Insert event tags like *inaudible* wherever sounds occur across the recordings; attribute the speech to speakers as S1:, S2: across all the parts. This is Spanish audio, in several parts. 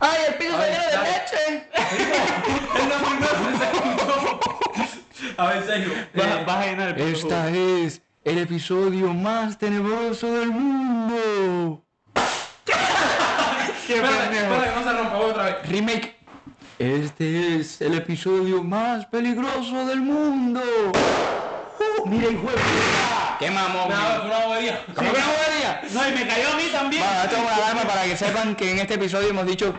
S1: ¡Ay, el piso
S2: Ay,
S1: se llena de
S2: está-
S1: leche!
S2: Es la primera vez que *laughs* A ver, Sergio.
S3: Vas,
S2: eh,
S3: vas a llenar el piso, por favor.
S4: Esta es el episodio más tenebroso del mundo. ¡Qué
S2: Espérate,
S4: pendejo!
S2: espérate, no se rompa otra vez.
S4: Remake. Este es el episodio más peligroso del mundo. ¡Uh! Mira el juego. ¡Qué mamón!
S2: Nada, fue una bobería.
S4: ¿Cómo que no jugaría?
S3: No, y me cayó a mí también.
S4: Bueno, esto es una alarma para que sepan que en este episodio hemos dicho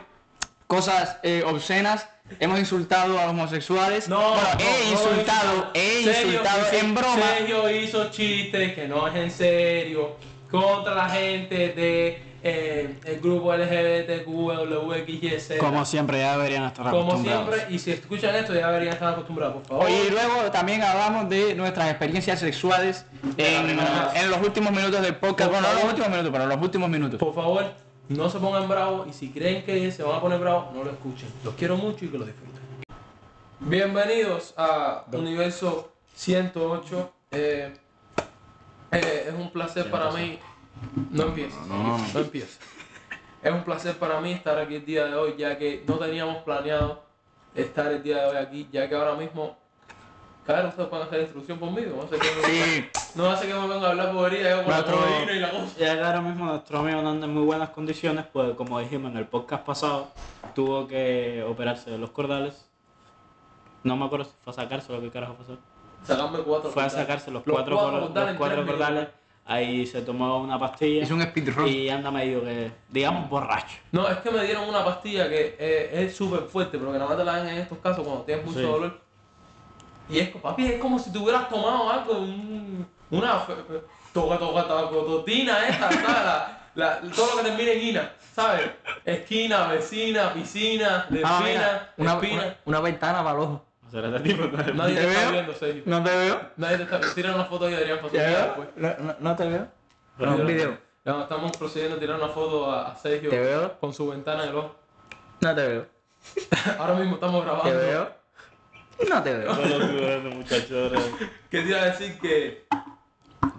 S4: cosas eh, obscenas, hemos insultado a homosexuales,
S2: No,
S4: bueno,
S2: no,
S4: he
S2: no,
S4: insultado,
S2: no.
S4: he
S2: Sergio
S4: insultado
S2: hizo-
S4: en broma.
S2: Sergio hizo chistes que no es en serio contra la gente de eh, el grupo LGBTQ, WXYZ.
S3: Como siempre, ya deberían estar
S2: Como
S3: acostumbrados.
S2: siempre, y si escuchan esto ya deberían estar acostumbrados, por favor.
S4: Oye, y luego también hablamos de nuestras experiencias sexuales
S2: De la
S4: en,
S2: primera vez.
S4: en los últimos minutos del podcast.
S2: Por
S4: Bueno, no los
S2: favor.
S4: últimos minutos, pero los últimos minutos.
S2: Por favor, no se pongan bravos y si creen que se van a poner bravos, no lo escuchen. Los quiero mucho y que lo disfruten. Bienvenidos a Universo 108. Eh, eh, es un placer para mí. No empieces, no, empieces. Es un placer para mí estar aquí el día de hoy, ya que no teníamos planeado estar el día de hoy aquí, ya que ahora mismo. Claro, ustedes pueden hacer instrucción conmigo. No sé qué me,
S4: Sí,
S2: no sé qué me van a hablar podería, yo con la
S3: Nuestro-
S2: proteína y la cosa.
S3: Ya que ahora mismo nuestro amigo no anda en muy buenas condiciones, pues como dijimos en el podcast pasado, tuvo que operarse de los cordales. No me acuerdo si fue a sacarse lo que carajo pasó.
S2: Sacarme cuatro
S3: Fue a
S2: cordales.
S3: sacarse los cuatro, cor-
S2: cordales
S3: los
S2: en
S3: cuatro
S2: tres
S3: cordales.
S2: minutos.
S3: Ahí se tomó una pastilla
S4: hizo un speedrun.
S3: y anda medio que, digamos, borracho.
S2: No, es que me dieron una pastilla que eh, es súper fuerte, pero que nada más te la dan en estos casos cuando tienes mucho
S3: Sí.
S2: dolor. Y es, co- papi, es como si te hubieras tomado algo, un- una fe- fe- toca, toca, toca, totina esta, *laughs* ¿sabes? La- la- todo lo que termina en ina, ¿sabes? Esquina, vecina, piscina,
S4: Ah,
S2: delfina,
S4: mira, una,
S2: espina.
S4: una- una ventana para el ojo.
S3: O sea, este tipo está-
S2: Nadie
S4: ¿Te
S2: te está
S4: veo?
S2: viendo, Sergio.
S4: No te veo.
S2: Nadie te está viendo. Tira una foto y Adrián para
S4: ¿Te
S2: subirla
S4: veo?
S2: después.
S4: No, no- no te veo. No, un video.
S2: No, estamos procediendo a tirar una foto a, a Sergio
S4: ¿Te veo?
S2: con su ventana en el ojo.
S4: No te veo.
S2: Ahora mismo estamos grabando.
S4: ¿Te veo? No te veo.
S3: Qué locura este muchacho, de verdad.
S2: Que te iba a decir que.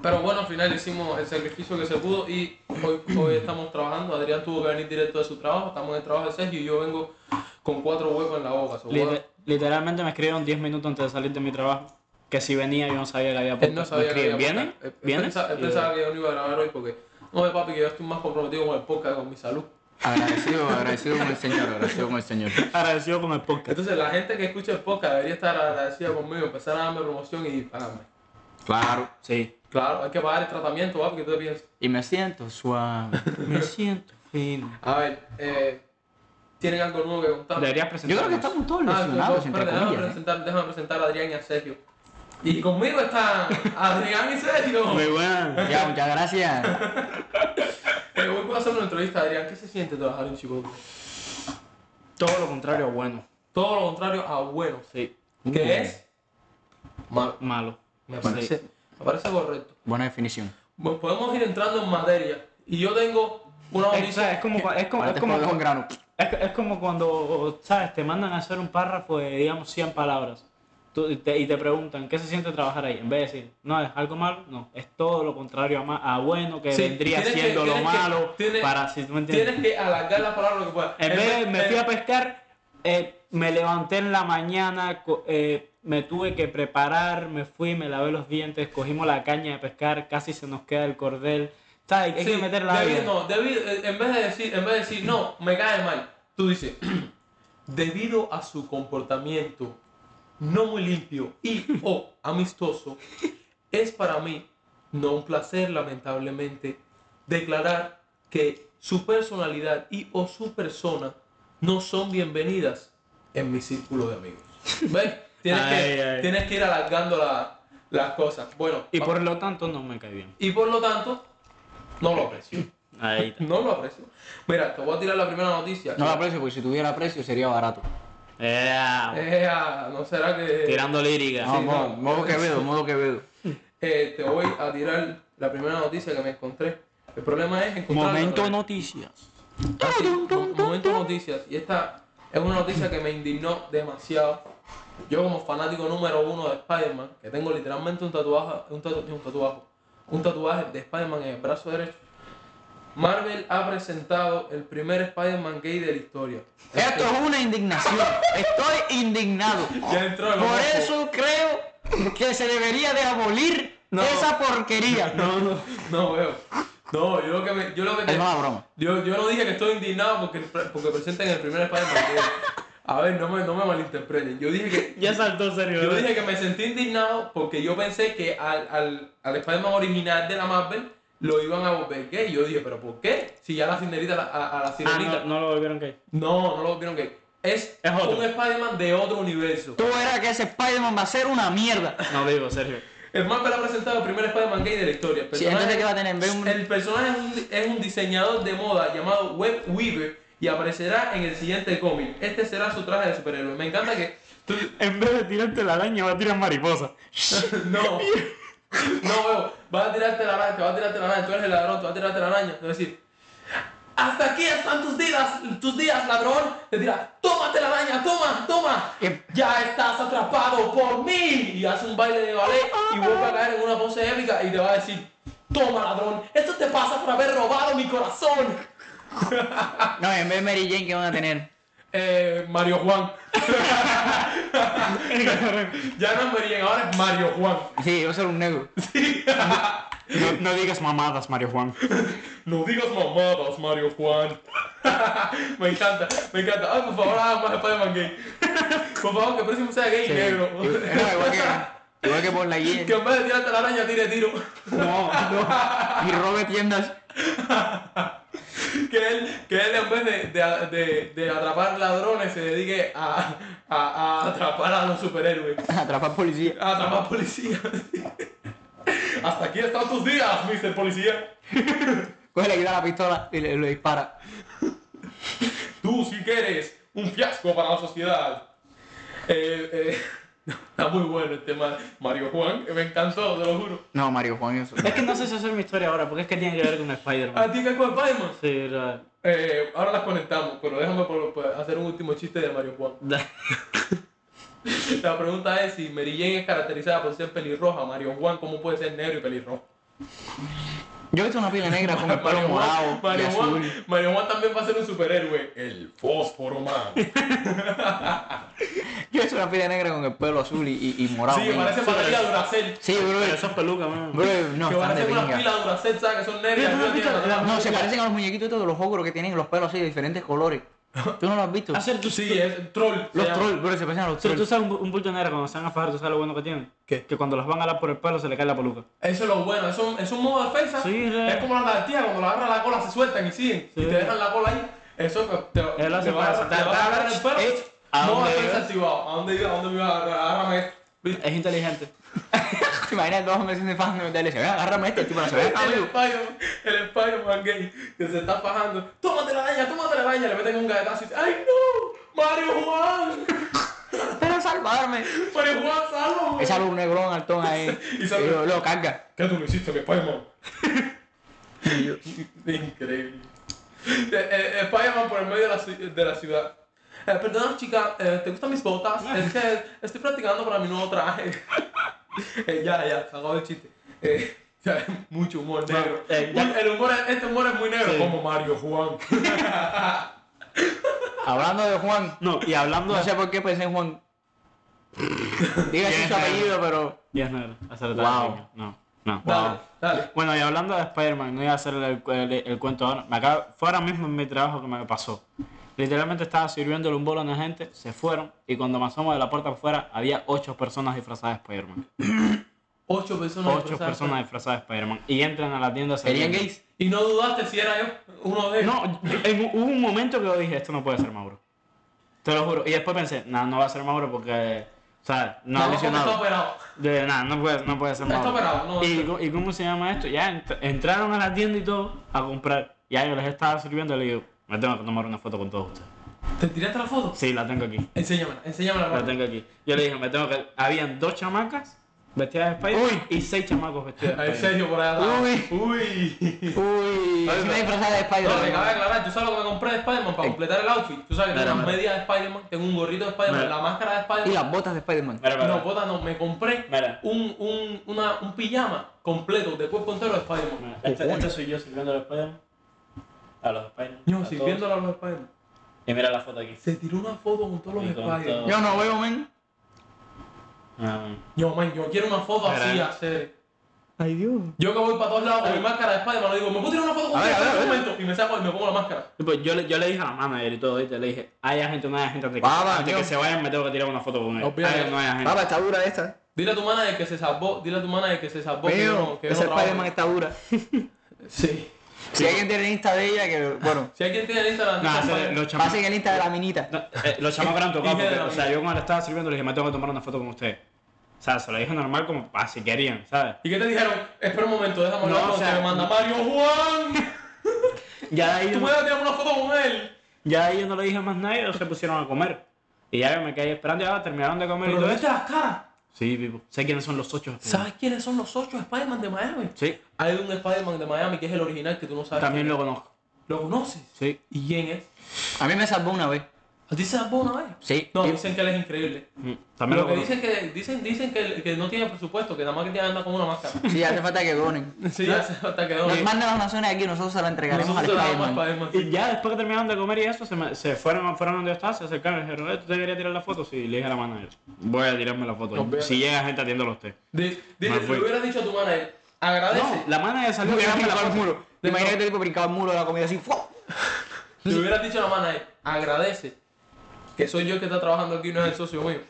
S2: Pero bueno, al final hicimos el sacrificio que se pudo y hoy, hoy estamos trabajando. Adrián tuvo que venir directo de su trabajo. Estamos en el trabajo de Sergio y yo vengo con cuatro huecos en la boca. so, bueno,
S3: Liter- literalmente me escribieron 10 minutos antes de salir de mi trabajo. Que si venía, yo no sabía que había
S2: él no sabía que
S3: ¿Viene?
S2: había
S3: ¿Viene?
S2: podcast. Él- él
S3: ¿Vienes?
S2: pensa- Él
S3: Y yo,
S2: pensaba que yo no iba a grabar hoy porque. No, papi, que yo estoy más comprometido con el podcast, con mi salud.
S4: Agradecido, agradecido con el señor, agradecido con el señor.
S3: Agradecido con el podcast.
S2: Entonces, la gente que escucha el podcast debería estar agradecida conmigo, empezar a darme promoción y pagarme.
S4: Claro.
S3: Sí.
S2: Claro, hay que pagar el tratamiento, papi, que tú te piensas.
S4: Y me siento suave.
S2: *laughs*
S3: Me siento fino.
S2: A ver, eh, ¿tienen algo nuevo que contar?
S3: Deberías presentar.
S4: Yo creo que estamos todos
S2: Ah,
S4: lesionados,
S2: sí,
S4: entre
S2: espérate, déjame,
S4: comillas. ¿eh?
S2: presentar, déjame presentar a Adrián y a Sergio. Y conmigo están Adrián y Sergio.
S3: Muy
S4: *laughs*
S3: buena.
S4: Ya, muchas gracias.
S2: Eh, hoy voy a hacer una entrevista a Adrián. ¿Qué se siente trabajar en Chicago?
S3: Todo lo contrario, bueno.
S2: Todo lo contrario a bueno.
S3: Sí.
S2: ¿Qué
S4: Uh.
S2: es? Malo.
S3: Malo.
S2: Me parece, me parece correcto.
S4: Buena definición.
S2: Bueno, podemos ir entrando en materia. Y yo tengo una
S3: Es, o sea,
S2: noticia.
S3: es como, cua- es, como,
S4: Ahora
S3: es,
S4: te
S3: como,
S4: puedo dejar un grano.
S3: es, es como cuando, ¿sabes? Te mandan a hacer un párrafo de, digamos, 100 palabras. Tú- y, te, y te preguntan, ¿qué se siente trabajar ahí? En vez de decir, no, es algo malo, no. Es todo lo contrario a, ma- a bueno, que
S2: Sí,
S3: vendría
S2: tienes que-
S3: siendo lo
S2: tienes que-
S3: malo.
S2: tienes-
S3: para, si tú me entiendes.
S2: Tienes que alargar las palabras lo que puedas.
S3: En
S2: En
S3: vez de
S2: vez-
S3: me fui a pescar, eh, me levanté en la mañana, co- eh, me tuve que preparar, me fui, me lavé los dientes, cogimos la caña de pescar, casi se nos queda el cordel. ¿Sabes? Hay
S2: Sí,
S3: que meter la
S2: debí-
S3: vida.
S2: no, debí- eh, en vez de decir, en vez de decir, no, me cae mal, tú dices, *clears throat* debido a su comportamiento no muy limpio y o amistoso, es para mí no un placer, lamentablemente, declarar que su personalidad y o su persona no son bienvenidas en mi círculo de amigos. ¿Ves? Tienes, que,
S3: Ay, ay.
S2: tienes que ir alargando la- las cosas. Bueno,
S3: Y
S2: va-
S3: por lo tanto no me cae bien.
S2: y por lo tanto, no lo aprecio. *laughs*
S3: Ahí está.
S2: No lo aprecio. Mira, te voy a tirar la primera noticia. Eh,
S4: No la aprecio porque si tuviera precio sería barato.
S3: Eh,
S2: Eh, ah, no será que.
S3: tirando lírica.
S4: No,
S2: Sí,
S4: modo,
S2: no.
S4: modo Quevedo, modo Quevedo.
S2: Eh, te voy a tirar la primera noticia que me encontré. El problema es encontrar.
S4: Momento noticias.
S2: Momento noticias. Y esta es una noticia que me indignó demasiado. Yo como fanático número uno de Spider-Man, que tengo literalmente un tatuaje, un, tatu- un tatuaje, un tatuaje de Spider-Man en el brazo derecho, Marvel ha presentado el primer Spider-Man gay de la historia.
S4: Esto es una indignación. Estoy indignado.
S2: Ya entró el
S4: Por
S2: homófobo.
S4: eso creo que se debería de abolir
S2: No.
S4: esa porquería.
S2: No, no, no veo. No, yo lo que me, yo lo que
S4: Es una broma.
S2: Yo, yo no dije que estoy indignado porque, porque presentan el primer Spider-Man. gay. A ver, no me, no me malinterpreten. Yo dije
S3: *laughs*
S2: que
S3: Ya saltó serio.
S2: Yo
S3: ¿verdad?
S2: dije que me sentí indignado porque yo pensé que al, al, al Spider-Man original de la Marvel lo iban a volver gay. Yo dije, ¿pero por qué? Si ya la cinderita, la- a, a la
S3: Ah,
S2: sirenita.
S3: no, no lo volvieron gay.
S2: no. no, lo volvieron gay. Es,
S3: Es otro.
S2: un Spider-Man de otro universo.
S4: Tú verás que ese Spider-Man va a ser una mierda.
S3: No digo, Sergio.
S2: El Marvel ha presentado el primer Spider-Man gay de la historia. El
S4: Sí, entonces, ¿qué va a tener? Ve un-
S2: el personaje es un, di- es un diseñador de moda llamado Web Weaver y aparecerá en el siguiente cómic. Este será su traje de superhéroe. Me encanta que tú,
S3: En vez de tirarte la araña, va a tirar mariposa.
S2: *laughs* No. No, huevo. Vas a tirarte la araña, te vas a tirarte la araña, tú eres el ladrón, te vas a tirarte la araña. Te voy a decir, hasta aquí están tus días, tus días, ladrón. Te dirá, tómate la araña, toma, toma.
S4: ¿Qué?
S2: Ya estás atrapado por mí. Y hace un baile de ballet y vuelve a caer en una pose épica y te va a decir, toma, ladrón, esto te pasa por haber robado mi corazón. *laughs*
S4: No, en vez de Mary Jane, ¿qué van a tener?
S2: Eh, Mario Juan. *laughs* Ya no es Merien, ahora es Mario Juan.
S4: Sí, yo soy un negro.
S3: No, no digas mamadas, Mario Juan.
S2: No digas mamadas, Mario Juan. *laughs* me encanta, me encanta. Ay, por favor, hagan más Spider-Man gay. *laughs* Por favor, que el próximo sea gay y
S4: Sí. *laughs*
S2: negro.
S4: No, igual
S2: *laughs*
S4: que,
S3: *laughs*
S4: igual que por la
S2: que
S4: hiena.
S2: en vez de tirarte la araña, tire tiro. *laughs*
S4: No, no. Y robe tiendas.
S2: que él, que él en vez de, de, de- de atrapar ladrones, se dedique a, a- a atrapar a los superhéroes.
S4: Atrapar policía.
S2: A atrapar policías. *laughs* Hasta aquí están tus días, Mr. Policía.
S4: Coge, le quita la pistola y le, lo dispara.
S2: Tú sí que eres un fiasco para la sociedad. Eh, *laughs* eh, está muy bueno el tema Mario Juan, que me encantó, te lo juro.
S4: No, Mario Juan, eso.
S3: Es que no sé si hacer mi historia ahora, porque es que tiene que ver con Spider-Man.
S2: ¿A ti qué con Spider-Man?
S3: Sí, *laughs* la-
S2: Eh, ahora las conectamos, pero déjame por- por hacer un último chiste de Mario Juan. *laughs*
S3: da-
S2: La pregunta es si Mary Jane es caracterizada por ser pelirroja, Mario Juan, ¿cómo puede ser negro y pelirrojo?
S4: Yo he visto una pila negra con el pelo
S2: Mario Juan,
S4: morado y
S2: Mario Juan,
S4: azul.
S2: Mario Juan también va a ser un superhéroe, el fósforo man.
S4: Yo he visto una pila negra con el pelo azul y, y, y morado.
S2: Sí, que
S4: negro.
S2: parece batería Duracell.
S4: Sí, bro.
S3: Pero esas pelucas, man.
S4: Bro, no,
S2: que
S4: están de
S2: parecen unas
S4: pinga.
S2: pilas Duracell, ¿sabes? Que son negras.
S3: Mira,
S2: y no
S3: mira,
S2: tienen
S3: mira,
S2: nada más.
S4: No, se parecen a los muñequitos estos de los ogros que tienen los pelos así de diferentes colores. ¿Tú no lo has visto?
S3: Hacer tu
S2: Ah, Sí, es troll. se
S4: Los
S2: llama.
S4: trolls, bro, se parecen a los
S3: Si tú
S4: trolls. *laughs*
S3: sabes un, bu- un bulto negro cuando se van a fajar, tú sabes lo bueno que tiene.
S2: ¿Qué?
S3: Que cuando las van a alar por el pelo se le cae la peluca.
S2: Eso es lo bueno, eso es un modo de defensa.
S3: Sí, re.
S2: es como las lagartijas, cuando las agarran la cola se sueltan y siguen.
S3: Sí.
S2: Y te dejan la cola ahí. Eso te,
S3: Él hace
S2: te va a
S3: para-
S2: agarrar- te va a agarrar el pelo.
S4: Eh, ¿a
S2: modo de
S4: dónde
S2: defensa
S4: ibas?
S2: activado. ¿A dónde iba? ¿A dónde me iba a agarrar? Agárrame esto. ¿Viste?
S3: Es inteligente.
S4: ¿Te imaginas dos hombres de fans de le dice, "Ven, agárrame este, tipo, no se ve
S2: El
S4: amigo.
S2: Spider-Man, el Spider-Man gay que se está fajando. Tómate la araña, tómate la araña. Le meten un galletazo y dice, ¡ay no! ¡Mario Juan!
S4: Pero salvarme.
S2: ¡Mario Juan, salvo!
S4: Le sale un negrón al ton ahí.
S2: *laughs* Y
S4: y
S2: sale-
S4: lo, lo carga.
S2: ¿Qué tú lo hiciste, mi Spider-Man? *laughs* Increíble. Eh, eh, Spider-Man por el medio de la, ci- de la ciudad. Eh, perdona, chica, eh, ¿te gustan mis botas? Es que estoy practicando para mi nuevo traje. *laughs* Eh, ya, ya, se acabó el chiste. Eh, *laughs* ya, mucho humor negro.
S3: eh, ya-
S2: Muy- el humor, es- este humor es muy negro.
S3: Sí.
S2: Como Mario *laughs* Juan.
S4: Hablando de Juan,
S3: No, y hablando
S4: no
S3: de...
S4: sé por qué pensé en Juan. Diga así su apellido, pero.
S3: Y es negro. Acertado.
S4: Wow.
S3: niño. No, no.
S2: Dale, dale.
S3: Bueno, y hablando de Spider-Man, no iba a hacer el, el- el cuento ahora. Me acaba- fue ahora mismo en mi trabajo que me pasó. Literalmente estaba sirviéndole un bolo a una gente, se fueron, y cuando me asomo de la puerta afuera, había ocho personas disfrazadas de Spider-Man.
S2: Ocho personas.
S3: Ocho
S2: disfrazadas.
S3: personas disfrazadas de Spider-man. Y entran a la tienda. se
S4: ¿Serían
S3: ríen.
S4: gays?
S2: Y no dudaste si era yo uno de ellos.
S3: No, yo- en un- hubo un momento que yo dije, esto no puede ser Mauro. Te lo juro. Y después pensé, no, no va a ser Mauro porque, ¿sabes? No,
S2: no, porque está
S3: lesionado.
S2: operado.
S3: De nada, no puede, no puede ser
S2: pues. Está
S3: Mauro.
S2: operado, no va a
S3: ¿Y,
S2: ser.
S3: co- ¿Y cómo se llama esto? Ya ent- entraron a la tienda y todo a comprar. Ya yo les estaba sirviendo y le digo, me tengo que tomar una foto con todos ustedes.
S2: ¿Te tiraste la foto?
S3: Sí, la tengo aquí.
S2: Enséñamela, enséñamela.
S3: La tengo aquí. Yo le dije, me tengo que... Habían dos chamacas Vestidas de Spider-Man y seis chamacos vestidos de
S2: En
S3: Spider-Man.
S2: serio, por allá.
S4: Uy.
S2: Uy.
S4: Uy,
S2: Oye,
S4: sí
S2: pero-
S4: me disfrazaba de
S2: No, te cabe
S4: Spider-Man.
S2: aclarar, tú sabes lo que me compré de Spider-Man para
S4: Eh.
S2: completar el outfit. Tú sabes que
S4: Mira,
S2: tengo unas
S4: mira.
S2: medias de Spider-man, tengo un gorrito de Spider-Man,
S3: Mira.
S2: la máscara de
S4: Y
S2: Spider-Man.
S4: las botas de Spider-Man.
S3: Mira, mira.
S2: No, bota no, me compré
S3: Mira.
S2: un, un, una, un pijama completo de cuerpo entero de Spider-Man.
S3: Mira, Este, este soy yo sirviendo a los Spider-Man. A los Spider-Man. a
S2: Yo,
S3: todos.
S2: sirviéndole a los Spider-Man.
S3: Y mira la foto aquí.
S2: Se tiró una foto con todos los
S3: Y con
S2: Spider-Man.
S3: todo.
S4: Yo no veo, men.
S3: Ah,
S2: Yo, man, yo quiero una foto así,
S3: Mira.
S2: hacer.
S4: Ay, Dios.
S2: Yo que voy para todos lados con mi máscara de Spider-Man, le digo, ¿me puedo tirar una foto con
S4: A ver,
S2: ustedes
S4: a
S2: en
S4: ver,
S2: este
S4: a ver.
S2: momento? Y me saco y me pongo la máscara.
S3: Tipo, pues yo, le- yo le dije a la manager y todo, ¿viste? le dije, hay gente o no hay gente, antes, que-
S4: Baba,
S3: antes
S4: yo-
S3: que se vayan me tengo que tirar una foto con él.
S2: Obviamente.
S3: Hay o no hay gente.
S4: Papá, está dura esta.
S2: Dile a tu manager que se salvó, dile a tu manager que se salvó. que yo
S4: Mío,
S2: no- que yo
S4: ese
S2: no trabajo.
S4: Spider-Man está dura.
S2: Sí.
S4: Si alguien tiene el Insta de ella, que bueno,
S2: Si hay quien tiene el Instagram,
S3: Nah,
S2: dice,
S3: se- los chamacos.
S4: pasen el Insta de la minita.
S3: No, eh, los chamacos eran tocados
S2: Dije,
S3: porque, o
S2: amigo.
S3: sea, yo cuando le estaba sirviendo le dije, me tengo que tomar una foto con usted. O sea, se lo dije normal como para si querían, ¿sabes?
S2: ¿Y qué te dijeron? Espera un momento, déjame hablar
S3: No,
S2: con
S3: o sea,
S2: usted, me manda Mario
S3: *laughs*
S2: Juan.
S3: Ya de ahí,
S2: Tú
S3: yo,
S2: me vas a tirar una foto con él.
S3: ya de ahí yo no le dije más nada y ellos se pusieron a comer. Y ya yo me quedé esperando, ya terminaron de comer y
S2: Pero
S3: todo
S2: le
S3: eso.
S2: viste las caras.
S3: Sí, vivo. Sé quiénes son los ocho.
S2: ¿Sabes quiénes son los ocho Spider-Man de Miami?
S3: Sí,
S2: Hay un Spider-Man de Miami que es el original que tú no sabes.
S3: también
S2: quién
S3: lo
S2: es.
S3: conozco.
S2: ¿Lo conoces.
S3: Sí.
S2: ¿Y quién es?
S4: A mí me salvó una vez.
S2: ¿A ti se salvó una vez?
S4: Sí.
S2: No, dicen que él es increíble.
S3: Mm, También
S2: Lo
S3: lo
S2: que
S3: conozco.
S2: dicen que dicen, dicen que, que no tiene presupuesto, que nada más que tiene que andar con una
S3: *laughs*
S2: máscara.
S4: Sí, hace falta que donen.
S2: Sí, ya se hasta quedó.
S4: Nos mandan las naciones aquí, nosotros se las entregaremos al
S2: Nosotros le damos a
S4: Spider-man.
S2: Spider-Man, sí.
S3: Y ya después que terminaron de comer y eso, se, me- se fueron, fueron donde yo estaba, se acercaron y dijeron, "Eh, ¿tú te querías tirar la foto? Sí, le dije a la manager, voy a tirarme la foto.
S2: Obviamente.
S3: Si llega gente, atiéndolo a usted.
S2: Di-
S3: Me
S2: Dile, le
S3: fui.
S2: hubieras dicho a tu manager, agradece.
S3: No, la manager salió
S4: Porque
S3: y
S4: no
S3: me la
S4: brincaba el
S3: foto.
S4: muro. ¿Te imaginas que tipo brincaba el muro de la comida así? ¡fua!
S2: Si le hubieras dicho a la manager, agradece que soy yo el que está trabajando aquí, no es el socio mío.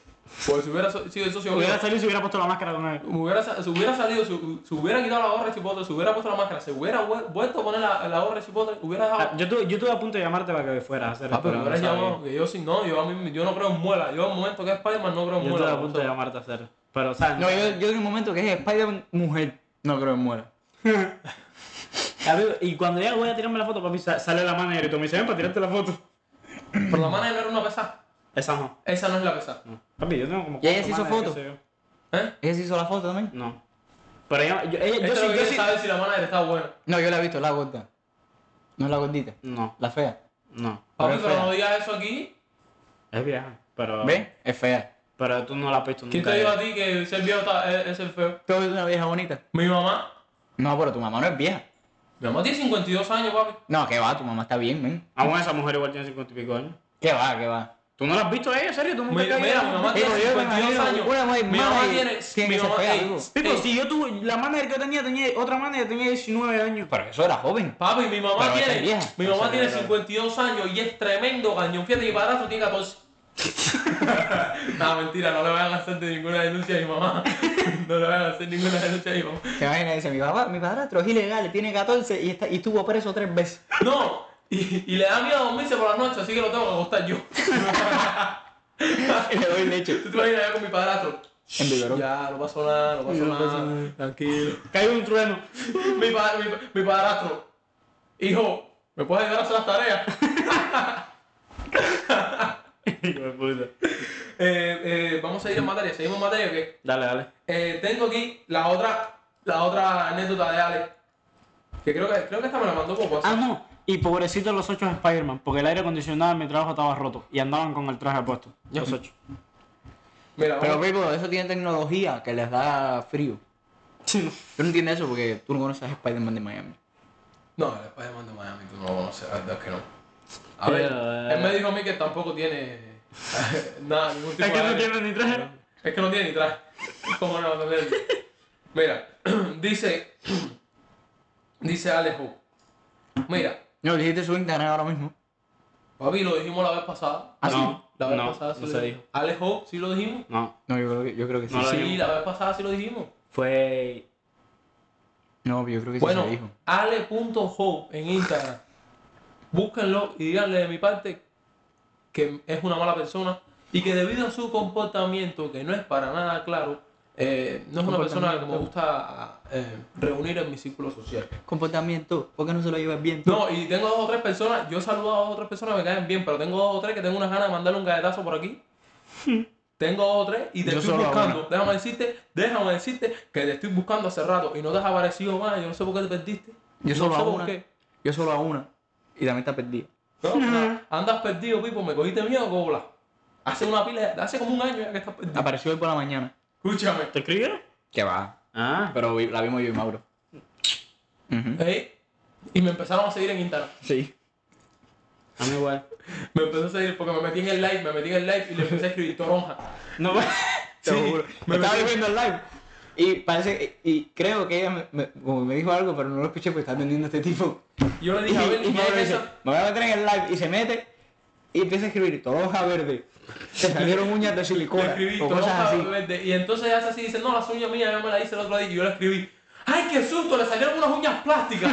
S2: Porque si hubiera so- sido el socio mío,
S3: Hubiera salido y se hubiera puesto la máscara con él.
S2: hubiera sa- se hubiera salido, se, se hubiera quitado la gorra de chipotle, se hubiera puesto la máscara, se hubiera vuel- vuelto a poner la, la gorra de chipotle, hubiera
S3: Ah,
S2: dejado.
S3: Yo tuve, yo estuve a punto de llamarte para que fueras a hacer
S2: Ah, pero
S3: esto,
S2: hubieras
S3: no sabía.
S2: llamado, que yo sí, no, yo, a mí, yo no creo en muela. Yo al momento que es Spider-Man no creo en
S3: Yo estuve
S2: muela.
S3: a punto de llamarte a hacer. Pero, o sea, *laughs*
S4: No, yo, yo en un momento que es Spider-Man mujer. No creo que muera.
S3: amigo, y cuando ya voy a tirarme la foto, para mí sa- sale la manager y tú me dice, ven para tirarte la foto.
S2: Pero la manager no era una pesada.
S3: Esa no.
S2: Esa no es la pesada.
S3: Papi, yo tengo como
S4: ¿Y ella se hizo
S3: cuatro managers,
S4: foto?
S3: qué sé yo.
S2: ¿Eh?
S4: ¿Ella se hizo la foto también?
S3: No. Pero ella, yo, ella, yo
S2: Esto es lo que
S3: sí, yo
S2: quiere
S3: sí.
S2: saber si la manager está buena.
S4: No, yo la he visto, la gorda. No es la gordita.
S3: No,
S4: La fea.
S3: no.
S2: Papi,
S4: es
S2: pero
S4: fea.
S2: no digas eso aquí.
S3: Es vieja, pero...
S4: ¿Ves? Es fea.
S3: Pero tú no la has visto nunca.
S2: ¿Quién te dijo a ti que ser viejo está- es, es el feo?
S4: ¿Tú has visto una vieja bonita?
S2: Mi mamá.
S4: No, pero tu mamá no es vieja.
S2: Mi mamá tiene 52 años, papi.
S4: No, que va, tu mamá está bien, men.
S3: Ah, bueno, esa mujer igual tiene 50 y pico años.
S4: Que va, que va.
S3: ¿Tú no la has visto a ella, en serio? ¿Tú nunca
S2: Mira,
S3: te has
S2: mira, mi
S3: visto?
S2: mamá
S4: Pero
S2: tiene
S4: yo me
S2: 52
S4: imagino
S2: años.
S4: una mujer
S2: Mi mamá
S4: mala y
S2: tiene.
S4: tiene
S2: mi
S4: que ser
S2: mamá-
S4: fea,
S2: ey,
S4: digo.
S3: Pipo, si yo tuve... La manager que yo tenía, tenía otra manager tenía 19 años.
S4: Pero eso era joven.
S2: Papi, mi mamá
S4: Pero esa
S2: tiene.
S4: es vieja.
S2: Mi mamá
S3: Esa
S2: tiene
S3: es vieja.
S2: 52 años y es tremendo cañón. Fíjate, mi padrastro
S4: *laughs*
S2: tiene 14. no, mentira, no le vayan a hacer de ninguna denuncia a mi mamá. *laughs* no le vayan a hacer ninguna denuncia a mi mamá.
S4: Te imaginas, dice, mi papá, mi padrastro es ilegal, tiene 14 y, está, y estuvo preso tres veces. *laughs*
S2: No, y, y le da miedo dormirse por las noches, así que lo tengo que acostar yo. *laughs*
S4: Y le doy leche.
S2: ¿Tú te imaginas yo con mi padrastro?
S4: En biberón.
S2: Ya, no pasó nada, no pasó
S4: No
S2: nada.
S4: pasó nada.
S2: Tranquilo.
S3: Cayó un trueno. *laughs*
S2: mi, pa- mi, pa- mi padrastro. Hijo, ¿me puedes ayudar a hacer las tareas?
S3: Hijo de puta.
S2: Eh, eh, vamos a ir en materia, seguimos en materia que
S3: Dale, dale.
S2: eh, tengo aquí la otra, la otra anécdota de Ale. Que creo que creo que esta me la mandó poco.
S3: Ah, no. Y pobrecitos los ocho Spider-Man, porque el aire acondicionado en mi trabajo estaba roto y andaban con el traje puesto.
S2: *laughs*
S3: Los ocho.
S2: Mira,
S4: Pero,
S2: vamos.
S4: people, eso tiene tecnología que les da frío. Tú no entiendes eso porque tú no conoces a Spider-Man de Miami.
S2: no, el Spider-Man de Miami, tú no lo conoces, la verdad es que no. A ver,
S3: Pero, eh.
S2: él me dijo a mí que tampoco tiene *laughs* nada, ningún tipo
S3: *laughs* Es que
S2: de
S3: no
S2: aire.
S3: tienen ni traje.
S2: Es que no tiene ni traje. ¿Cómo no va a tener? Mira, *clears throat* dice. *clears throat* dice Alejo. Mira,
S4: No, dijiste su internet ahora mismo.
S2: papi, lo dijimos la vez pasada.
S4: ¿Ah, sí?
S3: No,
S2: La vez
S3: no,
S2: pasada sí
S3: no
S2: lo
S3: se
S2: dijimos.
S3: dijo.
S2: Alejo, sí lo dijimos.
S3: No.
S4: No, yo creo que, yo creo que sí.
S3: No lo
S2: sí,
S3: dijimos.
S2: la vez pasada sí lo dijimos.
S3: Fue...
S4: No, yo creo que sí
S2: Bueno,
S4: se dijo.
S2: ale.ho en Instagram. Búsquenlo y díganle de mi parte que es una mala persona y que debido a su comportamiento, que no es para nada claro, eh, no es una persona que me gusta eh, reunir en mi círculo social.
S4: Comportamiento, ¿por qué no se lo llevas bien?
S2: No, y tengo dos o tres personas, yo saludo a dos o tres personas que me caen bien, pero tengo dos o tres que tengo unas ganas de mandarle un galletazo por aquí. Tengo otro y te
S3: Yo
S2: estoy
S3: solo hago
S2: buscando.
S3: una.
S2: Déjame decirte, déjame decirte que te estoy buscando hace rato y no te has aparecido más. Yo no sé por qué te perdiste.
S4: Yo
S2: no
S4: solo
S2: sé
S4: hago
S2: por
S4: una.
S2: qué.
S4: Yo solo a una. Y también está perdida.
S2: No, no. Andas perdido, Pipo. Me cogiste miedo, cobla. Hace una pila, de- hace como un año ya que estás perdido.
S4: Apareció hoy por la mañana.
S2: Escúchame.
S3: ¿Te escribieron?
S4: Que va.
S3: Ah.
S4: Pero vi- la vimos yo y Mauro. Ujú.
S2: Ey, Y me empezaron a seguir en Instagram.
S4: Sí.
S3: A mí igual.
S2: Me empezó a seguir porque me metí en el live, me metí en el live y le empecé a escribir toronja.
S3: No, *laughs*
S4: Te
S2: Sí,
S4: lo juro.
S2: me
S4: Me estaba
S2: metí-
S4: viendo el live. Y parece, y y creo que ella me, me- como me dijo algo, pero no lo escuché porque está atendiendo este *laughs* tipo.
S2: Yo le
S4: Y,
S2: dije, a ver,
S4: *laughs* y
S2: ¿qué
S4: Mauro
S2: es
S4: dice,
S2: eso?
S4: me voy a meter en el live y se mete y empieza a escribir toronja verde. Se salieron uñas de
S2: Le
S4: silicona.
S2: escribí
S4: o
S2: toronja
S4: cosas así.
S2: verde. Y entonces hace así, dice, no, las uñas mías yo me las hice el otro día. Y yo le escribí, ¡ay, qué susto! Le salieron unas uñas
S4: *laughs*
S2: plásticas.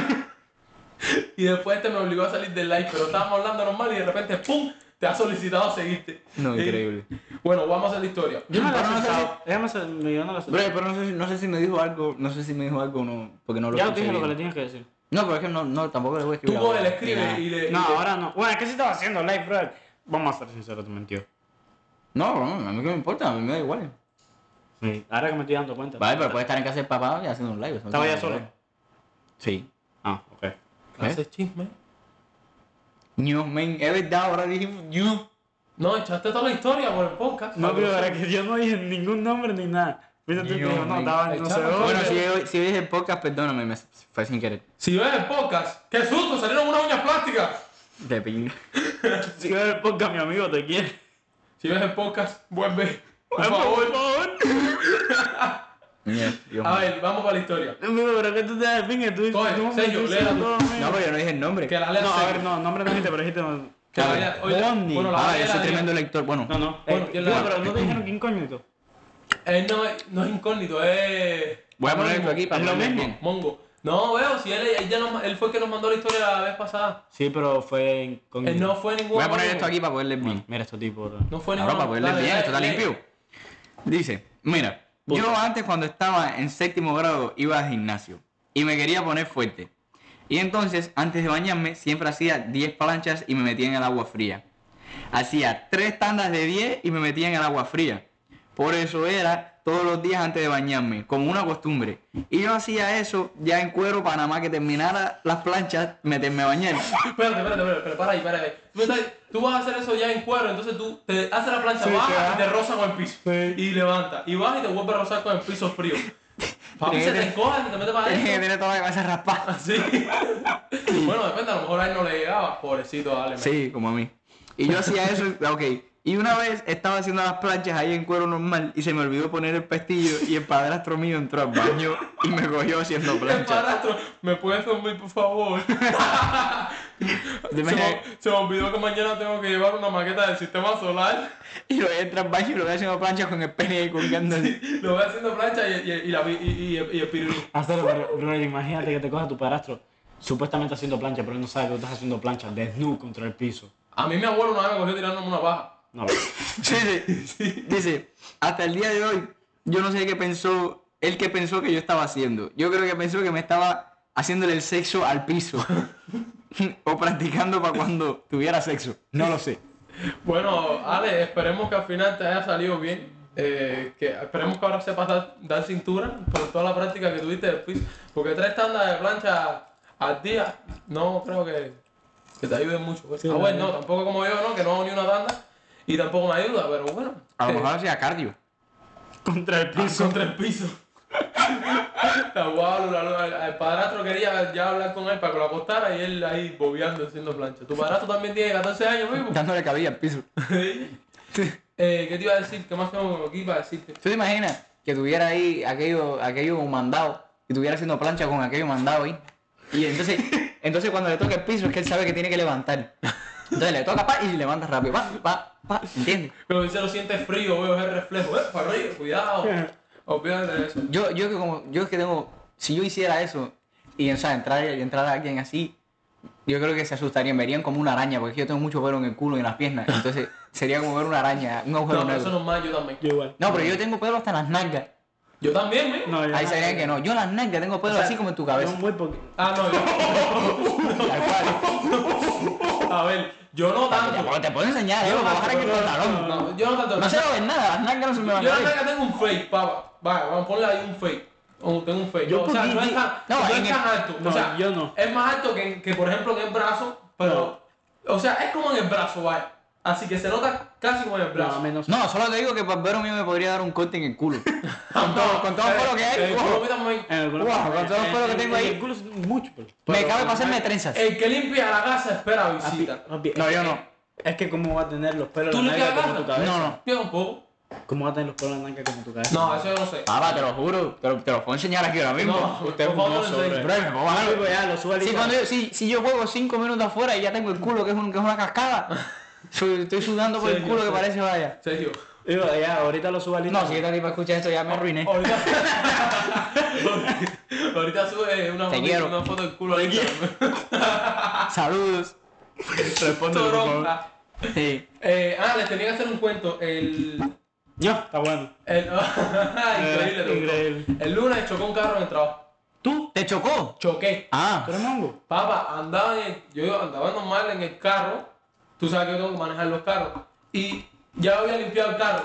S2: y después este me obligó a salir del live, pero estábamos hablando normal y de repente, ¡pum! Te ha solicitado seguirte.
S4: No,
S2: Y-
S4: increíble.
S2: Bueno, vamos a hacer la historia.
S3: Yo Ah, no lo he
S4: Pero no sé
S3: aceptado. Ella me ace- yo no lo he
S4: Bro,
S3: aceptado.
S4: pero no sé, si- no sé si me dijo algo, no sé si me dijo algo o no, porque no lo
S3: Ya te
S4: escuché
S3: dije lo que le
S4: bien.
S3: tienes que decir.
S4: No, pero es que no, no, tampoco le voy a escribir
S2: Tú
S4: ahora,
S2: coges, le
S4: ni nada.
S2: escribes y le...
S3: No,
S2: y le-
S3: ahora no. Bueno, es que si estaba haciendo live, bro. Vamos a ser sinceros, te mentió.
S4: No, no, a mí que me importa, a mí me da igual.
S3: Sí. Ahora que me estoy dando cuenta.
S4: Vale, pero puede estar en casa del papá y haciendo un live. eso no
S3: ¿Estaba
S4: tiene
S3: ya
S4: nada que
S3: sola?
S4: ver. Sí.
S3: Ah, ok. ¿Eh?
S2: ¿Haces chisme?
S4: News, men, es verdad, ahora dijimos news.
S2: No, echaste toda la historia por el podcast.
S3: No, pero ahora que yo no dije ningún nombre ni nada. Viste, tú te
S4: Dios
S3: dijo, no,
S4: mío.
S3: estaba, no sé
S2: Echaba-
S3: dónde.
S4: Bueno, si ves si ves el podcast, perdóname, me fue sin querer.
S2: Si ves el podcast, ¡qué susto! Salieron unas uñas plásticas. *laughs*
S4: De pillo.
S3: Si ves el podcast, mi amigo te quiere.
S2: Si ves el podcast, vuelve. Por
S3: *laughs* Por
S2: favor.
S3: favor, por favor.
S4: Dios mío.
S3: Ah,
S2: A ver, vamos para la historia.
S3: Amigo, pero que tú te das fin que tú dices.
S2: Coge,
S3: no,
S2: sello,
S3: tú dices
S2: léela tú.
S3: todo,
S4: No,
S3: amigo.
S4: pero yo no dije el nombre.
S2: Que la lea
S3: No, a
S2: Sergio.
S3: ver, no, nombre no dijiste, pero dijiste. No,
S2: Que la
S4: A ver,
S2: lea- oye,
S3: Bonnie.
S2: bueno, la
S4: Ah,
S2: lea
S4: yo soy
S2: la
S4: tremendo
S2: lea.
S4: lector. Bueno,
S3: no. no.
S2: Bueno,
S3: Eh,
S2: ¿quién
S3: no,
S2: la-
S3: pero no te dijeron que incógnito.
S2: Eh, no, es- no es incógnito, es.
S4: voy a poner esto
S2: Mongo.
S4: aquí para
S3: Es lo
S4: ponerlo
S3: mismo.
S4: bien.
S2: Mongo. No, veo, si él, él ya nos- él fue el que nos mandó la historia la vez pasada.
S3: Sí, pero fue
S2: Él
S3: incógnito.
S2: no fue ningún.
S4: Voy a poner
S2: anónimo.
S4: esto aquí para poderle bien.
S3: Mira, este tipo. bro.
S2: No fue ningún.
S4: Ahora para poderle
S2: dale,
S4: pues bien,
S2: dale,
S4: esto está
S2: lee.
S4: limpio. Dice, mira, yo antes cuando estaba en séptimo grado iba al gimnasio y me quería poner fuerte. Y entonces, antes de bañarme, siempre hacía 10 planchas y me metía en el agua fría. Hacía 3 tandas de 10 y me metía en el agua fría. Por eso era todos los días antes de bañarme, como una costumbre. Y yo hacía eso ya en cuero para nada más que terminara las planchas, meterme a bañar. *laughs*
S2: Espérate, espérate, espérate, espérate, para ahí, para ahí. Tú, me estás- tú vas a hacer eso ya en cuero, entonces tú te haces la plancha
S3: Sí, te
S2: baja
S3: baja.
S2: y te roza con el piso.
S3: Sí.
S2: Y levanta. Y baja y te vuelve a rozar con el piso
S4: *laughs*
S2: frío. Papi, se te encoja y te mete para
S4: Tenía que *laughs*
S2: adentro.
S4: tener toda la cabeza raspada.
S2: Sí. *laughs* bueno, depende, a lo mejor a él no le llegaba. Pobrecito, dale. man.
S4: Sí, como a mí. Y yo hacía eso, ok. Y una vez estaba haciendo las planchas ahí en cuero normal y se me olvidó poner el pestillo y el padrastro mío entró al baño y me cogió haciendo
S2: El
S4: planchas.
S2: padrastro, ¿me puedes dormir, por favor?
S4: De
S2: se, me,
S4: manera-
S2: se me olvidó que mañana tengo que llevar una maqueta del sistema solar.
S4: Y lo entra al baño y lo voy haciendo planchas con el pene ahí colgando así.
S2: Lo voy haciendo plancha y, y, y, la, vi- y, y- y el pirulí.
S3: Hazlo, pero, bro, imagínate que te coja tu padrastro supuestamente haciendo plancha, pero él no sabe que tú estás haciendo plancha desnudo contra el piso.
S2: A mí mi abuelo una vez me cogió tirándome una paja.
S3: No,
S4: Sí, sí, Dice, hasta el día de hoy, yo no sé qué pensó, el que pensó que yo estaba haciendo. Yo creo que pensó que me estaba haciéndole el sexo al piso. *laughs* o practicando para cuando tuviera sexo.
S3: no lo sé.
S2: Bueno, Ale, esperemos que al final te haya salido bien. Eh, que esperemos que ahora sepas dar, dar cintura por toda la práctica que tuviste después. Porque tres tandas de plancha al día, no creo que, que te ayuden mucho. pues.
S3: Sí,
S2: ah,
S3: la
S2: bueno,
S3: verdad.
S2: no, tampoco como yo, ¿no? Que no hago ni una tanda y tampoco me ayuda, pero bueno.
S4: A lo
S2: eh,
S4: mejor hacía cardio.
S3: *laughs* Contra el
S2: Ah,
S3: piso.
S2: Son tres pisos. La guau, la- la- el padrastro quería ya hablar con él para que lo acostara y él ahí bobeando haciendo plancha. Tu padrastro también tiene 14 años, vivo.
S4: Dándole cabida al piso.
S2: eh, ¿Qué te iba a decir? ¿Qué más tengo aquí para decirte?
S4: ¿Tú te imaginas que tuviera ahí aquello, aquello mandado y tuviera haciendo plancha con aquello mandado ahí? Y
S3: *laughs*
S4: entonces, entonces cuando le toca el piso es que él sabe que tiene que levantar. Entonces le toca pa y levanta rápido. Pa, pa, pa, ¿entiendes?
S2: Pero dice, lo sientes frío, veo el reflejo. Eh, para arriba, cuidado. Olvídate de eso.
S4: Yo, yo que como, yo es que tengo, si yo hiciera eso y o sea, entrar y entrar a alguien así, yo creo que se asustarían, verían como una araña, porque es que yo tengo mucho pelo en el culo y en las piernas. Entonces sería como ver una araña, un agujero
S2: No, pero eso
S4: negro.
S2: no es más, yo también.
S3: Ah. Yo igual.
S4: No, pero yo tengo pelo hasta las nalgas.
S2: Yo también, ¿eh?
S3: No, yo
S4: Ahí
S3: no.
S4: sabrían que no. Yo en las nalgas tengo pelo
S3: O sea,
S4: así como en tu cabeza.
S3: yo voy porque-
S2: Ah, no, yo.
S4: Tal cual.
S2: a ver, yo no tanto.
S4: Te puedo enseñar, ¿eh?
S2: Yo
S4: yo
S2: no
S4: voy a
S2: tanto,
S4: bajar aquí el
S2: pero-
S4: pantalón.
S2: No, yo no tanto.
S4: No se va a ver nada, las nalgas no se me van
S2: Yo
S4: a
S2: la
S4: ver.
S2: verdad tengo un fake, papá. Vaya, vamos a ponerle ahí un fake. O tengo un fake.
S4: Yo
S2: o sea, no es
S4: poquito-
S2: tan,
S4: no,
S2: no es
S4: en
S2: tan
S4: el-
S2: alto.
S3: no,
S2: o sea,
S3: yo no.
S2: Es más alto que, en- que, por ejemplo, en el brazo, pero. O sea, es como en el brazo, vaya. Así que se nota casi como en el brazo. *laughs*
S3: No, menos.
S4: No, solo te digo que el barbero mío me podría dar un corte en el culo. Con todo, con todo el pelo que
S2: Eh,
S4: hay.
S2: el
S4: ojo.
S2: culo que también-
S3: En el culo.
S4: Guau, con todos los pelos que
S3: En-
S4: tengo
S3: en
S4: ahí.
S3: El culo es mucho pues. pelo.
S4: Me
S3: Pero-
S4: cabe para hacerme trenzas.
S2: El que limpia la casa espera
S4: Ah,
S3: Papi,
S2: visita.
S3: papi,
S4: No,
S3: es
S4: yo
S3: que-
S4: no.
S3: Es que cómo va a tener los pelos
S2: ¿Tú
S3: en la
S2: le
S3: nalga como
S2: pegas
S3: tu
S2: gasa?
S3: cabeza.
S4: No, no.
S2: Yo tampoco.
S3: ¿Cómo va a tener los pelos en la nalga como tu cabeza?
S2: No, eso yo no sé.
S4: Papá, te lo juro, te lo, te lo puedo enseñar aquí ahora mismo.
S2: No,
S4: Usted
S2: por
S4: Ah, no
S2: favor, no
S4: sobre-
S2: enseñe.
S4: Bro, me puedo bajar.
S3: Algo ya, lo
S2: pues,
S3: sube al
S4: Si,
S3: Instagram.
S4: cuando yo, si, si yo juego 5 minutos afuera y ya tengo el culo que es, un- que es una
S2: *laughs*
S4: cascada, su- estoy sudando por
S2: Sí,
S4: el
S2: yo
S4: culo que
S2: sé.
S4: parece vaya.
S2: Sergio.
S3: Digo, ya, ahorita lo subo al
S4: No,
S3: Instagram.
S4: si esta tipa escucha esto ya me arruiné. *laughs*
S2: Ahorita, *laughs* ahorita sube una
S4: Te
S2: foto,
S4: quiero.
S2: una foto del culo al *laughs* Instagram. Oh.
S4: Saludos. Responde, por favor.
S2: Toronja.
S4: Sí.
S2: Eh, ah, les tenía que hacer un cuento. El.
S3: Yo, está bueno.
S2: el *laughs* ah, increíble, te gustó.
S3: increíble.
S2: El lunes chocó un carro en el trabajo.
S4: ¿Tú? ¿Te chocó?
S2: Choqué.
S4: Ah.
S3: ¿Tú eres mongo?
S2: Papá, andaba en el, yo andaba normal en el carro. Tú sabes que yo tengo que manejar los carros. Y ya había limpiado el carro.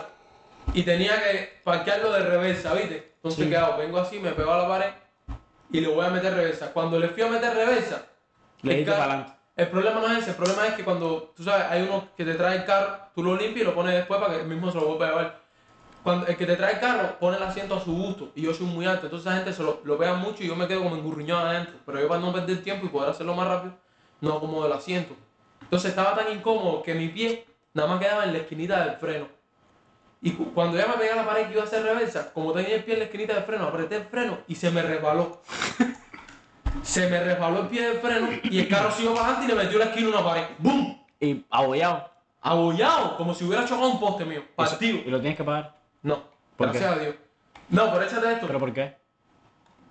S2: Y tenía que parquearlo de reversa, ¿viste? Entonces, ¿qué hago? Vengo así, me pego a la pared y le voy a meter reversa. Cuando le fui a meter reversa,
S3: Le
S2: el
S3: diste
S2: carro-
S3: pa'lante.
S2: El problema no es ese, el problema es que cuando, tú sabes, hay uno que te trae el carro, tú lo limpias y lo pones después para que el mismo se lo vuelva a llevar. Cuando el que te trae el carro pone el asiento a su gusto y yo soy muy alto, entonces la gente se lo, lo pega mucho y yo me quedo como engurriñado adentro. Pero yo para no perder tiempo y poder hacerlo más rápido, no acomodo el asiento. Entonces estaba tan incómodo que mi pie nada más quedaba en la esquinita del freno. Y cu- cuando ya me pegué a la pared que iba a hacer reversa, como tenía el pie en la esquinita del freno, apreté el freno y se me resbaló. *laughs* se me resbaló el pie del freno y el carro siguió para adelante y le metió la esquina a una pared. ¡Bum!
S3: Y abollado.
S2: abollado, como si hubiera chocado un poste mío, partido.
S3: Y lo tienes que pagar.
S2: No,
S3: ¿Por
S2: gracias a Dios. No, pero échate esto.
S3: ¿Pero por qué?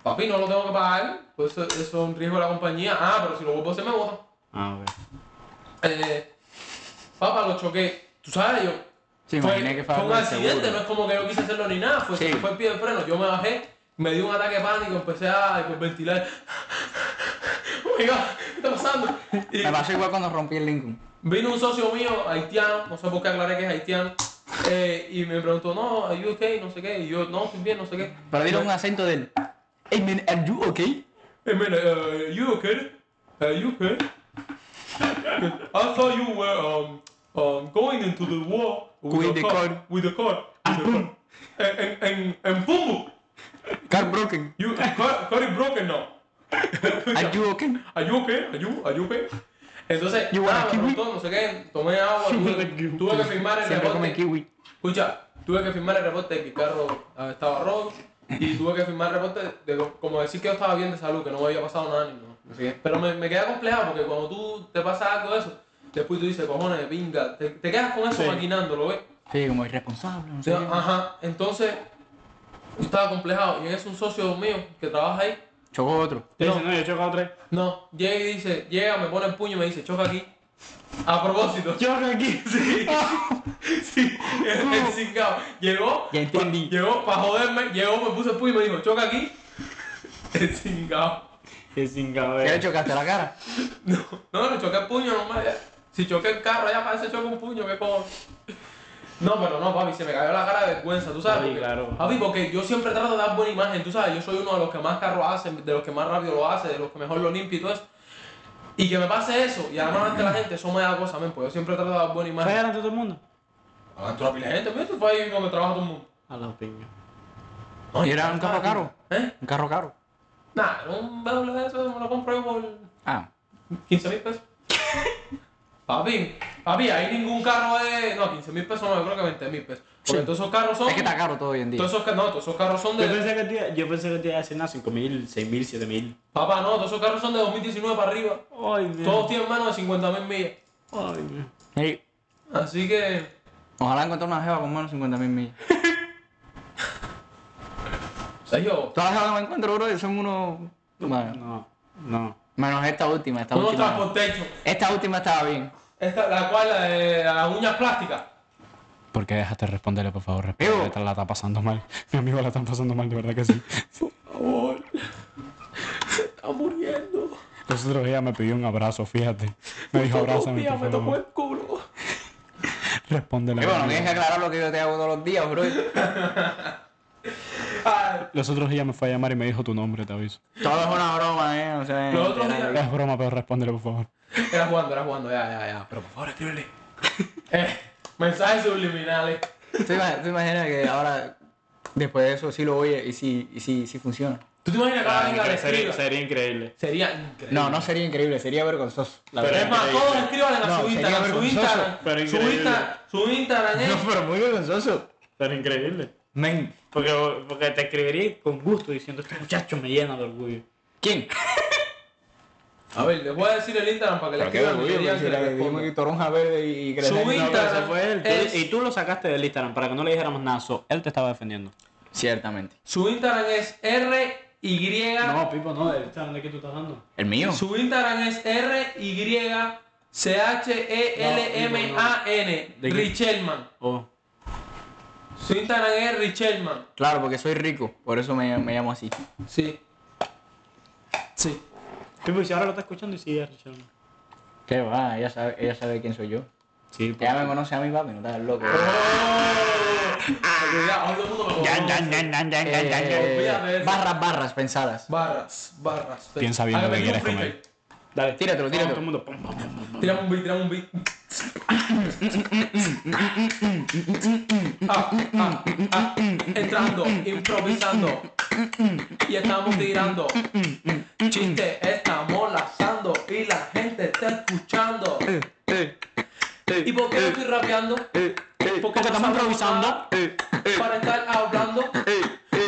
S2: Papi, no lo tengo que pagar, pues eso, eso es un riesgo de la compañía. Ah, pero si lo vuelvo a hacer me botan.
S3: Ah, ok.
S2: Eh, papá, lo choqué. Tú sabes, yo.
S4: Sí,
S2: fue,
S4: imaginé que fue
S2: fue un
S4: algo de
S2: accidente,
S4: seguro.
S2: no es como que yo quise hacerlo ni nada. Fue,
S4: Sí.
S2: fue el pie de freno. Yo me bajé, me dio un ataque de pánico, empecé a hiperventilar. *laughs* oh my god, ¿qué está pasando? Y
S4: Me pasó igual cuando rompí el Lincoln.
S2: Vino un socio mío, haitiano, no sé por qué aclaré que es haitiano, eh, y me preguntó, no, are you okay? No sé qué. Y yo, no, estoy bien, no sé qué.
S4: Pero dieron un acento del. Hey, man, are you okay?
S2: Hey man, uh, you okay? Are you okay? I thought you were um, um, going into the war
S4: With the
S2: car,
S4: car. Ah,
S2: With the car. With the car. And, and, and, and boom, boom.
S4: Car broken.
S2: You car, car is broken
S4: *laughs*
S2: now.
S4: Are you okay?
S2: Are you okay? Are you, are you okay? Entonces,
S4: You
S2: nada,
S4: wanna
S2: me
S4: kiwi?
S2: preguntó, no sé qué, tomé agua,
S4: *laughs*
S2: tuve, tuve que firmar el
S4: Siempre come
S2: reporte.
S4: kiwi.
S2: Escucha, tuve que firmar el reporte de que el carro ah, estaba roto y tuve que firmar el reporte de lo- como decir que yo estaba bien de salud, que no me había pasado nada ni nada. Así que- Pero me, me queda complejo porque cuando tú te pasa algo de eso, después tú dices, cojones, de pinga, te, te quedas con eso
S3: Sí.
S2: maquinándolo, ¿ves?
S4: Sí, como irresponsable, no sé.
S2: O sea, Ajá, entonces yo estaba complejado y en eso un socio mío que trabaja ahí,
S4: Chocó otro.
S3: Te
S2: No.
S3: dice, no, yo he chocado tres.
S2: no, llega y dice, llega, me pone el puño y me dice, choca aquí. A propósito, *laughs*
S3: Choca aquí.
S2: Sí, sí, el, el cingado. Llegó.
S4: *laughs* Ya entendí.
S2: pa- llegó para joderme, llegó, me puso el puño y me dijo, choca aquí. *laughs* El cingado.
S3: *laughs* Qué sin
S4: ¿Qué le
S3: cabeza.
S4: chocaste la cara?
S2: No, no, le choqué el puño nomás. ya. Si choqué el carro, ya parece choca un puño, qué cojo. No, pero no, papi, se me cayó la cara de vergüenza, tú sabes.
S3: Ay,
S2: porque-
S3: claro.
S2: Papi, porque yo siempre trato de dar buena imagen, tú sabes. Yo soy uno de los que más carro hace, de los que más rápido lo hace, de los que mejor lo limpia y todo eso. Y que me pase eso, y además ante la gente, eso me da cosa, men, pues yo siempre trato de dar buena
S3: ¿Fue
S2: imagen.
S3: delante de todo el mundo?
S2: Adelante una pila de gente, mira, tú fue ahí donde trabaja todo el mundo.
S3: A la piña.
S4: ¿Y era un carro caro?
S2: ¿Eh?
S4: Un carro caro.
S2: Nah, era un BMW de eso me lo compro yo por
S4: Ah.
S2: 15 mil pesos. papi, papi, ahí ningún carro de. No, 15 mil pesos no, yo creo que 20 mil pesos. Porque
S4: Sí.
S2: todos esos carros son.
S4: Es que está caro todo hoy en día.
S2: todos esos, ca- no, todos esos carros son de.
S3: Yo pensé que te iba- yo pensé que te iba a decir nada, 5.000, 6.000, 7.000.
S2: Papá, no, todos esos carros son de 2019 para arriba.
S3: Ay, Dios.
S2: Todos tienen menos de 50 mil millas.
S3: Ay, Dios.
S4: Ey,
S2: Así que.
S4: Ojalá encontré una jeva con menos de 50 mil millas.
S2: Sergio,
S4: Todas las jevas que me encuentro, bro, son unos... Bueno,
S3: No, no.
S4: menos esta última, esta
S2: tú no
S4: última.
S2: estás por techo.
S4: Esta última estaba bien.
S2: Esta, la cual, la de las uñas plásticas.
S3: ¿Por qué dejaste responderle, por favor?
S4: Respóndele, esta
S3: la está pasando mal. *laughs* Mi amigo la está pasando mal, de verdad que sí.
S2: Por favor. Se está muriendo.
S3: Lo los otros días me pidió un abrazo, fíjate. Me dijo, abrázame.
S2: Hostia,
S3: por
S2: me tocó
S3: favor".
S2: el culo.
S3: Respóndele.
S4: Y bueno,
S3: conmigo.
S4: tienes que aclarar lo que yo te hago todos los días, bro.
S2: Ay,
S3: Los otros días me fue a llamar y me dijo tu nombre, te aviso.
S4: Todo es una broma, eh. O sea,
S2: Los otros días-
S3: Es broma, pero respóndele, por favor.
S2: Era jugando, era jugando, ya, ya, ya. Pero por favor, escríbele. *laughs* Eh, mensajes subliminales.
S4: ¿Tú, ima- tú imaginas que ahora, después de eso, sí lo oye y sí, y sí, sí funciona?
S2: ¿Tú te imaginas que ahora venga le escriba?
S3: Ah, increíble.
S2: Sería increíble.
S4: No, no sería increíble, sería vergonzoso. La
S3: Pero
S4: verdad.
S2: Es más,
S3: Increíble.
S2: todos escriban a
S4: No,
S2: su
S4: sería
S2: Instagram, su
S4: vergonzoso,
S2: Instagram,
S3: pero
S2: su
S3: increíble.
S2: Instagram, su Instagram ¿eh?
S4: *laughs*
S2: es...
S4: No, pero muy vergonzoso.
S3: Pero increíble.
S4: Men.
S3: Porque, porque te escribiría con gusto diciendo, este muchacho me llena de orgullo.
S4: ¿Quién?
S2: A ver, les voy a decir el Instagram para que le
S4: Pero qué
S2: escriban y le
S4: orgullo,
S2: digan
S3: pues,
S2: que le
S4: dijimos que
S2: responda.
S4: toronja verde y
S2: Su
S4: crecer.
S2: Instagram
S3: Pero se fue él. Tú-
S2: es-
S3: Y tú lo sacaste del Instagram para que no le dijéramos nada. so, él te estaba defendiendo.
S4: Ciertamente.
S2: Su Instagram es R Y
S3: Pipo, no. ¿El Instagram de qué tú estás dando?
S4: ¿El mío?
S2: Su Instagram es R Y C H E L M A N
S3: ¿De qué?
S2: Richelman.
S3: Oh.
S2: Su Instagram es Richelman.
S4: Claro, porque soy rico, por eso me, me llamo así.
S2: Sí. Sí.
S3: Pipo, y si ahora lo está escuchando y sigue Richard.
S4: ¿Qué va? Ella sabe, ella sabe quién soy yo.
S3: Sí,
S4: Ella me conoce a mi papi, no estás loco.
S2: Oh. olvídate.
S4: Eh, barras, barras pensadas.
S2: Barras, barras.
S3: Piensa bien
S2: Ah,
S3: lo que
S2: me dio un
S3: quieres
S2: freestyle.
S3: comer.
S4: Dale, tíratelo,
S3: Tira todo
S4: tíratelo.
S3: el mundo. pum, pum, pum, pum.
S2: Tirame un beat, tirame un beat. Ah, ah, ah. Entrando, improvisando. Y estamos tirando. Chiste, estamos lanzando. Y la gente está escuchando.
S3: Eh,
S2: ¿Y por qué no estoy rapeando?
S3: Porque
S2: no
S3: estamos
S2: sabemos
S3: improvisando. Eh,
S2: nada Para estar hablando.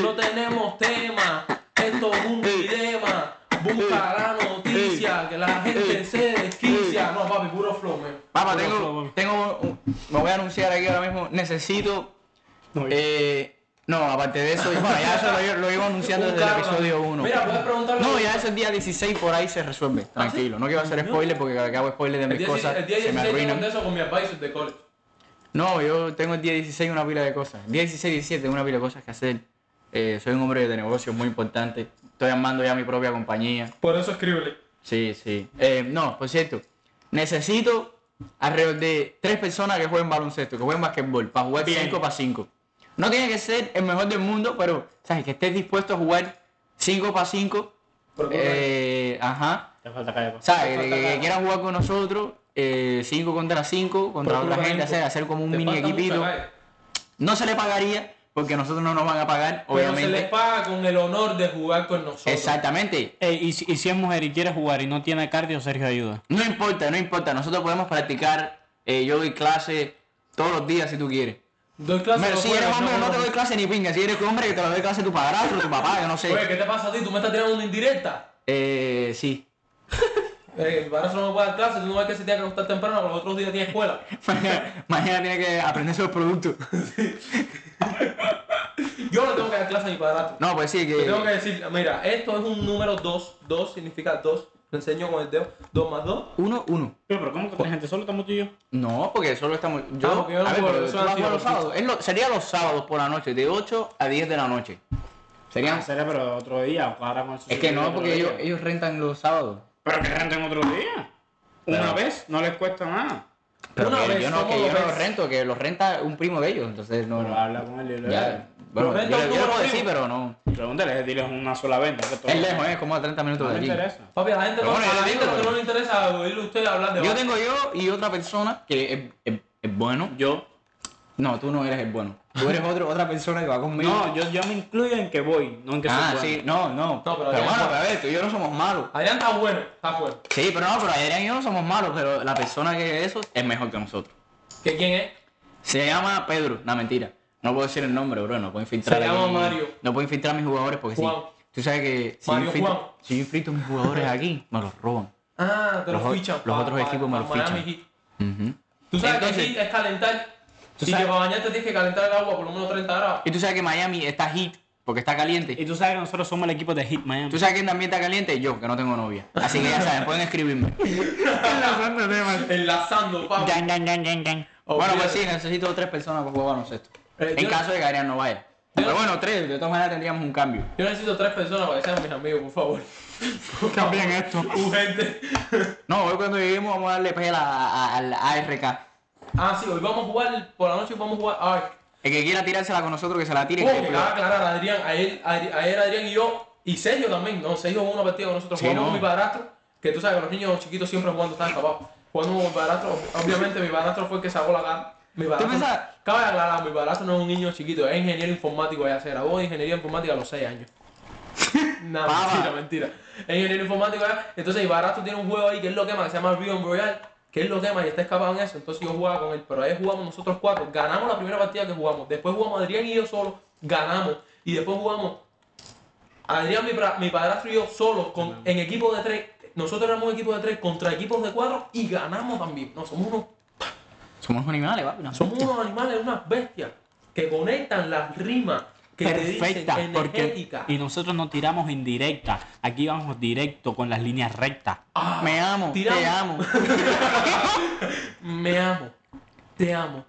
S2: No tenemos tema. Esto es un dilema. Busca la noticia. Que la gente se desquicia. No, papi, puro flow, man.
S4: Papá,
S3: Por
S4: tengo,
S3: favor.
S4: tengo, un- me voy a anunciar aquí ahora mismo, necesito,
S3: No,
S4: eh, no, aparte de eso, bueno, ya eso lo, lo iba anunciando
S2: *laughs* Un
S4: desde el
S2: carro.
S4: episodio 1.
S2: Mira, puedes preguntarle- ¿Ah,
S4: No, ya eso el día 16 por ahí se resuelve, tranquilo, no quiero hacer spoiler porque cada que hago spoiler de
S2: El
S4: mis
S2: día,
S4: cosas
S2: el día
S4: se me
S2: 16 tengo de
S4: arruinan.
S2: eso con mi advisor de college.
S4: No, yo tengo el día 16 una pila de cosas, el día 16 y 17 una pila de cosas que hacer, Eh, soy un hombre de negocios muy importante, estoy armando ya mi propia compañía,
S2: Por eso escríbele.
S4: Sí, sí. Eh, no, por cierto, necesito alrededor de tres personas que jueguen baloncesto, que jueguen basquetbol, para jugar
S3: Bien.
S4: 5 para 5. No tiene que ser el mejor del mundo, pero, ¿sabes? Que estés dispuesto a jugar 5 para 5.
S2: Por favor.
S4: Eh, ajá.
S3: Te falta pues. calle. pa.
S4: ¿Sabes? Que, que quieran jugar con nosotros, 5 contra 5, contra
S2: Por
S4: otra
S2: favor,
S4: gente,
S2: gente.
S4: hacer, hacer como un
S2: Te
S4: mini
S2: falta mucha
S4: equipito.
S2: calle.
S4: No se le pagaría, porque nosotros no nos van a pagar,
S2: Pero se
S4: obviamente.
S2: les paga con el honor de jugar con nosotros.
S4: Exactamente.
S3: Ey, y, si, y si es mujer y quiere jugar y no tiene cardio, Sergio ayuda.
S4: No importa, no importa. Nosotros podemos practicar. eh, yo doy clase todos los días si tú quieres.
S2: Doy clase
S4: Pero
S2: los
S4: si eres
S2: jueves,
S4: hombre, no te doy
S2: los-
S4: clase ni pinga. Si eres hombre, que te lo doy clase tu padrastro, tu papá, yo no
S2: Oye,
S4: sé.
S2: ¿qué te pasa a ti? ¿Tú me estás tirando una indirecta?
S4: Eh, sí. *laughs*
S2: Eh, para eso no me puedes dar clase. Tú no ves que se tiene que acostar temprano porque los otros días tienes escuela.
S4: Mañana, mañana tiene que aprender esos productos.
S2: Yo le tengo que dar clase a mi padrastro.
S4: No, pues sí,
S2: Le tengo que
S4: que.
S2: decir, mira, esto es un número 2. 2 significa 2. Le enseño con el dedo. 2 más 2.
S4: Uno, uno.
S3: Pero, pero ¿cómo que tres gente solo estamos tú y yo?
S4: No, porque solo estamos. Yo,
S2: Ah, porque yo no
S4: a ver,
S2: puedo,
S4: pero
S2: eso
S4: tú
S2: ha
S4: vas a
S2: sido
S4: jugar los
S2: por
S4: sábados. Es lo- sería los sábados por la noche, de 8 a 10 de la noche. Serían.
S3: Ah, será, pero otro día. o ahora con eso
S4: Es
S3: sí
S4: que
S3: viene
S4: no,
S3: otro
S4: porque ellos,
S3: día.
S4: ellos rentan los sábados.
S3: Pero que renten otro día. Una
S4: Pero-
S3: vez, no les cuesta nada.
S4: Pero
S2: Una
S4: que
S2: vez,
S4: yo no, que
S2: ¿cómo
S4: yo
S2: lo
S4: no los
S2: ves?
S4: rento, que los renta un primo de ellos. Entonces no.
S3: Pero habla con él y le
S4: Ya, bueno,
S2: Pero
S4: yo,
S2: venta
S4: yo
S2: un
S4: lo
S2: número
S4: puedo decir,
S2: primo.
S4: pero no.
S3: Pregúntale, diles una sola venta. que todo-
S4: Es lejos, ¿eh? Como a 30 minutos
S3: No
S4: de
S3: me
S4: aquí.
S3: interesa.
S2: Papi, a la gente,
S4: Pero
S2: no,
S4: bueno,
S2: a
S4: yo
S2: la
S4: digo,
S2: gente lo que
S4: pero-
S2: no le interesa oírle a usted hablar de
S4: Yo
S2: vaca.
S4: tengo yo y otra persona que es, es- es bueno.
S3: Yo
S4: No, tú no eres el bueno. Tú eres otro, otra persona que va conmigo.
S3: No, yo, yo me incluyo en que voy, no en que
S4: ah,
S3: soy bueno.
S4: sí, no, no.
S2: No, pero
S4: pero
S2: Adrián
S4: bueno,
S2: es bueno.
S4: pero a ver, tú y yo no somos malos.
S2: Adrián está bueno, está bueno.
S4: Sí, pero no, pero Adrián y yo no somos malos, pero la persona que es eso es mejor que nosotros.
S2: ¿Que quién es?
S4: Se llama Pedro, no mentira. No puedo decir el nombre, bro, no puedo infiltrar.
S2: Se
S4: aquí
S2: llama
S4: mi-
S2: Mario.
S4: No puedo infiltrar a mis jugadores porque
S2: Juan.
S4: sí. Tú sabes que si,
S2: Mario
S4: yo infiltro-
S2: Juan.
S4: si yo infiltro a mis jugadores aquí, me los roban.
S2: Ah, te lo
S4: Los o-
S2: fichan.
S4: los
S2: pa-
S4: otros
S2: pa-
S4: equipos me
S2: pa
S4: lo
S2: Miami
S4: fichan.
S2: Heat.
S4: Ujú.
S2: Tú sabes que
S4: Entonces-
S2: aquí es calentar.
S3: Tú
S2: y
S3: sabes-
S2: que para bañarte tienes que calentar el agua por lo menos 30 grados.
S4: Y tú sabes que Miami está hit porque está caliente.
S3: Y tú sabes que nosotros somos el equipo de Hit Miami.
S4: ¿Tú sabes quién también está caliente? Yo, que no tengo novia. Así
S2: *laughs*
S4: que ya saben, pueden escribirme. Enlazando temas.
S2: Enlazando, papi.
S3: Yan, yan, yan, yan, yan.
S4: Bueno, pues
S2: Olvídate.
S4: sí, necesito tres personas para jugar baloncesto.
S2: Eh,
S4: en
S2: yo-
S4: caso de que Adrián no vaya. Pero bueno, tres, de todas maneras tendríamos un cambio.
S2: Yo necesito tres personas para que sean mis amigos, por favor.
S3: Cambien
S2: *laughs*
S3: esto.
S2: Urgente.
S4: No, hoy cuando lleguemos vamos a darle pela a- a- al ARK.
S2: Ah, sí, hoy vamos a jugar, por la noche vamos a jugar Ark.
S4: El que quiera tirársela con nosotros que se la tire.
S2: Oh,
S4: que-
S2: que acaba de aclarar Adrián, ayer, ayer- ayer Adrián y yo, y Sergio también, no, Sergio jugó una partida con nosotros,
S4: Sí,
S2: jugamos
S4: no.
S2: con mi padrastro, que tú sabes que los niños chiquitos siempre jugando están escapados. Jugando con mi padrastro, obviamente mi padrastro fue el que sacó la cara. Mi padrastro,
S4: pensabas?
S2: cabe aclarar, mi padrastro no es un niño chiquito, es ingeniero informático, ya se graduó de ingeniería informática a los 6 años. Nada,
S4: Pava.
S2: mentira, mentira. Es ingeniero informático ya. Entonces mi padrastro tiene un juego ahí que es lo quema, que se llama Rion Royal, que es lo quema y está escapado en eso. Entonces yo jugaba con él, pero ahí jugamos nosotros cuatro. Ganamos la primera partida que jugamos. Después jugamos Adrián y yo solos, ganamos. Y después jugamos Adrián, mi, pra- mi padrastro y yo solos, con, en equipo de tres. Nosotros éramos un equipo de tres contra equipos de cuatro y ganamos también. No, somos unos
S4: Somos animales, papi. no
S2: somos unos animales, unas bestias que conectan las rimas que
S3: Perfecta,
S2: te dicen
S3: porque
S2: energética.
S3: y nosotros no tiramos en directa, aquí vamos directo con las líneas rectas.
S2: Ah,
S4: Me amo, te amo.
S2: tiramos. *laughs* Me amo, te amo.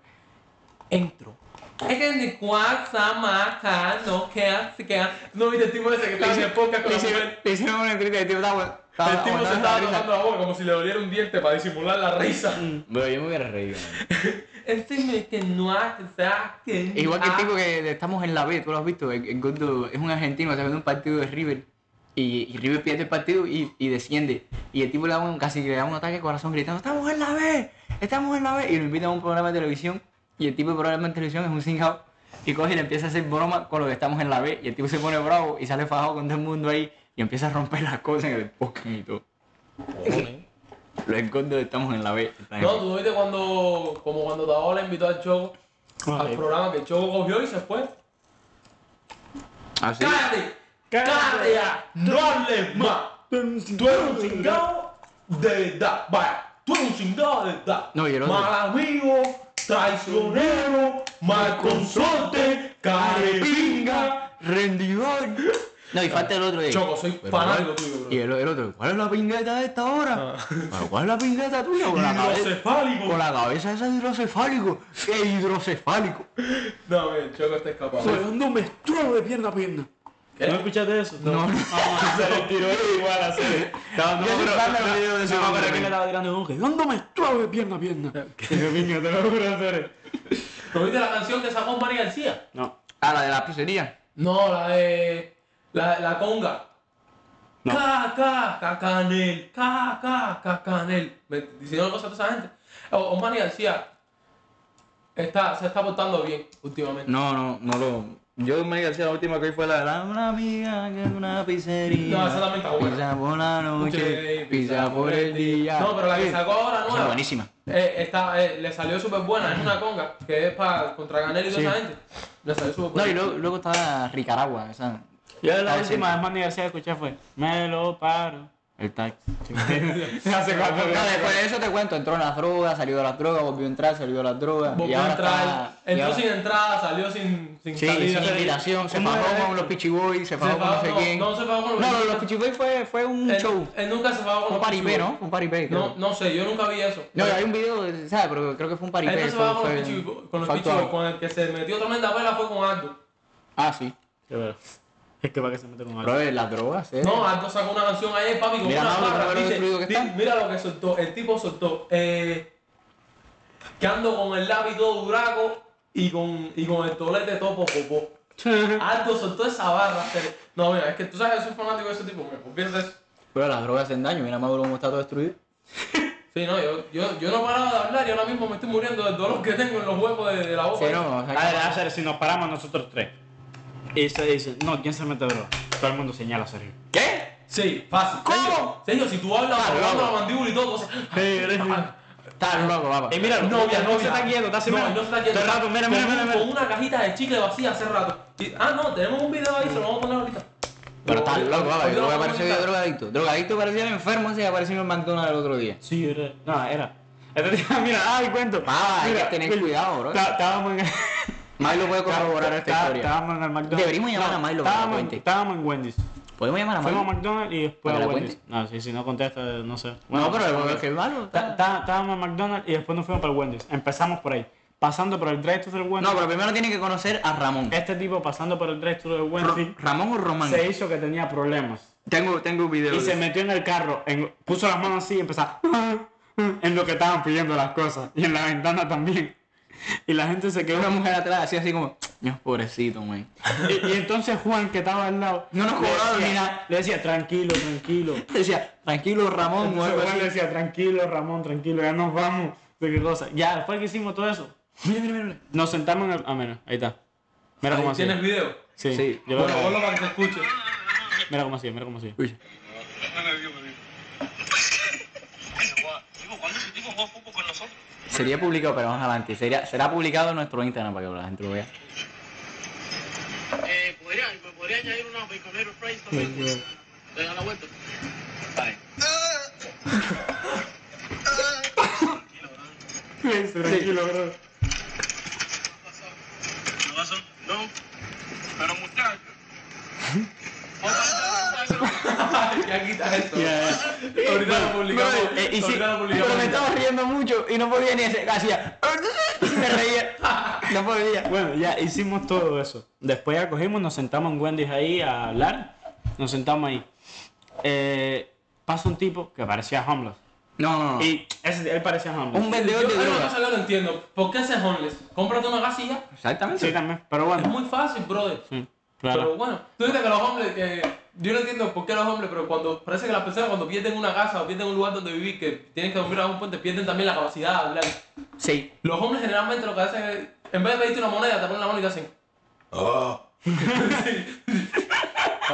S2: Entro. Es que ni cuasa maca, no que hace que hace. No, mira, el tipo ese que estaba en el podcast con
S4: Le
S2: la
S4: hicieron-
S2: mujer.
S4: le hicieron una entrevista y el tipo estaba- estaba
S2: El tipo se
S4: aguantando
S2: estaba
S4: la risa.
S2: tocando la boca como si le doliera un diente para disimular la risa.
S3: Mm.
S4: Bro, yo me hubiera reído. man.
S2: Este me que no hace, que no
S4: Igual que el
S2: hace.
S4: tipo que estamos en la B, tú lo has visto, el, el gordo es un argentino, está viendo un partido de River y, y River pierde el partido y, y desciende. Y el tipo le da un, casi que le da un ataque de corazón gritando, estamos en la B, estamos en la B. Y lo invitan a un programa de televisión y el tipo del programa de televisión es un singao y coge y le empieza a hacer broma con lo que estamos en la B y el tipo se pone bravo y sale fajado con todo el mundo ahí y empieza a romper las cosas en el podcast y todo. Los gordos estamos en la B. están en-
S2: No, tú no viste cuando, como cuando Taola invitó al Choco
S4: Ah,
S2: al
S3: Ay.
S2: programa que el Choco cogió y se fue.
S4: Así.
S2: ¡Cállate! ¡Cállate ya! ¡No hables más! Tú eres un chingado de verdad. Vaya, tú eres un chingado de verdad.
S4: No, y el otro.
S2: Mal amigo, traicionero, mal consorte, carepinga.
S4: rendidor. No, y falta el otro. eh.
S2: Choco, soy
S4: Pero
S2: fanático
S4: bueno.
S2: tuyo, bro.
S4: Y el, el otro, ¿cuál es la pingueta de esta hora? Pero, ¿Cuál es la pingueta tuya? Con *laughs* la, cabeza,
S2: Hidrocefálico.
S4: con la cabeza esa de hidrocefálico. ¡Qué hidrocefálico!
S2: No, mira, el Choco está escapado.
S3: Fregando un menstruo de pierna a pierna.
S2: ¿Qué?
S3: ¿No escuchaste eso?
S4: No, no.
S3: se le tiró igual así. No, no,
S4: Yo soy
S3: pero-
S4: fan de los videos de ese
S3: no,
S4: hombre,
S3: pero
S4: men.
S3: mira, estaba tirando un que, "Dando menstruo de pierna a pierna. De pinga, te lo juro, en serio.
S2: ¿No viste la canción que sacó Mari García?
S3: No.
S4: Ah, la de la pizzería.
S2: No, la de. La, la conga.
S3: No.
S2: Ca, ca, cacanel, ca, ca, cacanel. Me diciendo cosas a toda esa gente. O- Omar García está, se está portando bien últimamente.
S4: No, no, no lo. Yo me decía la última que hoy fue la de la una amiga que en una pizzería.
S2: No, esa también está buena.
S4: Pizza por la noche,
S2: Che,
S4: pizza por el día.
S2: No, pero la que sacó ahora
S4: Esa es
S2: nueva.
S4: buenísima.
S2: eh, está, eh, le salió súper buena. Es una conga que es para contra Canel y toda
S4: Sí.
S2: esa gente. Le salió súper
S4: No,
S2: buena.
S4: y luego, luego estaba Ricaragua, esa.
S3: Yo
S4: Está
S3: la última
S4: decente.
S3: vez más García que escuché fue Me lo paro. *laughs*
S4: El taxi.
S3: Hace cuatro
S4: No,
S3: días.
S4: después de eso te cuento, entró en las drogas, salió de las drogas, volvió a entrar, salió de las drogas.
S2: Volvió
S4: y
S2: a
S4: ahora
S2: entrar.
S4: está- y
S2: entró
S4: ahora-
S2: sin entrada, salió sin, sin
S4: Sí,
S2: salida.
S4: sin invitación, se
S3: ¿Cómo
S4: pagó
S3: era
S4: con los pichiboys, se pagó con
S2: pagó-
S4: no sé
S2: no,
S4: quién.
S2: no se pagó con los
S4: No,
S2: Pichiboy.
S4: los pichiboys fue, fue un
S2: Él-
S4: show,
S2: Él, Eh, nunca se va con
S4: un
S2: los
S4: paripé,
S2: pichiboy.
S4: ¿no? Un paripé. creo.
S2: No, no sé, yo nunca vi eso.
S4: No, hay un video, de- ¿sabes? Pero creo que fue un
S2: Él
S4: paripé.
S2: no se
S4: fue-
S2: va con los
S4: fue-
S2: pichiboy, con los
S4: fue
S2: pichiboy,
S4: actuado.
S2: con el que se metió tremenda pela fue con Aldo.
S4: Ah, sí.
S3: Qué verdad. Es que para que se mete con algo.
S4: Pero las drogas, ¿eh?
S2: No, Aldo sacó una canción ayer, papi, con
S4: Mira,
S2: una
S4: mami,
S2: barra.
S4: mira lo
S2: dice,
S4: destruido que
S2: di-
S4: está.
S2: mira lo que soltó, el tipo soltó. Eh, que ando con el lápiz todo duraco y con, y con el tolete
S4: *laughs*
S2: todo popopó. Aldo soltó esa barra. se- No, mira, es que tú sabes que soy fanático de ese tipo, me confiesa eso.
S4: Pero las drogas hacen daño, mira Maduro cómo está todo destruido.
S2: Sí, no, yo, yo, yo no he parado de hablar y ahora mismo me estoy muriendo del dolor que tengo en los huevos de, de la boca.
S4: Sí, no, o sea,
S3: A ver, a ver, si nos paramos nosotros tres. Y se dice, no, ¿quién se mete droga? Todo el mundo señala a Sergio.
S4: ¿Qué?
S2: Sí, fácil.
S4: ¿Cómo?
S2: Sergio, si tú hablas
S4: Claro,
S2: hablando la
S4: claro.
S2: mandíbula y todo, ah, entonces.
S4: Está loco, papá.
S3: Y mira,
S2: No, ya
S3: no se está quieto, está así,
S2: No,
S3: mira.
S2: no se está quieto.
S3: Todo el rato, mira, mira,
S2: Con un-
S3: mira, mira.
S2: Con una cajita de chicle vacía hace rato. Y- ah, no, tenemos un video ahí, se lo vamos a poner ahorita.
S4: Pero está loco, papá.
S2: Ahorita
S4: Yo
S2: lo
S4: voy a
S2: vamos a
S4: parecer
S2: comentar.
S4: drogadicto. Drogadicto parecía el enfermo ese que apareció en el McDonald's el otro día.
S3: Sí, era. No, era. *laughs* Entonces, mira, ay, cuento.
S4: Ah, hay que tener
S3: mira,
S4: cuidado, bro.
S3: está- Estábamos en
S4: Milo puede corroborar
S3: *laughs*
S4: esta
S3: está-
S4: historia.
S3: Estábamos en el McDonald's.
S4: Deberíamos llamar a Milo para que
S3: Estábamos,
S4: cuente.
S3: estábamos en Wendy's.
S4: Podemos llamar a
S3: Fuimos a
S4: Milo.
S3: McDonald's y después
S4: ¿Para que
S3: a
S4: la
S3: Wendy's. No, sí, si no contesta, no sé.
S4: No, pero
S3: pues,
S4: es que es malo.
S3: Ta- ta- Estábamos en McDonald's y después nos fuimos para el Wendy's. Empezamos por ahí. pasando por el drive-thru del
S4: No,
S3: Wendy's.
S4: pero primero tiene que conocer a Ramón.
S3: Este tipo pasando por el drive-thru del
S4: Ro-
S3: Wendy's
S4: ¿Ramón o Román?
S3: se hizo que tenía problemas.
S4: Tengo, tengo video.
S3: Y
S4: de
S3: se
S4: eso.
S3: metió en el carro, en- puso las manos así y empezó a- *laughs* en lo que estaban pidiendo las cosas. Y en la ventana también. Y la gente se quedó.
S4: Una mujer atrás, así, así como, Dios, pobrecito, man.
S3: Y, y entonces Juan, que estaba al lado,
S4: No nos cobraron
S3: le,
S4: ni
S3: decía,
S4: nada.
S3: le decía, tranquilo, tranquilo.
S4: Decía, tranquilo, Ramón, o
S3: Entonces
S4: algo
S3: Juan le *laughs*
S4: así.
S3: decía, tranquilo, Ramón, tranquilo, ya nos vamos. De qué cosa. Ya, después que hicimos todo eso,
S4: Mira, mira, mira.
S3: nos sentamos en el. Ah, mira, ahí está. Mira cómo
S2: Ahí
S3: hacía.
S2: ¿Tienes video?
S3: Sí,
S4: Sí.
S3: yo lo
S2: Bueno,
S3: grabé.
S2: ponlo para que se
S3: *laughs*
S2: escuche.
S3: Mira cómo hacía, mira cómo hacía.
S4: Uy.
S5: ¿Cuándo ese tipo jugó fútbol con nosotros?
S4: Sería publicado, pero más adelante. Sería, será publicado en nuestro Instagram para que la gente lo vea.
S5: Eh, ¿podría, ¿Me podría añadir una biconero price también? Le da la vuelta. Bye.
S3: tranquilo, bro.
S5: ¿No pasó? No. Pero muchachos.
S3: ¿Mm?
S5: Otra vez, muchachos.
S2: ya quitas esto.
S3: Ya, ya.
S2: Ahorita lo publicamos.
S4: Eh, y sí,
S2: ahorita lo publicamos.
S4: pero me estaba riendo mucho y no podía ni hacer. Hacía. Me reía. No podía.
S3: Bueno, ya hicimos todo eso. Después ya cogimos, nos sentamos en Wendy's ahí a hablar. Nos sentamos ahí. Eh, pasa un tipo que parecía homeless.
S4: No, no, no.
S3: Y ese- él parecía homeless.
S4: Ah. Un
S2: Yo,
S4: vendedor
S2: hay
S4: de
S2: una cosa
S4: drogas.
S2: que no lo entiendo. ¿Por qué haces homeless? Cómprate una casilla.
S4: Exactamente.
S3: Sí, también. Pero
S2: Es
S3: bueno.
S2: muy fácil, brother.
S3: Sí,
S2: Pero
S3: claro.
S2: bueno, tú dices que los hombres, que yo no entiendo por qué los hombres, pero cuando parece que las personas cuando pierden una casa o pierden un lugar donde vivir, que tienen que dormir a un puente, pierden también la capacidad de hablar.
S4: Sí.
S2: Los hombres generalmente lo que hacen es, en vez de pedirte una moneda, te ponen la mano y te hacen.
S4: Ah.
S2: *laughs*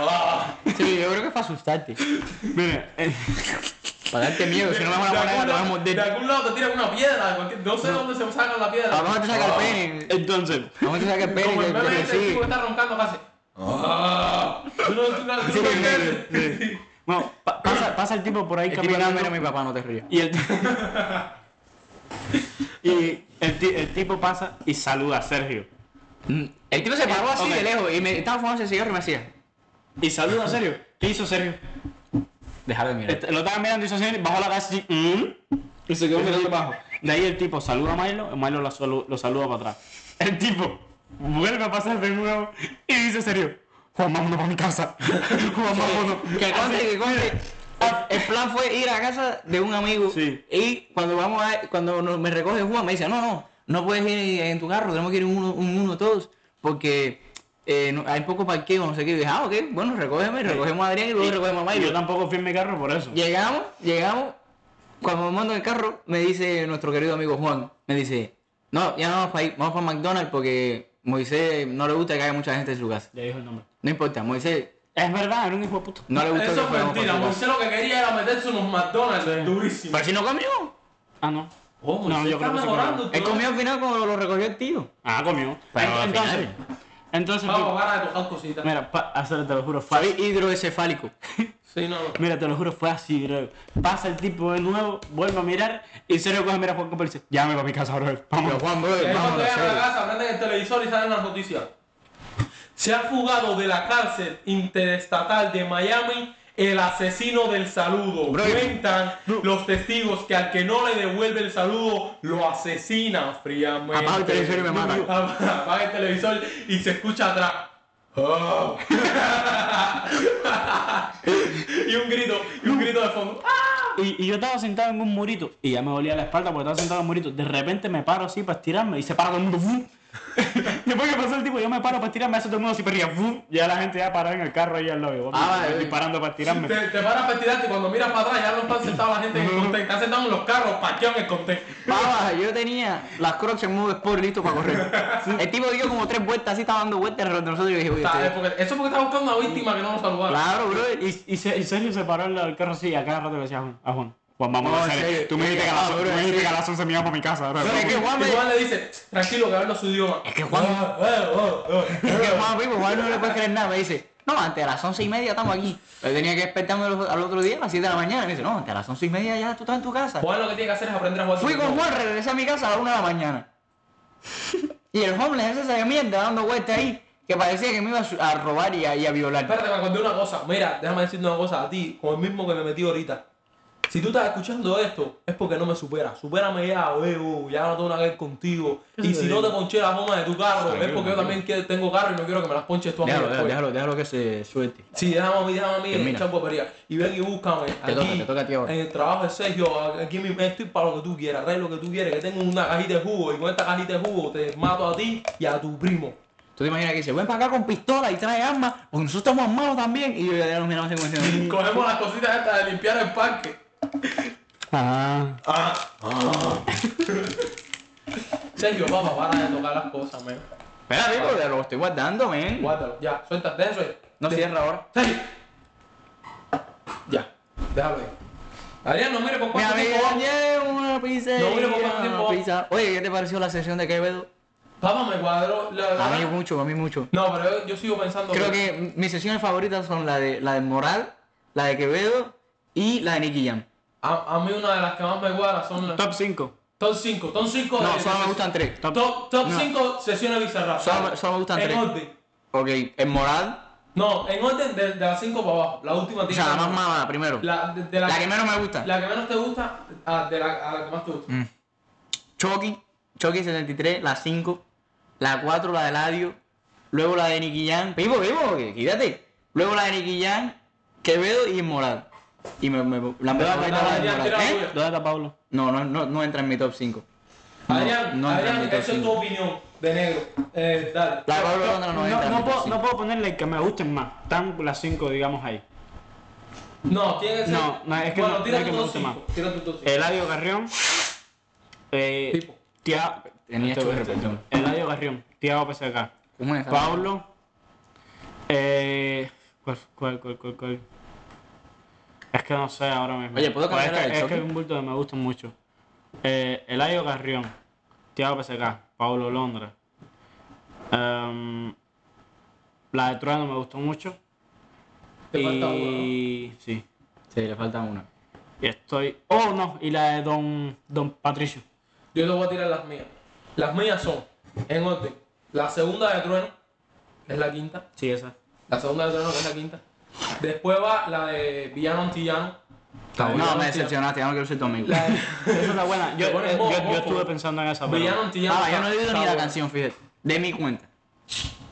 S2: Ah.
S4: Sí, yo creo que fue asustarte.
S3: Mira, eh, *laughs*
S4: Para darte miedo, si no me van a poner, te
S2: de,
S4: van a
S2: algún, de
S4: morder.
S2: algún lado te tiran una piedra, cualquier- no sé dónde se sacan la
S4: A
S2: piedra.
S4: lo mejor te saca el pene.
S3: entonces,
S4: A lo mejor te saca el pene
S2: Ah. Como
S4: y
S2: el
S4: te-
S2: meme
S4: te
S2: este, el tipo
S4: persigue.
S2: que está roncando casi. Ah. Tú no- tú no- tú no entiendes.
S3: bueno, pa- pasa, pasa el tipo por ahí
S4: El tipo no
S3: caminando.
S4: mira a mi papá, no te rías.
S3: Y el, *laughs* y el, ti- el tipo pasa y saluda a Sergio.
S4: Mm, El tipo se paró así
S3: Ok.
S4: de lejos y me estaba fumando ese cigarro y me hacía.
S3: Y saluda a Sergio. ¿Qué hizo Sergio?
S4: Dejar de mirar.
S3: Este, lo estaba mirando y hizo así, bajó la cabeza así. "Mm", Y se quedó mirando abajo. De ahí el tipo saluda a Milo, Milo lo, salu- lo saluda para atrás. El tipo vuelve a pasar de nuevo y dice Sergio, Juan, vámonos para mi casa. *laughs* Juan, vámonos.
S4: Que conste, que conste. El plan fue ir a casa de un amigo
S3: Sí.
S4: y cuando vamos a, cuando nos- me recoge Juan me dice, no, no, no puedes ir en tu carro, tenemos que ir uno, un- uno todos, porque eh, no- hay poco parqueo, no sé qué. Y dije, ah, ok, bueno, recógeme, recogemos a Adrián y luego recogemos a
S3: Y yo
S4: Mayo.
S3: tampoco fui en mi carro por eso.
S4: Llegamos, llegamos, cuando me mando en el carro, me dice nuestro querido amigo Juan, me dice, no, ya no vamos para ahí, vamos para McDonald's porque Moisés no le gusta que haya mucha gente en su casa.
S3: Ya dijo el nombre.
S4: No importa, Moisés
S3: Es verdad, era un hijo de puta.
S4: no le gusta
S2: Eso
S4: que
S2: es
S4: fuéramos para
S2: mentira.
S4: su casa.
S2: Moisés lo que quería era meterse unos McDonald's
S3: Sí.
S2: durísimo.
S4: Pero si no comió.
S3: Ah, no.
S2: Oh, Moisés
S3: yo
S2: está
S3: creo que sí
S2: mejorando.
S3: comió.
S2: tú
S4: Él
S2: no-
S4: comió al final cuando lo recogió el tío.
S3: Ah, comió.
S4: Pero al
S3: entonces,
S4: final.
S3: entonces,
S2: Vamos, para de tocar cositas.
S3: mira, pa- hacer, te lo juro, fue
S4: Fabi hidroencefálico.
S2: Sí, no. no.
S3: Mira, te lo juro, fue así, bro. Pasa el tipo de nuevo, vuelve a mirar y Sergio coge, mira a Juan Cooper y dice, llámame para mi casa, bro. Vamos.
S4: Pero Juan, bro,
S2: Ahí cuando
S4: vámonos,
S2: llegan a la
S4: serio.
S2: casa, prenden el televisor y salen las noticias. Se ha fugado de la cárcel interestatal de Miami el asesino del saludo.
S4: Bro,
S2: Cuentan los testigos que al que no le devuelve el saludo lo asesinan fríamente.
S4: Apaga el televisor y me mata.
S2: *laughs* Apaga el televisor y se escucha atrás. "Oh". *laughs* y un grito, y un grito de fondo. "Ah".
S3: Y, y yo estaba sentado en un murito y ya me dolía la espalda porque estaba sentado en un murito. De repente me paro así para estirarme y se para todo el mundo. ¡fum! *laughs* Después que pasó el tipo, yo me paro para estirarme, hace todo el mundo así perría. ¡fum! Ya la gente ya parada en el carro ahí al lado. Yo,
S4: Ah,
S3: me-
S4: vale,
S3: me
S4: vale.
S3: disparando para estirarme.
S2: Te, te van a petirarte y cuando miras para atrás ya no están sentados la gente en el contén, están sentados en los carros, parqueados en el contén.
S4: Pava, yo tenía las crocs en modo sport listo para
S2: *laughs*
S4: correr. El tipo dio como tres vueltas así, estaba dando vueltas alrededor de nosotros y yo dije, oye,
S2: Está- es
S4: este-
S2: porque- eso es porque está buscando una víctima que no nos saludara.
S4: claro, bro.
S3: Y, y, se- y Sergio se paró al lado del carro así y a cada rato le decía a Juan, a Juan, Juan, vamos
S4: No,
S3: a
S4: en
S3: hacer.
S4: serio.
S3: Tú me dijiste que a
S4: Ah,
S3: las- tú
S4: bro,
S3: me
S4: en
S3: dijiste que
S4: serio.
S3: a las 11 me iba para mi casa. bro.
S4: No, es que Juan me...
S2: Y Juan le dice, tranquilo que hablo su idioma.
S4: Es que Juan-
S2: Ah, ah, ah, ah.
S4: pues, Es que Juan, vivo, Juan no le puede creer nada. Me dice, no, antes de las once y media estamos aquí. Yo tenía que despertarme al al otro día a las siete de la mañana. Me dice, no, antes de las once y media ya tú estás en tu casa.
S2: Juan lo que tiene que hacer es aprender a jugar.
S4: Fui con
S2: dominó.
S4: Juan, regresé a mi casa a la una de la mañana. y el homeless ese de mierda dando vueltas ahí, que parecía que me iba a su- a robar y a, y a violar.
S2: Espérate, me acordé una cosa. Mira, déjame decirte una cosa a ti, con el mismo que me metí ahorita. Si tú estás escuchando esto, es porque no me superas. Supérame ya, huevo. Ya no tengo nada que ver contigo. Y si no te ponché las gomas de tu carro, es
S6: Tranquilo,
S2: porque yo también quiero- tengo carro y no quiero que me las ponches tú a mí.
S6: Déjalo, déjalo,
S2: después.
S6: déjalo, déjalo que se suelte.
S2: Sí, déjame a mí, déjame a mí
S6: Termina.
S2: echar bobería. Y ven y búscame. aquí,
S6: toca, te toca a ti ahora.
S2: En el trabajo de Sergio, aquí en mi mes estoy para lo que tú quieras. Trae lo que tú quieras. Que tengo una cajita de jugo. Y con esta cajita de jugo te mato a ti y a tu primo.
S6: ¿Tú te imaginas que dice, ven para acá con pistola y trae armas? Porque nosotros estamos armados también. Y yo ya nos miramos así como diciendo,
S2: *laughs* Cogemos las cositas estas de limpiar el parque.
S3: Ah.
S2: Sergio, papá, para de tocar las cosas, men.
S4: Espera, amigo, ya lo estoy guardando, men.
S2: Guárdalo. Ya, suéltate eso. ahí.
S4: No
S2: De-
S4: cierra ahora.
S2: Sergio. Ya, déjalo ahí. Adrián, no mire por
S4: Mi
S2: cuánto
S4: amigo,
S2: tiempo vamos.
S4: oye, una pizza.
S2: No, mira, por cuánto tiempo vamos.
S4: Oye, ¿qué te pareció la sesión de Quevedo?
S2: Papá, me cuadró la
S4: A mí mucho, a mí mucho.
S2: No, pero yo, yo sigo pensando
S4: Creo que mis sesiones favoritas son la de la de Moral, la de Quevedo y la de Nicky Jam.
S2: A, a mí una de las que más me cuadra son las...
S3: Top 5.
S2: Top 5, top 5
S4: No, solo me gustan tres.
S2: Top, top
S4: No.
S2: 5 sesiones bizarras.
S4: Solo- solo me gustan
S2: en
S4: tres.
S2: orden.
S4: Ok, en Moral,
S2: No, en orden de, de las 5 para abajo. La última
S4: o
S2: tiene
S4: sea, la
S2: que-
S4: más mala primero. La,
S2: La, de, de la,
S4: que menos me gusta.
S2: la que menos te gusta, a, de la, a la que más te gusta.
S4: Chucky, Chucky 73, la 5, la 4, la de Ladio, luego la de Nicky Jam. Vivo, vivo, que- quítate. Luego la de Nicky Jam, Quevedo y en Moral. Y me, me- la me
S2: Adrián,
S4: la de
S2: Adrián,
S4: Moral.
S2: tira la
S4: ¿Eh?
S2: tuya.
S3: ¿Dónde está Pablo?
S4: No, no, no, no entra en mi top 5.
S2: Adrián, Adrián, esa es tu opinión de negro. Eh, dale.
S4: La de Pablo Londra no entra.
S3: No,
S4: en mi
S3: no,
S4: top
S3: puedo,
S4: cinco.
S3: no puedo ponerle que me gusten más. Están las 5, digamos, ahí.
S2: No, tiene que ser.
S3: No, no, es que
S2: bueno,
S3: no-
S2: tira
S3: no es que
S2: tu
S3: me
S2: top
S3: guste
S2: 5. Tira tu top 5.
S3: Eladio Carrión. Eh,
S2: Tipo.
S3: Tia-
S4: Tenía
S3: este-
S4: hecho
S3: este-
S4: repetido.
S3: Eladio Carrión. Tiago PSK.
S4: ¿Cómo es esa?
S3: Pablo. Eh, ¿cuál, cuál, cuál, cuál, cuál? Es que no sé ahora mismo.
S4: Oye, ¿puedo
S3: Pues
S4: cambiar
S3: es
S4: el
S3: que, es
S4: choque?
S3: que hay un bulto que me gusta mucho. Eh, Eladio Carrión. Tiago PSK. Pablo Londra. Em, la de Trueno me gustó mucho.
S2: Te
S3: y...
S2: falta uno,
S3: Sí.
S4: Sí, le falta una.
S3: Y estoy. Oh, no. Y la de Don, Don Patricio.
S2: Yo te voy a tirar las mías. Las mías son, en orden, la segunda de trueno, que es la quinta.
S3: Sí, esa.
S2: La segunda de Trueno, que es la quinta. Después va la de Villano Antillano. La de
S4: No,
S2: Villano
S4: me
S2: Antillano.
S4: decepcionaste, ya no quiero ser tu amigo.
S2: La de
S3: Esa está buena. Ah, *laughs* Yo,
S2: Te pones
S3: eh,
S2: mojo,
S3: yo- yo
S2: mojo.
S3: estuve pensando en esa. pero-
S2: Villano Antillano.
S4: Ah, yo no he oído
S2: está-
S4: ni
S2: está
S4: la
S2: buena.
S4: canción, fíjate. De mi cuenta.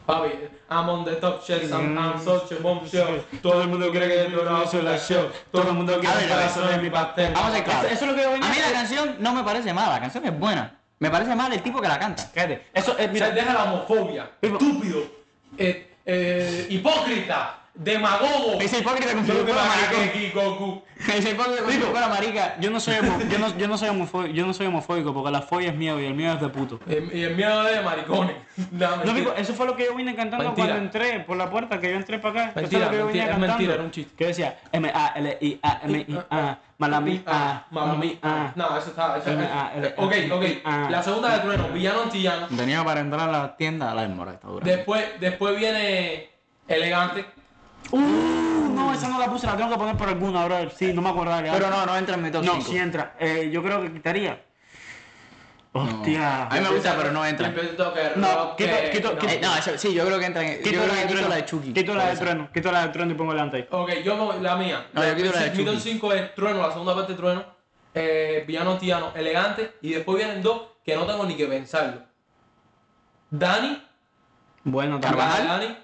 S2: Papi, I'm on the top shelf,
S3: Mm.
S2: I'm, I'm such a bombshell. Todo el mundo cree que el programa soy la show. Todo el mundo
S4: A
S2: quiere
S4: ver,
S2: el
S4: a ver.
S2: corazón de mi pastel.
S3: Ah,
S4: Vamos a ser claros.
S3: Eso es lo que yo venía
S4: A mí la
S3: a-
S4: canción no me parece mala, la canción es buena. Me parece mal el tipo que la canta.
S3: Cállate. Eso
S4: eh,
S3: es,
S2: O sea,
S3: mira.
S2: deja la homofobia, estúpido, eh, eh, hipócrita, demagogo.
S4: Me dice hipócrita con su
S2: Yo te
S4: fuera marica.
S2: mataré, Goku.
S4: Me *laughs* dice hipócrita con su fuera marica.
S3: Yo no, soy homo- yo, no, yo, no soy homofo- yo no soy homofóbico porque la fobia es miedo y el miedo es de puto.
S2: Eh, Y el miedo de maricones. *laughs* No,
S3: No,
S2: mentira.
S3: pico, eso fue lo que yo vine cantando
S2: Mentira.
S3: cuando entré por la puerta, que yo entré para acá.
S2: Mentira,
S3: eso es lo que yo
S2: mentira,
S3: venía
S2: es
S3: cantando.
S2: mentira, era un chiste.
S3: Que decía M-A-L-I-A-M-I-A, Malami-A,
S4: ah,
S2: Malami-A.
S3: Malami-A.
S2: No, eso está. Eso,
S3: M.A., L.A.,
S2: ok, ok.
S4: ah.
S3: M.A..
S2: La segunda de Trueno, Villano Antillano.
S4: Tenía para entrar a la tienda la demora está dura.
S2: Después, después viene Elegante.
S3: Uh, no, esa no la puse, la tengo que poner por alguna, bro. Sí, no me acordaba. que-
S4: Pero no, no entra en mi top
S3: No,
S4: 5.
S3: si entra. Eh, yo creo que quitaría. Hostia.
S4: A mí me gusta, pero no entra.
S2: Siempre toca el
S3: No,
S2: rock,
S3: quito-
S2: eh,
S3: quito-
S2: no.
S3: quito-
S4: Eh, no, eso- sí, yo creo que entra en. Yo
S3: Quito
S4: creo
S3: la
S4: que
S3: de
S4: quito
S3: trueno.
S4: la de Chucky.
S3: Quito la de
S4: Por eso.
S3: trueno. Quito la de trueno y pongo delante ahí.
S2: Ok, yo me- la mía.
S4: No, yo quito la de
S2: Mi top
S4: Chucky.
S2: 5 es Trueno, la segunda parte de Trueno. Eh, Villano Antillano, Elegante. Y después vienen dos que no tengo ni que pensarlo. Dani.
S3: Bueno,
S4: Carvajal.
S2: Dani.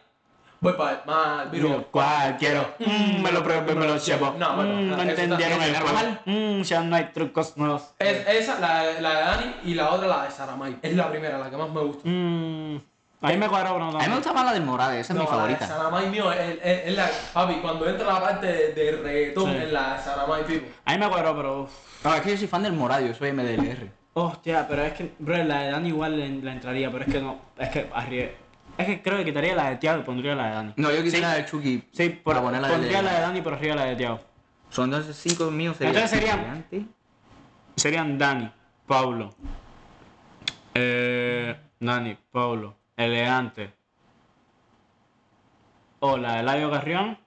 S2: Voy para el mal,
S3: Yo cual quiero. Mm, me lo pruebo, me lo llevo.
S2: No, bueno,
S3: Mm,
S2: no,
S3: no
S2: eso
S3: entendieron
S4: está-
S3: el
S4: eso
S3: juego.
S4: está
S3: Mm, ya no hay trucos nuevos.
S2: Es, esa, la, la de Dani y la otra, la de Saramay. Es la primera, la que más me gusta.
S3: Mm, ahí me cuadró, no. no.
S4: A mí me gusta más la de Morales, esa es mi
S2: No, La de
S4: favorita.
S2: Saramay mío, es, es- es la. Papi, cuando entra la parte de, de reggaetón,
S3: Sí.
S2: es la de Saramay, tipo.
S3: Ahí me cuadró, pero. uf.
S4: No, es que yo soy fan del Morales, yo soy MDLR.
S3: Hostia, pero es que, bro, la de Dani igual le- la entraría, pero es que no. Es que arriesgué. Es que creo que quitaría la de Tiago y pondría la de Dani.
S4: No, yo quité
S3: Sí.
S4: la de Chucky.
S3: Sí, por,
S4: para Mm. poner la
S3: pondría
S4: de.
S3: la de Dani por arriba de la de Tiago.
S4: Son entonces cinco míos.
S3: Entonces serían-
S4: Gigante.
S3: Serían Dani, Pablo. Eh, Dani, Pablo, Elegante. O la de Ladio Carrión.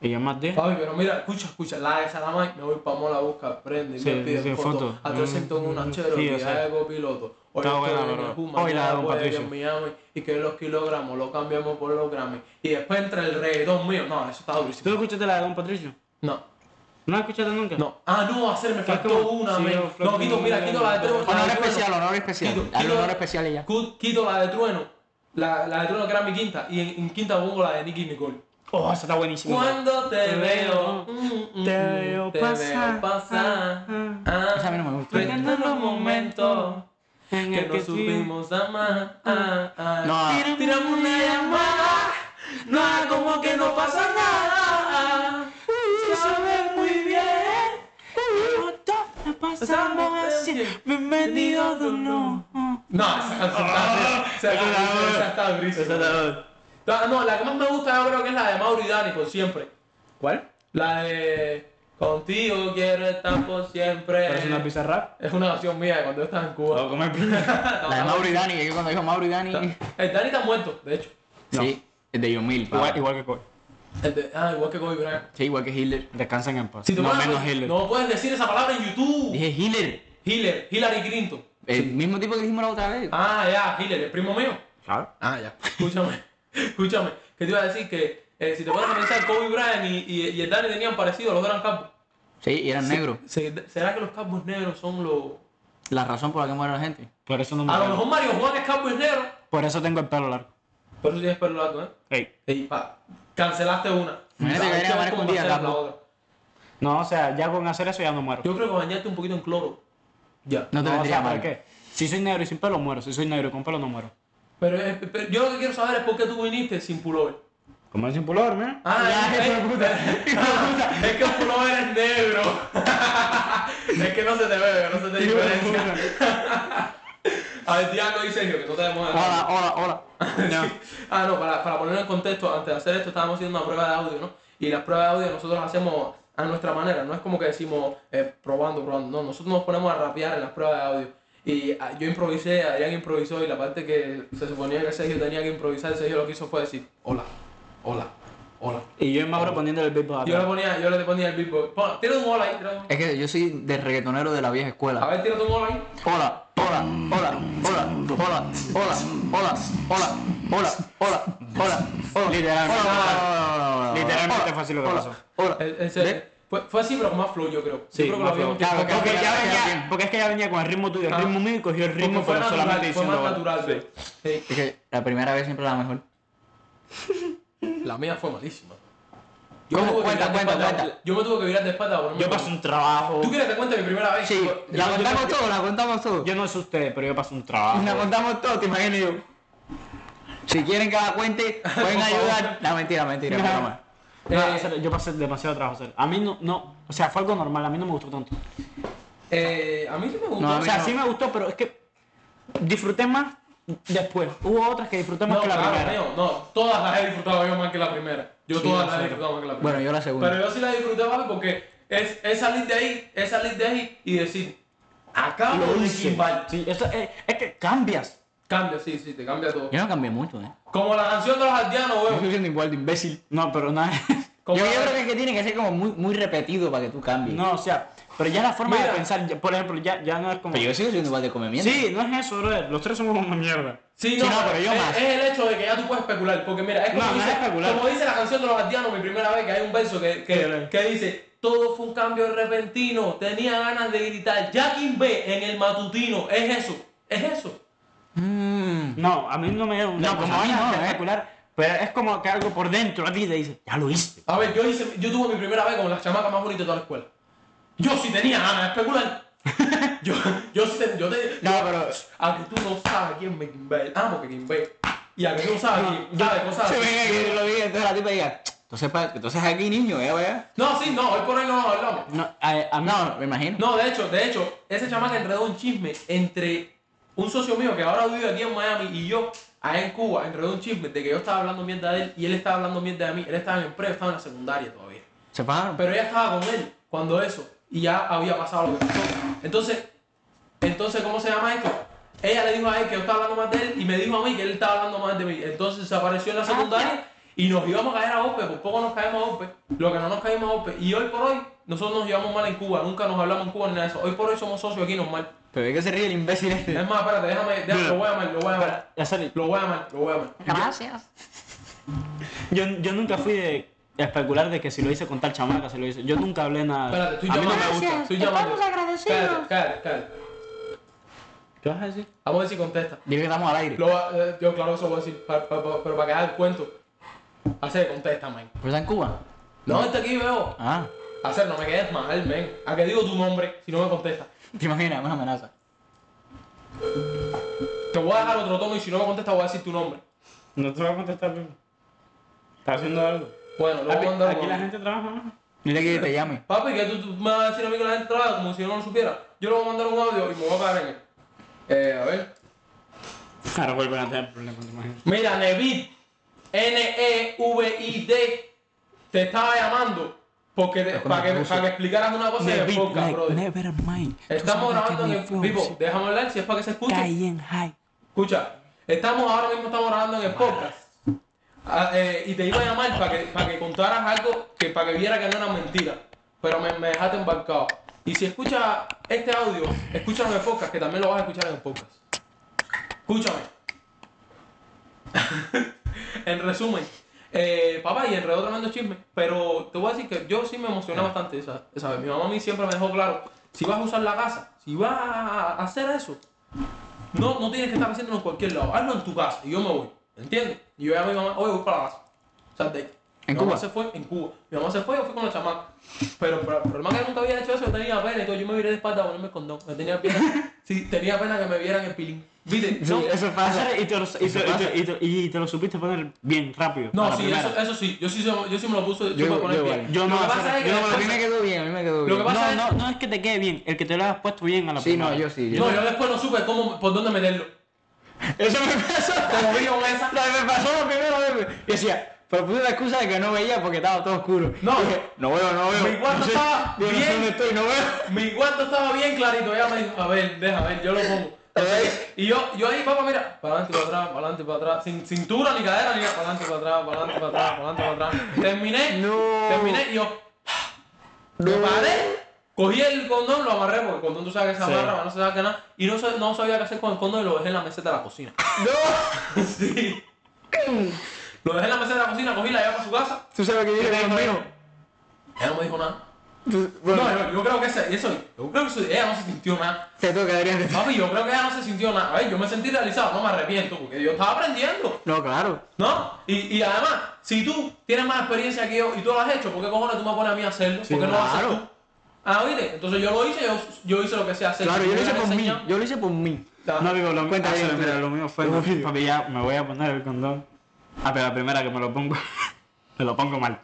S3: Y yo más de.
S2: Papi, pero mira, escucha, escucha, la de Saramay, me voy pa' mola a buscar, prende, y
S3: Sí,
S2: me pide
S3: sí,
S2: fotos.
S3: foto.
S2: A 300 en una
S3: Mm,
S2: Cherokee,
S3: sí, o
S2: sí,
S3: sea.
S2: de copiloto. Hoy
S3: Está
S2: estoy
S3: buena,
S2: en
S3: pero-
S2: el Puma,
S3: hoy la de
S2: mañana
S3: Don
S2: voy a ir
S3: Patricio.
S2: en Miami, y que los kilogramos los cambiamos por los gramos. Y después entra el reggaetón mío. No, eso está durísimo.
S3: ¿Tú escuchaste la de Don Patricio?
S2: No.
S3: ¿No la escuchaste nunca?
S2: No. Ah, no, hacer, me
S3: Fue
S2: faltó
S3: como-
S2: una.
S3: sí,
S2: men.
S3: yo- fue
S2: no,
S3: como-
S2: quito, mira, quito la de trueno.
S6: Honor
S2: la de trueno.
S6: especial, honor especial.
S2: Quito,
S6: Dale
S2: quito-
S6: honor especial y ya.
S2: Cu- Quito la de trueno. La, la de trueno que era mi quinta. Y en, en quinta pongo la de Nicky Nicole.
S3: Oh, esa está buenísima.
S2: Cuando te
S3: Te
S2: veo,
S3: veo,
S2: mm, mm,
S3: te
S2: mm,
S3: veo
S2: te
S3: pasar,
S2: veo pasar.
S3: ah,
S2: ah,
S6: Esa a mí no me gusta.
S2: Recordando los momentos
S3: En
S2: que no supimos amar.
S3: Mm.
S2: ah, ah.
S6: No.
S2: Tira- Tiramos una llamada, nada como que no pasa nada. Tú sabes muy bien.
S3: Pasamos así, bienvenido de nuevo.
S2: No, esa canción
S3: Ah,
S2: está- esa canción- esa está durísima. Ah, No, la que más me gusta yo creo que es la de Mauro y Dani por siempre.
S3: ¿Cuál?
S2: La de Contigo quiero estar por siempre.
S3: ¿Parece una pizza rap?
S2: Es una canción mía de cuando yo estaba en Cuba.
S3: ¿O comer pizza?
S2: *laughs* No,
S4: La de
S2: no,
S4: Mauro y Dani, que yo cuando dijo Mauro y Dani.
S2: El Dani está muerto, de hecho.
S4: Sí, el de Yomil. papá.
S3: Igual, igual que Kobe.
S2: El de- ah, igual que Kobe Bryant.
S4: Sí, igual que Hitler.
S3: Descansen en paz.
S2: Si te
S3: no
S2: pones a-
S3: menos Hitler.
S2: No puedes decir esa palabra en YouTube.
S4: Dije Hitler.
S2: Hiller, Hillary Clinton.
S4: El mismo tipo que dijimos la otra vez.
S2: Ah, ya, Hiller, el primo mío.
S3: Claro.
S4: Ah, ya.
S2: Escúchame, *laughs* escúchame. Que te iba a decir que eh, si te pones a pensar, Kobe Bryant y, y- y el Dani tenían parecido, los dos eran capos.
S4: Sí, y eran negros.
S2: Se- ¿Será que los capos negros son los.
S4: La razón por la que muere la gente.
S3: Por eso no me
S2: A lo
S3: pelo.
S2: mejor Mario Juan es capo y es negro.
S3: Por eso tengo el pelo largo.
S2: Por eso tienes pelo largo, ¿eh?
S3: Ey.
S2: Ey, pa, cancelaste una.
S4: Imagínate
S2: Hay
S4: que viene a
S2: ver
S4: Mario
S2: cómo
S4: un día,
S2: cancelas la
S4: capo.
S2: otra.
S3: No, o sea, ya con hacer eso ya no muero.
S2: Yo creo que bañaste un poquito en cloro. Ya.
S4: No te
S3: o
S4: vendría
S3: sea, ¿para
S4: mal.
S3: qué? Si soy negro y sin pelo, muero. Si soy negro y con pelo, no muero.
S2: Pero, eh, pero yo lo que quiero saber es por qué tú viniste sin pullover.
S3: Como es sin pulor, ¿no?
S2: Ah, es, *laughs* es que el pullover es negro. *laughs* es que no se te ve, no se te diferencia. A ver, Diaco y Sergio, que no tenemos
S4: Hola, hola, hola.
S2: *laughs* Ah, no, para, para ponerlo en contexto, antes de hacer esto estábamos haciendo una prueba de audio, ¿no? Y las pruebas de audio nosotros las hacemos a nuestra manera, no es como que decimos eh, probando, probando, no, nosotros nos ponemos a rapear en las pruebas de audio. Y ah, yo improvisé, Adrián improvisó y la parte que se suponía que Sergio tenía que improvisar, Sergio lo que hizo fue decir, hola, hola, hola.
S3: Y yo me abro poniendo el beatbox
S2: Yo le
S3: atrás.
S2: ponía, yo le ponía el beatbox. Pon, tira un hola ahí, tira un hola.
S4: Es que yo soy de reggaetonero de la vieja
S2: A
S4: escuela.
S2: ver, tira un hola ahí.
S4: Hola, hola, hola, hola, hola, hola, hola, hola, hola, hola, hola, hola.
S3: Literalmente.
S4: Hola, hola, hola, hola, hola.
S3: Literalmente
S4: Hola,
S3: fue así lo que
S4: hola,
S3: pasó.
S4: Hola.
S2: El- el- fue, fue así, pero con más flow, yo creo.
S3: Sí,
S2: yo creo que
S3: más
S2: lo habíamos
S3: flow.
S2: visto.
S4: Claro,
S3: Porque,
S4: claro.
S3: ya
S4: Porque
S3: venía-
S4: era bien.
S3: porque es que ya venía con el ritmo tuyo, el
S2: Ah.
S3: ritmo mío y cogió el
S2: Porque
S3: ritmo,
S2: fue
S3: pero solamente
S2: natural, fue
S3: diciendo.
S2: más
S3: hola.
S2: natural, güey. Sí.
S4: Es que la primera vez siempre es la mejor.
S2: La mía fue malísima.
S4: ¿Cómo?
S2: me tuve que
S4: Cuenta,
S2: virar de
S4: cuenta,
S2: espalda.
S4: cuenta.
S2: Yo me tuve que virar de espalda. para no
S3: Yo
S2: me-
S3: paso un trabajo.
S2: ¿Tú quieres que te cuente mi primera vez?
S4: Sí,
S2: Yo-
S4: la
S2: yo-
S4: contamos todo, la contamos todo.
S3: Yo no sé ustedes, pero yo paso un trabajo.
S4: La contamos todo, te imagino yo. Si quieren que la cuente, pueden
S2: Por favor.
S4: ayudar. No, mentira, mentira,
S3: No.
S4: broma.
S3: No,
S2: Eh,
S3: en serio, yo pasé demasiado trabajo. en serio. A mí no, no, o sea, fue algo normal, a mí no me gustó tanto.
S2: Eh, a mí sí me gustó.
S4: No, a
S3: o
S4: mí
S3: sea,
S4: no.
S3: sí me gustó, pero es que disfruté más después. Hubo otras que disfruté más
S2: No,
S3: que la
S2: claro,
S3: primera.
S2: mío, no, todas las he disfrutado yo más que la primera. Yo
S3: Sí,
S2: todas
S3: no
S2: las he
S3: sé.
S2: disfrutado más que la primera.
S4: Bueno, yo la segunda.
S2: Pero yo sí la disfruté más porque es, es salir de ahí, es salir de ahí y decir, acabo
S3: Lo
S2: de
S3: hice.
S2: chimbar.
S3: Sí, eso, es, es que cambias.
S2: Cambia, sí, sí, te cambia todo.
S4: Yo no cambié mucho, eh.
S2: Como la canción de los aldeanos,
S4: Yo
S2: weón.
S4: estoy siendo igual de imbécil.
S3: No, pero nada. *laughs*
S4: Yo,
S2: Como
S4: yo
S2: la-
S4: creo que, es que tiene que ser como muy, muy repetido para que tú cambies.
S3: No, o sea, pero ya la forma
S2: Mira.
S3: de pensar, ya- por ejemplo, ya, ya no es como.
S4: Pero yo sigo siendo igual de comer mierda.
S3: Sí, no es eso, brother. Los tres somos como mierda.
S2: Sí, no,
S4: Sí, no, eh, pero yo
S2: es,
S4: más.
S2: es el hecho de que ya tú puedes especular, porque mira, es como,
S3: No, no
S2: dice,
S3: es especular.
S2: como dice la canción de los haitianos, mi primera vez, que hay un verso que, que-
S3: Sí, claro.
S2: que dice, todo fue un cambio repentino, tenía ganas de gritar, Jackin B en el matutino, es eso, es eso.
S4: Mm.
S3: No, a mí no me dio un
S4: No, como a mí no, eh.
S3: espectacular. Pero es como que algo por dentro a ti te dice, ya lo hice.
S2: A ver, yo hice, yo tuve mi primera vez con las chamacas más bonitas de toda la escuela. Yo sí tenía ganas de especular. yo, yo sí ten- yo te-
S4: No, pero.
S2: Aunque tú no sabes quién me Kimbé, amo que Kimbé. Y aunque tú no sabes quién sabe cosas
S4: Se
S2: así.
S4: venga que yo lo diga, entonces la tipa diga. Entonces, pa- entonces aquí, niño, eh, vaya.
S2: No, sí, no, hoy por hoy no nos hablamos.
S4: No, a, a- no, me imagino.
S2: No, de hecho, de hecho, ese chamán enredó un chisme entre un socio mío que ahora vive aquí en Miami y yo, allá en Cuba, enredó un chisme de que yo estaba hablando mierda de él y él estaba hablando mierda de mí. Él estaba en el pre, estaba en la secundaria todavía.
S4: Se pagaron.
S2: Pero ella estaba con él cuando eso y ya había pasado lo que pasó. Entonces, entonces, ¿cómo se llama esto? Ella le dijo a él que yo estaba hablando más de él y me dijo a mí que él estaba hablando más de mí. Entonces desapareció
S1: Ah,
S2: en la secundaria y nos íbamos a caer a OPE, por poco nos caemos a OPE, lo que no nos caímos a OPE. Y hoy por hoy, nosotros nos llevamos mal en Cuba, nunca nos hablamos en Cuba ni nada de eso. Hoy por hoy somos socios aquí normal.
S4: Pero es que se ríe el imbécil este.
S2: Es más, espérate, déjame, déjame lo voy a amar, lo voy a amar.
S3: Ya sale.
S2: Lo voy a amar, lo voy a amar.
S3: Yo, yo nunca fui de especular de que si lo hice con tal chamaca, si lo hice. Yo nunca hablé nada.
S2: Espérate, estoy
S3: a mí no me
S2: llamando.
S3: gusta.
S2: Estoy llamando.
S1: Estamos agradecidos.
S2: Cállate, cállate, cállate.
S3: ¿Qué vas a decir?
S2: Vamos a ver si contesta.
S6: Dile que estamos al aire.
S2: Lo va- eh, yo, claro, eso lo voy a decir, pa- pa- pa- pero para que haga el cuento. Hacer, contesta, man.
S6: ¿Pero está en Cuba?
S2: No, está aquí, veo.
S4: *laughs*
S6: Ah.
S2: Hacer, no me quedes mal, men. ¿A qué digo tu nombre si no me contestas?
S6: ¿Te imaginas? Una amenaza.
S2: Te voy a dejar otro tono y si no me contestas voy a decir tu nombre.
S3: No te voy a contestar, Pipo. ¿Estás haciendo algo?
S2: Bueno, lo voy a mandar.
S3: Aquí
S2: por-
S3: la gente trabaja. ¿no?
S6: Dile que te llame.
S2: Papi, que tú, tú me vas a decir a mí que la gente trabaja como si yo no lo supiera. Yo le voy a mandar un audio y me voy a parar en él. Eh, a ver.
S3: Ahora
S4: pues,
S3: vuelven a tener problemas, te imagino.
S2: Mira, Nevid, E N-E-V-I-D, te estaba llamando porque te- para, que, para que explicaras una cosa de podcast, brother.
S6: never mind.
S2: Estamos grabando en el vivo. Déjame hablar si es para que se escuche. Escucha, estamos ahora mismo estamos grabando en el podcast. Ah, eh, y te iba a llamar para que, para que contaras algo que para que viera que no era mentira. Pero me, me dejaste embarcado. Y si escuchas este audio, escúchalo en el podcast, que también lo vas a escuchar en el podcast. Escúchame. *laughs* en resumen, eh, papá, y enredó tremendo chisme. Pero te voy a decir que yo sí me emocioné bastante esa, esa vez. Mi mamá a mí siempre me dejó claro: si vas a usar la casa, si vas a hacer eso, no, no tienes que estar haciéndolo en cualquier lado. Hazlo en tu casa y yo me voy. ¿Entiendes? Y yo llamé a mi mamá, oye, voy para la casa. Sal de ahí.
S4: ¿En
S2: mi
S4: Cuba?
S2: mamá se fue en Cuba. Mi mamá se fue, yo fui con la chamaca. Pero pero el problema es que nunca había hecho eso, yo tenía pena y todo. Yo me viré de espalda a ponerme el condón. Yo
S4: *laughs*
S2: tenía pena. sí, tenía pena que me vieran el pilín. ¿Viste? No,
S3: eso pasa. Y te, lo, y, te, y, te, y, te, y te lo supiste poner bien rápido. a
S2: no
S3: la
S2: sí,
S3: primera.
S2: eso, eso sí. Yo sí, se- yo sí me lo puse, yo,
S4: Yo-
S2: me lo poner
S4: yo
S2: bien.
S4: igual.
S3: Yo no,
S2: lo que
S3: hacer-
S2: pasa es que
S3: yo
S2: después-
S4: A mí me quedó bien, a mí me quedó
S2: Lo que
S4: bien.
S2: pasa
S3: No,
S2: es-
S3: no, no es que te quede bien, el que te lo hayas puesto bien a la
S4: Sí, no,
S3: primera.
S4: yo sí. yo
S2: No, yo después no supe cómo, por dónde meterlo.
S4: Eso me *laughs* pasó.
S2: Como vi con esa.
S4: No, me pasó la primera vez. güey. Y decía, pero puse la excusa de que no veía porque estaba todo oscuro.
S2: No.
S4: Dije, no veo, no veo.
S2: Mi cuarto
S4: no sé-
S2: estaba
S4: digo, no sé
S2: bien.
S4: dónde estoy, no veo.
S2: Mi cuarto estaba bien clarito, ella me dijo, a ver, deja, a ver, yo lo pongo. Y yo, yo ahí, papá, mira, para adelante, para atrás, para adelante, para atrás, sin cintura ni cadera, ni nada, para adelante, para atrás, para adelante, para atrás, para adelante, para atrás. Terminé,
S4: No.
S2: terminé y yo, me paré, cogí el condón, lo amarré, porque el condón tú sabes que se amarra, no se sabe que nada, y no, sa- no sabía qué hacer con el condón y lo dejé en la meseta de la cocina. ¡No! *laughs* sí. Lo dejé en la meseta de la cocina, cogí la llave para su casa,
S4: Tú sabes que dije conmigo.
S2: ella no me dijo nada.
S4: Tú-
S2: No,
S4: Bueno,
S2: yo, yo creo que esa- eso, yo creo que eso- ella no se sintió nada.
S4: te toca, Adrián. te toca.
S2: Papi, yo creo que ella no se sintió nada. A ver, yo me sentí realizado, no me arrepiento, porque yo estaba aprendiendo,
S4: No, claro.
S2: ¿no? Y, y además, si tú tienes más experiencia que yo y tú lo has hecho, ¿por qué cojones tú me pones a mí a hacerlo? ¿Por qué no lo haces
S4: claro.
S2: tú? Ah, ¿viste? Entonces yo lo hice, yo, yo hice lo que sé hacer.
S4: Claro,
S2: Si
S4: yo lo
S2: me
S4: hice por
S2: hubieran
S4: mí.
S2: enseñado-
S4: Yo lo hice por mí.
S2: Ah,
S3: No, digo, lo mío,
S4: Cuenta
S3: ah,
S4: bien,
S3: sí,
S4: tú.
S3: mira, lo mío fue, no, papi, ya me voy a poner el condón. Ah, pero la primera que me lo pongo, *laughs* me lo pongo mal.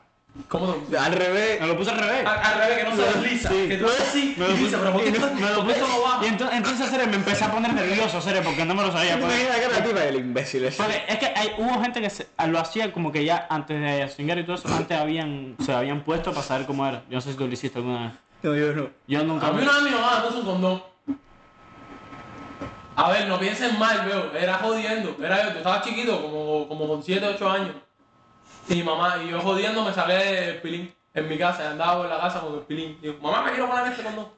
S2: ¿Cómo te-
S4: Al revés.
S3: Me lo puse al
S2: A-
S3: revés.
S2: Al revés, que no se desliza.
S3: sí.
S2: Que tú haces así, *laughs*
S3: Me lo
S2: y dices, pero ¿por qué
S3: y no-
S2: tú-
S3: me lo
S2: por qué
S3: puse
S2: esto no baja?
S3: Y ento- entonces, Cere, me empecé a poner nervioso, Cere, porque no me lo sabía
S4: Me
S3: poner.
S4: la cara de tipa del imbécil ese.
S3: Porque es que hay- hubo gente que se- lo hacía como que ya antes de swingar y todo eso, antes habían, se habían puesto para saber cómo era. Yo no sé si tú lo hiciste alguna vez.
S4: No, yo no.
S3: Yo nunca
S2: A mí
S3: me-
S2: una vez mi mamá me puso un condón. A ver, no piensen mal, veo. Era jodiendo. Era yo, yo estaba chiquito, como, como con 7, 8 años. Y mi mamá, y yo jodiendo me salí del pilín. En mi casa, andaba por la casa con el pilín. Digo, mamá, me quiero poner este condón.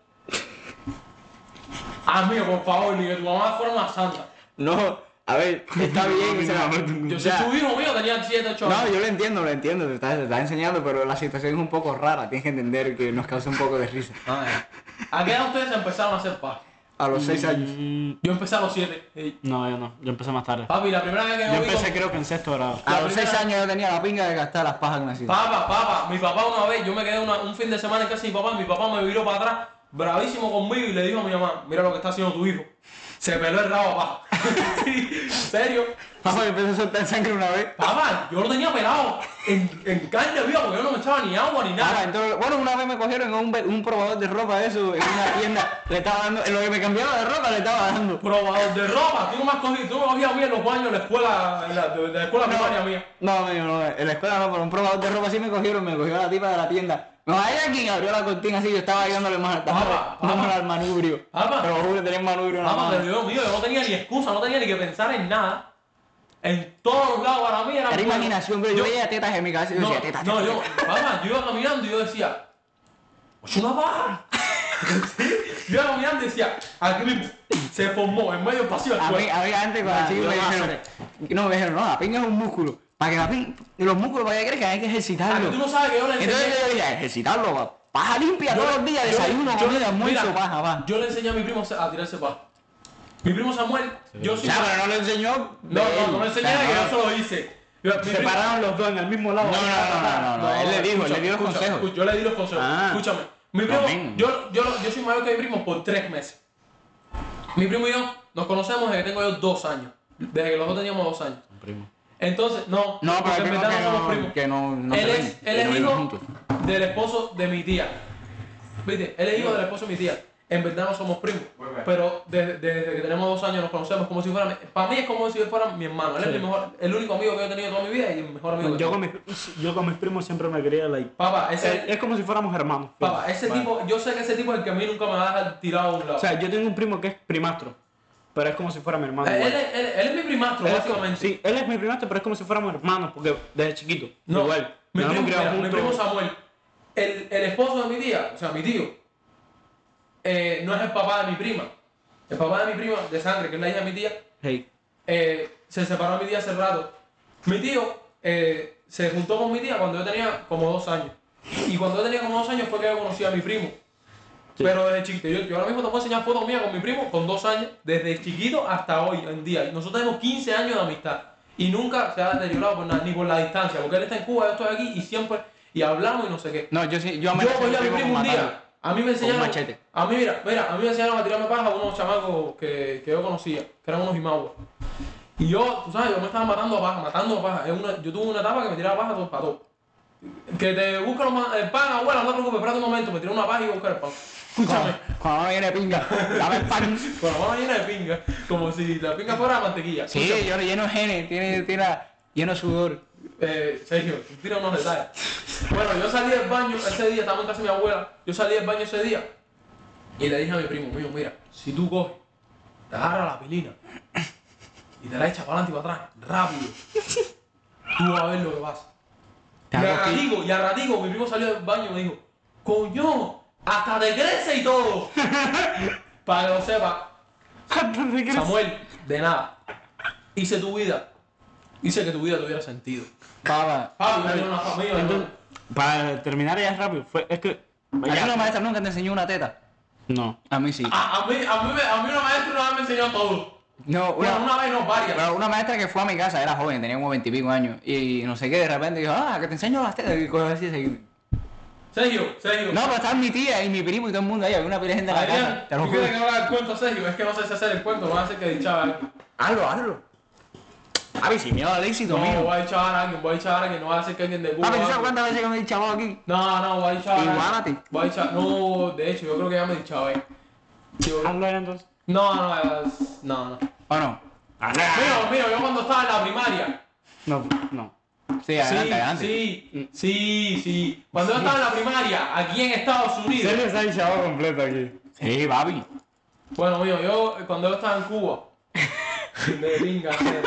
S2: Ah, Amigo, por favor, ni que tu mamá fuera una santa.
S4: No, a ver, *laughs* está bien. o sea,
S2: Yo
S4: o
S2: sé,
S4: sea,
S2: tu hijo mío tenía 7, 8 años.
S4: No, yo lo entiendo, lo entiendo, te estás, te estás enseñando, pero la situación es un poco rara, tienes que entender que nos causa un poco de risa.
S2: Ay. ¿A qué edad ustedes empezaron a hacer paz?
S4: A los 6 años.
S3: Mm,
S2: Yo empecé a los 7.
S3: No, yo no. Yo empecé más tarde.
S2: Papi, la primera vez que
S3: Yo
S2: Ah, me vi con-
S3: empecé creo que en sexto grado.
S4: A
S2: La
S4: los 6
S2: primera-
S4: años yo tenía la pinga de gastar las pajas que me hacían.
S2: Papá, papá, mi papá una vez, yo me quedé una- un fin de semana en casa de mi papá, mi papá me viró para atrás, bravísimo conmigo, y le dijo a mi mamá, mira lo que está haciendo tu hijo. Se peló el rabo, papá. *laughs* sí, serio.
S4: Papá, yo empecé a soltar sangre una vez.
S2: Papá, yo lo tenía pelado en, en carne viva porque yo no me echaba ni agua ni
S4: Ahora,
S2: nada.
S4: entonces, bueno, una vez me cogieron en un, ve- un probador de ropa de eso, en una tienda, le estaba dando, en lo que me cambiaba de ropa le estaba dando.
S2: Probador de ropa, tú no me has cogido, tú me cogías bien los baños de la escuela, en la, de, de la escuela primaria mía.
S4: No, amigo, no, en la escuela no, pero un probador de ropa sí me cogieron, me cogió la tipa de la tienda. No, ahí aquí abrió la cortina así, yo estaba ayudándole *laughs* más,
S2: Papá,
S4: estaba dándole al manubrio.
S2: Papá.
S4: Pero juro que tenía un manubrio en la
S2: Papá,
S4: mano.
S2: pero Dios mío, yo no tenía ni excusa, no tenía ni que pensar en nada. En todos los lados para mí era
S4: Era
S2: bueno.
S4: imaginación, pero yo veía tetas en mi casa y yo
S2: No,
S4: decía, tetas,
S2: no,
S4: tetas,
S2: yo,
S4: tetas".
S2: mamá, yo iba caminando y yo decía, es una paja.
S4: *laughs*
S2: Sí, yo iba caminando y decía, aquí mismo se formó en medio espacio del
S4: A mí,
S2: cuerpo.
S4: a mí antes cuando
S2: Ah,
S3: Nah,
S4: chico
S3: yo
S4: me
S3: no
S4: dijeron, no, me dijeron, no, la pinga es un músculo. Para que la pin- los músculos, ¿para que crezcan? Hay que
S2: Ah,
S4: ejercitarlo.
S2: tú no sabes que yo le enseñé.
S4: Entonces yo diría, ejercitarlo, pa- paja limpia
S2: Yo-
S4: todos los días,
S2: yo-
S4: desayuno,
S2: yo-
S4: comida, almuerzo,
S2: mira,
S4: paja, paja.
S2: Yo le enseñé a mi primo a tirarse paja. Mi primo Samuel, yo sí.
S4: Ya, pero no lo enseñó.
S2: No, no, no le enseñé,
S4: O sea,
S2: que
S4: no.
S2: yo solo hice. Yo- mi primo-
S3: los dos en el mismo lado.
S4: No, no, no, no, no, no, él le dijo, él le dio los
S2: escúchame,
S4: consejos.
S2: escúchame, Yo le di los consejos.
S4: Ah.
S2: Escúchame. Mi primo,
S4: Amén.
S2: yo, yo, yo soy mayor que mi primo por tres meses. Mi primo y yo nos conocemos desde que tengo yo dos años. Desde que los dos teníamos dos años.
S3: Primo.
S2: Entonces, no,
S4: No,
S2: porque
S4: pero
S2: en
S4: que
S2: verdad no somos
S4: no, que
S2: primos.
S4: no, que no, no
S2: él
S4: se
S2: es,
S4: ven,
S2: él
S4: que
S2: es
S4: no viven
S2: hijo
S4: juntos.
S2: del esposo de mi tía. ¿Viste? Él es hijo del esposo de mi tía. En verdad no somos primos. Pero desde, desde que tenemos dos años nos conocemos como si fuera. mi- Para mí es como si fuera mi hermano. Él es el, mejor, el único amigo que yo he tenido toda mi vida y el mejor amigo. que
S3: Yo
S2: tengo.
S3: con, mis, yo con mis primos siempre me quería, like.
S2: Papá,
S3: Es,
S2: ese,
S4: Eh,
S3: es como si fuéramos hermanos.
S2: papá, ese
S3: Vale.
S2: tipo, yo sé que ese tipo es el que a mí nunca me va a dejar tirado a un lado.
S3: O sea, yo tengo un primo que es primastro, pero es como si fuera mi hermano.
S2: él,
S3: igual.
S2: es- él- él es mi primastro,
S3: Él es-
S2: básicamente.
S3: sí, él es mi primastro, pero es como si fuéramos hermanos, porque desde chiquito.
S2: No,
S3: igual.
S2: Mi,
S3: nos
S2: primo,
S3: hemos criado
S2: mira, mi
S3: juntos.
S2: primo Samuel, el, el esposo de mi tía, o sea, mi tío, eh, no es el papá de mi prima. El papá de mi prima de sangre, que es la hija de mi tía,
S3: Hey.
S2: eh, se separó de mi tía hace rato. Mi tío eh, se juntó con mi tía cuando yo tenía como dos años. Y cuando yo tenía como dos años fue que yo conocí a mi primo. Pero desde chiquito, yo, yo ahora mismo te puedo enseñar fotos mías con mi primo con dos años, desde chiquito hasta hoy en día. Y Nosotros tenemos 15 años de amistad y nunca se ha deteriorado por nada, ni por la distancia, porque él está en Cuba, yo estoy aquí y siempre, y hablamos y no sé qué.
S7: No, yo sí, yo
S2: Yo
S7: amenacé
S2: voy a mi
S7: con
S2: primo un
S7: matarlo.
S2: día. A mí me enseñaron.
S7: Con machete.
S2: A mí, mira, mira, a mí me enseñaron a tirarme paja a unos chamacos que, que yo conocía, que eran unos imaguas. Y yo, tú sabes, yo me estaba matando a paja, matando a paja. Es una- yo tuve una etapa que me tiraba paja todo, para todo. Que te busca los ma- el pan, abuela, no te preocupes, espérate un momento, me tiró una paja y voy a buscar el pan. Escúchame.
S4: Cuando no viene pinga, dame pan.
S2: Con la mano llena de pinga, como si la pinga fuera mantequilla.
S4: Sí,
S2: Escúchame,
S4: yo lleno de genes, tiene, tira, lleno de sudor.
S2: Eh, Sergio, tú tira unos detalles. Bueno, yo salí del baño ese día, estaba en casa de mi abuela. Yo salí del baño ese día y le dije a mi primo, mío, mira, si tú coges, te agarras la pilina y te la echas para adelante y para atrás, rápido, tú vas a ver lo que pasa. Y
S4: Te
S2: a
S4: hago aquí.
S2: ratico, y a ratico, mi primo salió del baño y me dijo, coño, hasta te crece y todo. para que lo sepa, Samuel, de nada. Hice tu vida. Hice que tu vida tuviera sentido.
S4: Baba.
S2: Papi, yo tenía Ah, una familia. ¿no?
S3: Entonces, para terminar ya rápido, fue, es que.
S4: ¿A ti una maestra nunca te enseñó una teta?
S3: No.
S4: A mí sí.
S2: Ah, A, a mí, a, mí, me- a mí una maestra una vez me enseñó todo.
S4: No,
S2: Bueno, una vez no, varias.
S4: Pero una maestra que fue a mi casa, era joven, tenía como veintipico años, y no sé qué, de repente dijo, ah, que te enseño las tetas, y cosas así. seguí.
S2: Sergio, Sergio.
S4: No, pero estaban mi tía y mi primo y todo el mundo ahí, había una pila de gente en la
S2: Adrián,
S4: casa, te lo
S2: ¿tú
S4: juro.
S2: quieres que haga el cuento, Sergio? Es que no sé si hacer el cuento, va a hacer que dichaba alguien.
S4: Hazlo, hazlo. Papi, sin miedo al éxito,
S2: No,
S4: mío.
S2: voy a echar a alguien, voy a echar a alguien, no va a hacer que alguien de Cuba.
S4: Papi, ¿tú sabes cuántas veces que me he chavado aquí?
S2: No, no, voy a echar a alguien.
S4: Igualate.
S2: Voy a echar, no, de hecho, yo creo que ya me dichaba ahí. Yo-
S3: Hazlo ya entonces.
S2: No, no, es- no, no.
S4: ¿O no?
S2: Mira, mira, yo cuando estaba en la primaria,
S3: No, no.
S4: Sí, adelante, adelante.
S2: Sí, sí, sí. Cuando yo estaba en la primaria, aquí en Estados Unidos.
S3: está hinchado completo aquí.
S4: Sí, papi.
S2: Bueno, mío, yo eh, cuando yo estaba en Cuba. de pinga, eh.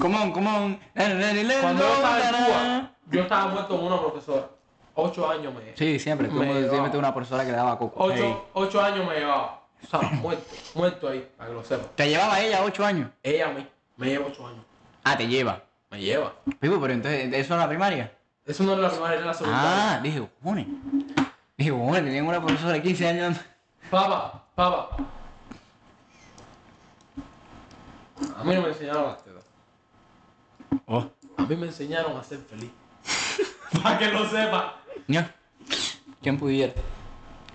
S4: Come on, come on.
S2: Cuando yo estaba en Cuba, yo estaba muerto con una profesora. Ocho años me
S4: Sí, siempre. Tú
S2: Me
S4: siempre
S2: va.
S4: tuve una persona que le daba coco.
S2: Ocho,
S4: Ey.
S2: ocho años me llevaba. O sea, muerto, muerto ahí, para que lo sepa.
S4: Te llevaba ella ocho años.
S2: Ella a mí, me lleva ocho años.
S4: Ah, te lleva.
S2: Me lleva.
S4: Pipo, pero entonces, ¿eso era la primaria?
S2: Eso no era la primaria, era la segunda.
S4: Ah, dije, cojones. Dije, cojones, tenían una profesora de 15 años.
S2: Papa, papa. A mí no me enseñaron las tetas.
S3: Oh.
S2: A mí me enseñaron a ser feliz. *laughs* Para que lo sepa.
S4: Ya. ¿Quién pudiera?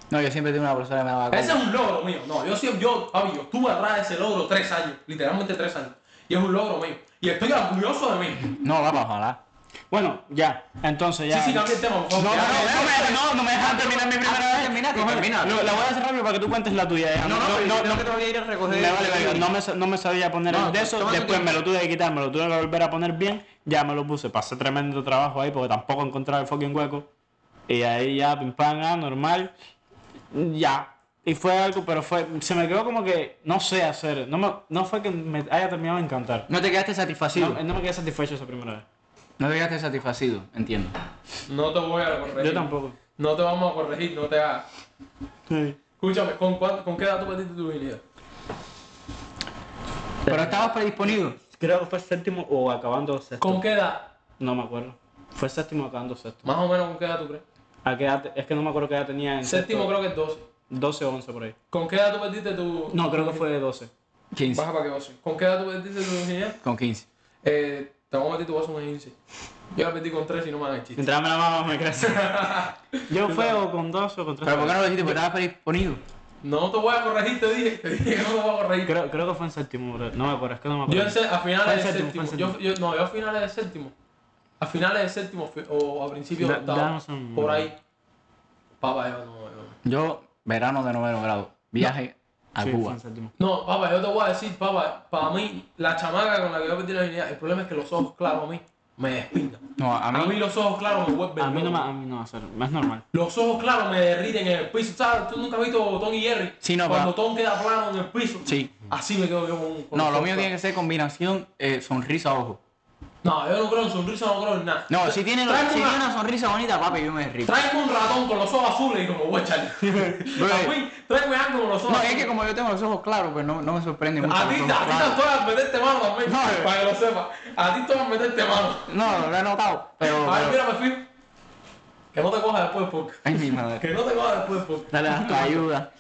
S4: No, yo siempre tuve una profesora que me daba coco.
S2: Ese es un logro mío. No, yo sí, yo, papi, yo estuve atrás de ese logro tres años, literalmente tres años. Y es un logro mío. Y estoy orgulloso de mí.
S4: No, papá, ojalá.
S3: Bueno, ya. Entonces ya.
S2: Sí, sí, cambia el tema, por favor.
S3: No,
S2: Ya,
S3: no,
S2: ya,
S4: me, no, no me dejas terminar mi primera vez. Ah, Termina,
S7: Cojones.
S4: termina.
S3: Lo- la voy a hacer rápido para que tú cuentes la tuya. ya.
S4: No, no,
S2: pues,
S4: no, no, que te voy a ir a recoger.
S3: Me vale verga, no me, sa- no me sabía poner
S4: No,
S3: el de eso,
S4: toma tu
S3: después
S4: tiempo.
S3: me lo tuve que quitar, me lo tuve que volver a poner bien, ya me lo puse, pasé tremendo trabajo ahí porque tampoco encontraba el fucking hueco. Y ahí ya, pim pam, ah, normal, ya. Y fue algo, pero fue, se me quedó como que no sé hacer, no, me, no fue que me haya terminado de encantar.
S4: No te quedaste
S3: No,
S4: satisfacido. No,
S3: no me quedé satisfecho esa primera vez.
S4: te quedaste satisfacido, entiendo.
S2: No te voy a corregir.
S3: Yo tampoco.
S2: No te vamos a corregir, no te hagas.
S3: Sí.
S2: Escúchame, ¿con, cuán- ¿con qué edad tú perdiste tu dignidad?
S4: Pero estabas predisponido.
S3: creo que fue séptimo o acabando sexto.
S2: ¿Con qué edad?
S3: No me acuerdo. Fue séptimo o acabando sexto.
S2: Más o menos, ¿con qué edad tú crees?
S3: ¿A qué edad te- Es que no me acuerdo qué edad tenía en
S2: Séptimo creo que es 12.
S3: 12 o 11 por ahí.
S2: ¿Con qué edad tú perdiste tu.?
S3: No, creo que fue de 12.
S4: 15.
S2: Baja para que goce. ¿Con qué edad tú perdiste tu virginidad?
S4: Con 15.
S2: Eh, te vamos a meter tu vaso en 15. Yo la perdí con 3 y no me hagan el chiste.
S3: Entrame la mano, me crece. *laughs* Yo fue o con 12 o con 13.
S4: ¿Pero por qué no lo dijiste? Porque estabas predisponido.
S2: No te voy a corregir, te dije. Te dije que no te voy a corregir.
S3: Creo, creo que fue en séptimo, bro. No me acuerdo, es que no me
S2: Yo
S3: acuerdo.
S2: en sé- a
S3: Fue
S2: finales
S3: en
S2: de
S3: séptimo,
S2: séptimo.
S3: fue en
S2: Yo, yo- no, yo a finales de séptimo. A finales de séptimo fi- o a principios de
S3: Da-
S2: octavo.
S3: danos un-
S2: Por ahí. Papá, yo no, no.
S4: Yo, verano de noveno grado. Viaje a
S3: Sí, fue
S4: Cuba.
S3: en séptimo.
S2: No, papá, yo te voy a decir, papá, para mí, la chamaca con la que yo perdí la virginidad, el problema es que los ojos claros a mí me despintan.
S4: No, a
S2: A
S4: mí,
S2: mí, los ojos claros me vuelven
S3: A mí no me,
S2: loco.
S3: a mí no, o sea, no es normal.
S2: Los ojos claros me derriten en el piso. ¿Sabes? Tú nunca has visto Tom y Jerry.
S4: Sí, no,
S2: Cuando
S4: pa.
S2: Tom queda plano en el piso.
S4: Sí.
S2: Así me quedo yo con un. con
S4: No,
S2: los
S4: lo
S2: ojos
S4: mío tiene que
S2: claros.
S4: ser combinación eh, sonrisa-ojo.
S2: No, yo no creo en sonrisa, no creo en nada.
S4: No, si tiene,
S2: Tráeme
S4: si
S2: una-
S4: tiene una sonrisa bonita, papi, yo me derrito.
S2: Tráeme un ratón con los ojos azules y como voy *laughs*
S4: *laughs*
S2: a echar. A mí, tráeme algo con los ojos
S4: No, es
S2: azules.
S4: que como yo tengo los ojos claros, pues no, no me sorprende mucho.
S2: A
S4: los
S2: ti, a ti
S4: ojos
S2: te
S4: claros.
S2: todas meterte mano también.
S4: No, eh.
S2: para que lo sepas. A ti te van a meterte mano.
S4: No, lo he notado, pero...
S2: a ver,
S4: pero-
S2: mira, me fijo. Que no te coja después, porque.
S4: Ay, mi madre.
S2: Que no te coja después, porque.
S4: *laughs* Dale haz tu ayuda.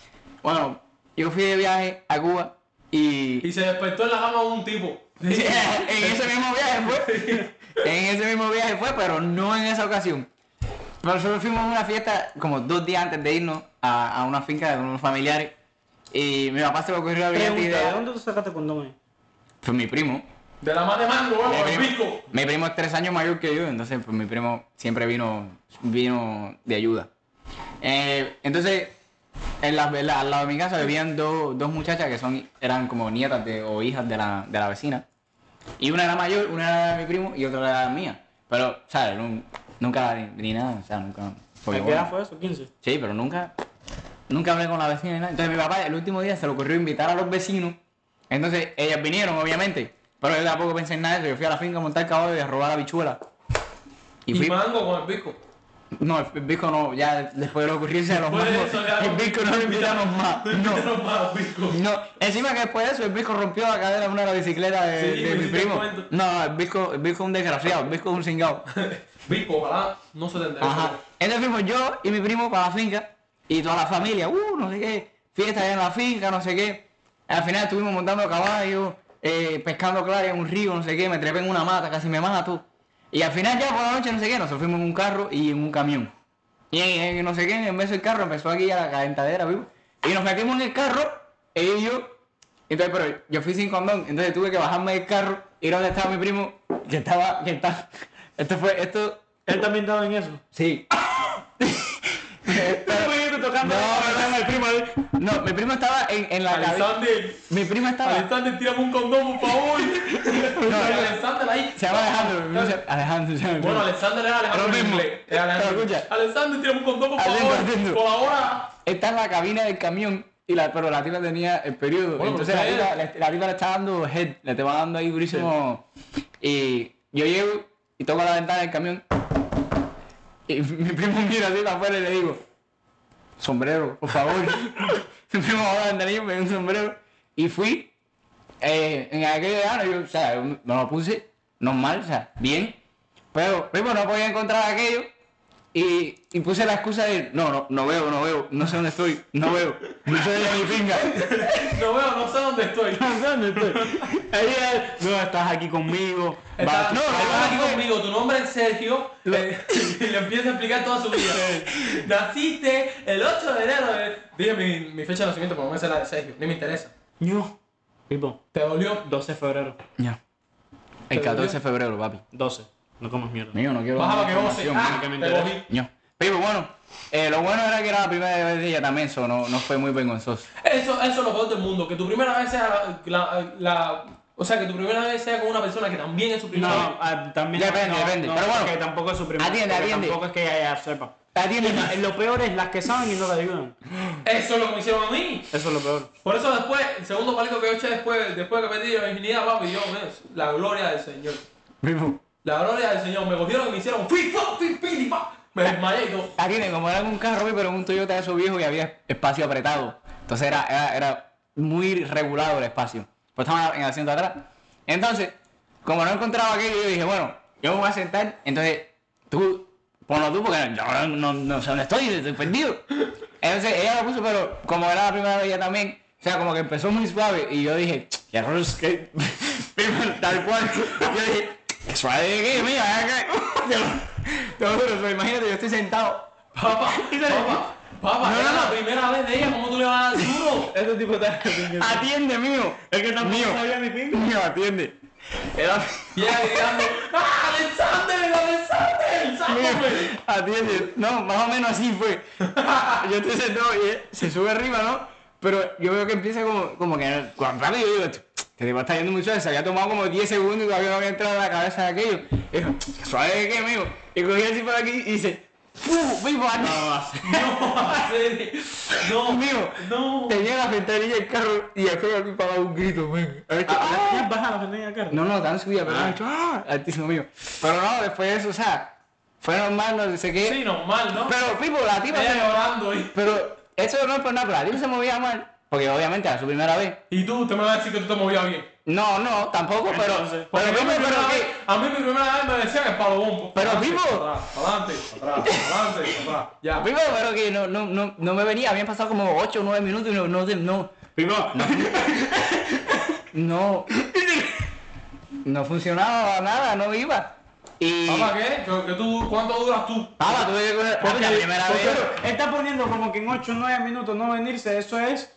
S4: Bueno, yo fui de viaje a Cuba y.
S2: Y se despertó en la cama un tipo.
S4: *laughs* en ese mismo viaje *laughs* fue. En ese mismo viaje fue, pero no en esa ocasión. Nosotros fuimos a una fiesta como dos días antes de irnos a, a una finca de unos familiares. Y mi papá se le ocurrió la brillante
S3: Pregunta, ¿de
S4: idea.
S3: dónde tú sacaste condón ahí?
S4: Pues mi primo.
S2: De la mano de mango, vamos,
S4: Mi
S2: el
S4: primo,
S2: pico.
S4: mi primo es tres años mayor que yo, entonces pues mi primo siempre vino, vino de ayuda. Eh, entonces, en la, en la- al lado de mi casa vivían dos, dos muchachas que son, eran como nietas de, o hijas de la, de la vecina. Y una era mayor, una era de mi primo y otra era mía. Pero, ¿sabes? Nun- nunca ni, ni nada, o sea, nunca... porque,
S3: ¿A qué
S4: bueno,
S3: edad fue eso? ¿15?
S4: Sí, pero nunca, nunca hablé con la vecina ni nada. Entonces mi papá el último día se le ocurrió invitar a los vecinos. Entonces ellas vinieron, obviamente. Pero yo tampoco pensé en nada de eso. Yo fui a la finca a montar caballo y a robar habichuela. Y
S2: Y
S4: fui...
S2: mango con el pico.
S4: No, el- el bico no, ya después de la ocurrencia de los
S2: Después de Pues eso, ya
S4: mangos, el
S2: no-
S4: bico no lo invitaron
S2: *laughs*
S4: más. No,
S2: Menos mal, pico. *laughs*
S4: no. Encima que después de eso, el bico rompió la cadena de una de las bicicletas de,
S2: Sí,
S4: de
S2: me
S4: mi
S2: hiciste
S4: primo.
S2: cuento.
S4: No, el bico, el bico es un desgraciado, el bico es un cingado.
S2: Vico, ojalá no se te entere.
S4: Ajá. Entonces fuimos yo y mi primo para la finca y toda la familia, uh, no sé qué, fiesta allá en la finca, no sé qué. Al final estuvimos montando caballos, eh, pescando claras en un río, no sé qué, me trepé en una mata, casi me mato. Y al final ya por la noche, no sé qué, nosotros fuimos en un carro y en un camión. Y en, en no sé qué, en el mes del carro empezó aquí a la calentadera, vivo. Y nos metimos en el carro, ellos y yo. Entonces, pero yo fui sin condón, entonces tuve que bajarme del carro, ir a donde estaba mi primo, que estaba, que estaba, *laughs* esto fue, esto,
S3: Él también estaba en *laughs* eso.
S4: sí.
S3: tocando.
S4: ¿eh? No, mi primo estaba en, en la cabina.
S2: Alexander,
S4: Mi primo estaba.
S2: Alexander, tírame un condón,
S4: *laughs*
S2: por favor. no, Alexander ahí.
S4: Se llama Alejandro. mi primo se- Alejandro se llama. mi primo.
S2: Bueno, Alexander era
S4: Pero
S2: Alejandro en
S4: mismo.
S2: inglés. Era Alejandro.
S4: Pero escucha.
S2: Alexander, tírame un condón, por
S4: Alejandro,
S2: favor.
S4: Alejandro.
S2: Por ahora.
S4: Está en la cabina del camión. Y la, pero la tipa tenía el periodo.
S2: Bueno,
S4: entonces la
S2: pero
S4: tipa, la, la tipa le está dando head. Le estaba dando ahí durísimo. Y yo llego y toco la ventana del camión. Y *laughs* mi primo mira así para afuera y le digo, sombrero, por favor. *laughs* mi primo va a la ventanilla y me dio un sombrero. Y fui eh, en aquel verano yo, o sea, yo me lo puse normal, o sea, bien. Pero, primo, no podía encontrar aquello. Y, y puse la excusa de, no, no, no veo, no veo, no sé dónde estoy, no veo, no sé de mi finca.
S2: No veo, no sé dónde estoy.
S3: ¿Dónde estoy? Ahí él, no, estás aquí conmigo.
S2: Está-
S4: no, no,
S2: estás aquí
S4: no, no.
S2: conmigo, tu nombre es Sergio. eh, *laughs* y le empieza a explicar toda su vida. Naciste el 8 de enero. de- Dije mi, mi fecha de nacimiento, pero no me sé la de Sergio. Ni me interesa.
S3: No. Pipo,
S2: Te dolió.
S3: 12 de febrero.
S4: Ya. El 14 de febrero, papi.
S3: 12. No comas mierda.
S4: Mío, no quiero
S2: Baja
S4: más
S2: para que goce.
S4: información,
S2: Ah,
S3: que me
S2: te
S3: interesa.
S2: cogí.
S4: mío. Pero bueno, eh, lo bueno era que era la primera vez de ella también, eso no, no fue muy vergonzoso.
S2: Eso, eso es lo peor del mundo, que tu primera vez sea la, la- la- o sea, que tu primera vez sea con una persona que también es su
S3: No,
S2: primera vez.
S3: ah, también.
S4: Depende,
S3: no,
S4: depende,
S3: no,
S4: pero bueno.
S3: porque tampoco es su primera.
S4: Atiende,
S3: porque
S4: atiende.
S3: Tampoco es que ella ya *laughs* sepa.
S2: Ah,
S4: *laughs* Atiende más.
S3: Lo peor es las que saben y no te ayudan.
S2: Eso es lo que me hicieron a mí.
S3: Eso es lo peor.
S2: Por eso después, el segundo palito que yo eché después, después que perdí la virginidad, papi, yo, man, la gloria del Señor.
S4: Primo,
S2: La gloria del Señor. Me cogieron y me hicieron fi, fa, fi, fi, li, fa. Me desmayé y todo.
S4: Atiende, Ah, como era un carro, pero un Toyota de esos viejos y había espacio apretado. Entonces era, era, era muy regulado el espacio. Pues estaba en el asiento de atrás. Entonces, como no encontraba aquello, yo dije, bueno, yo me voy a sentar, entonces tú, ponlo tú, porque yo no, no, no sé dónde estoy, estoy perdido. Entonces ella lo puso, pero como era la primera vez ella también, o sea, como que empezó muy suave y yo dije, ya no es que, *laughs* primero, tal cual, yo dije, "Qué suave de qué, mira, ven acá". Te lo- te lo juro, pero imagínate, yo estoy sentado. *laughs*
S2: Papá, papá, papá,
S4: No,
S2: no,
S4: no,
S2: la
S4: no.
S2: primera vez de ella, ¿cómo tú le vas a dar
S4: *laughs*
S2: duro?
S4: Este tipo está. Atiende, mío. Es que tampoco mío. sabía mi pingo. Mío, atiende. Era.
S2: Y ella gritando, ¡Ah, Alexander, Alexander, sácame!
S4: Mío, atiende. No, más o menos así fue. Yo estoy sentado y él se sube arriba, ¿no? Pero yo veo que empieza como, como que. Cuando rápido yo digo, te tipo está yendo mucho, se había tomado como 10 segundos y todavía no había entrado a la cabeza de aquello. Y dijo, "Qué suave que qué, mío. Y cogí así por aquí y dice, ¡Fu! ¡Vivo!
S2: No, *laughs* Araceli, no,
S4: Mío.
S2: no.
S4: Tenía la ventanilla del carro y aquello aquí para un grito, men. A ver, ¡ah!
S3: baja la ventanilla del carro?
S4: No, no, tan subida, pero
S3: Ah.
S4: ¡ah! altísimo mío. Pero no, después de eso, o sea, fue normal, no sé qué.
S2: Sí, normal, ¿no?
S4: Pero, Pipo, la tipa
S2: Ella
S4: se
S2: llorando y...
S4: Pero eso no es por nada, pero la tipa se movía mal. Porque obviamente era su primera vez.
S2: Y tú, usted me va a decir que tú te movías bien.
S4: No, no, tampoco, pero.
S2: Porque
S4: pero,
S2: yo
S4: Pipo, pero
S2: mi primera vez-
S4: qué.
S2: a mí mi primera vez me decían el palo bombo.
S4: Pero,
S2: Pa'lante,
S4: Pipo.
S2: Para atrás, para adelante, para atrás, para adelante, para atrás. Ya.
S4: Pipo, pero que no, no, no, no me venía, habían pasado como 8 o 9 minutos y no, no, *laughs* no,
S3: Primo,
S4: no, no funcionaba nada, no iba. Y.
S2: Papá, ¿qué? ¿Que, que tú, ¿Cuánto duras tú?
S4: Papá, tuve que coger. Porque la primera vez.
S3: está poniendo como que en 8 o 9 minutos no venirse, eso es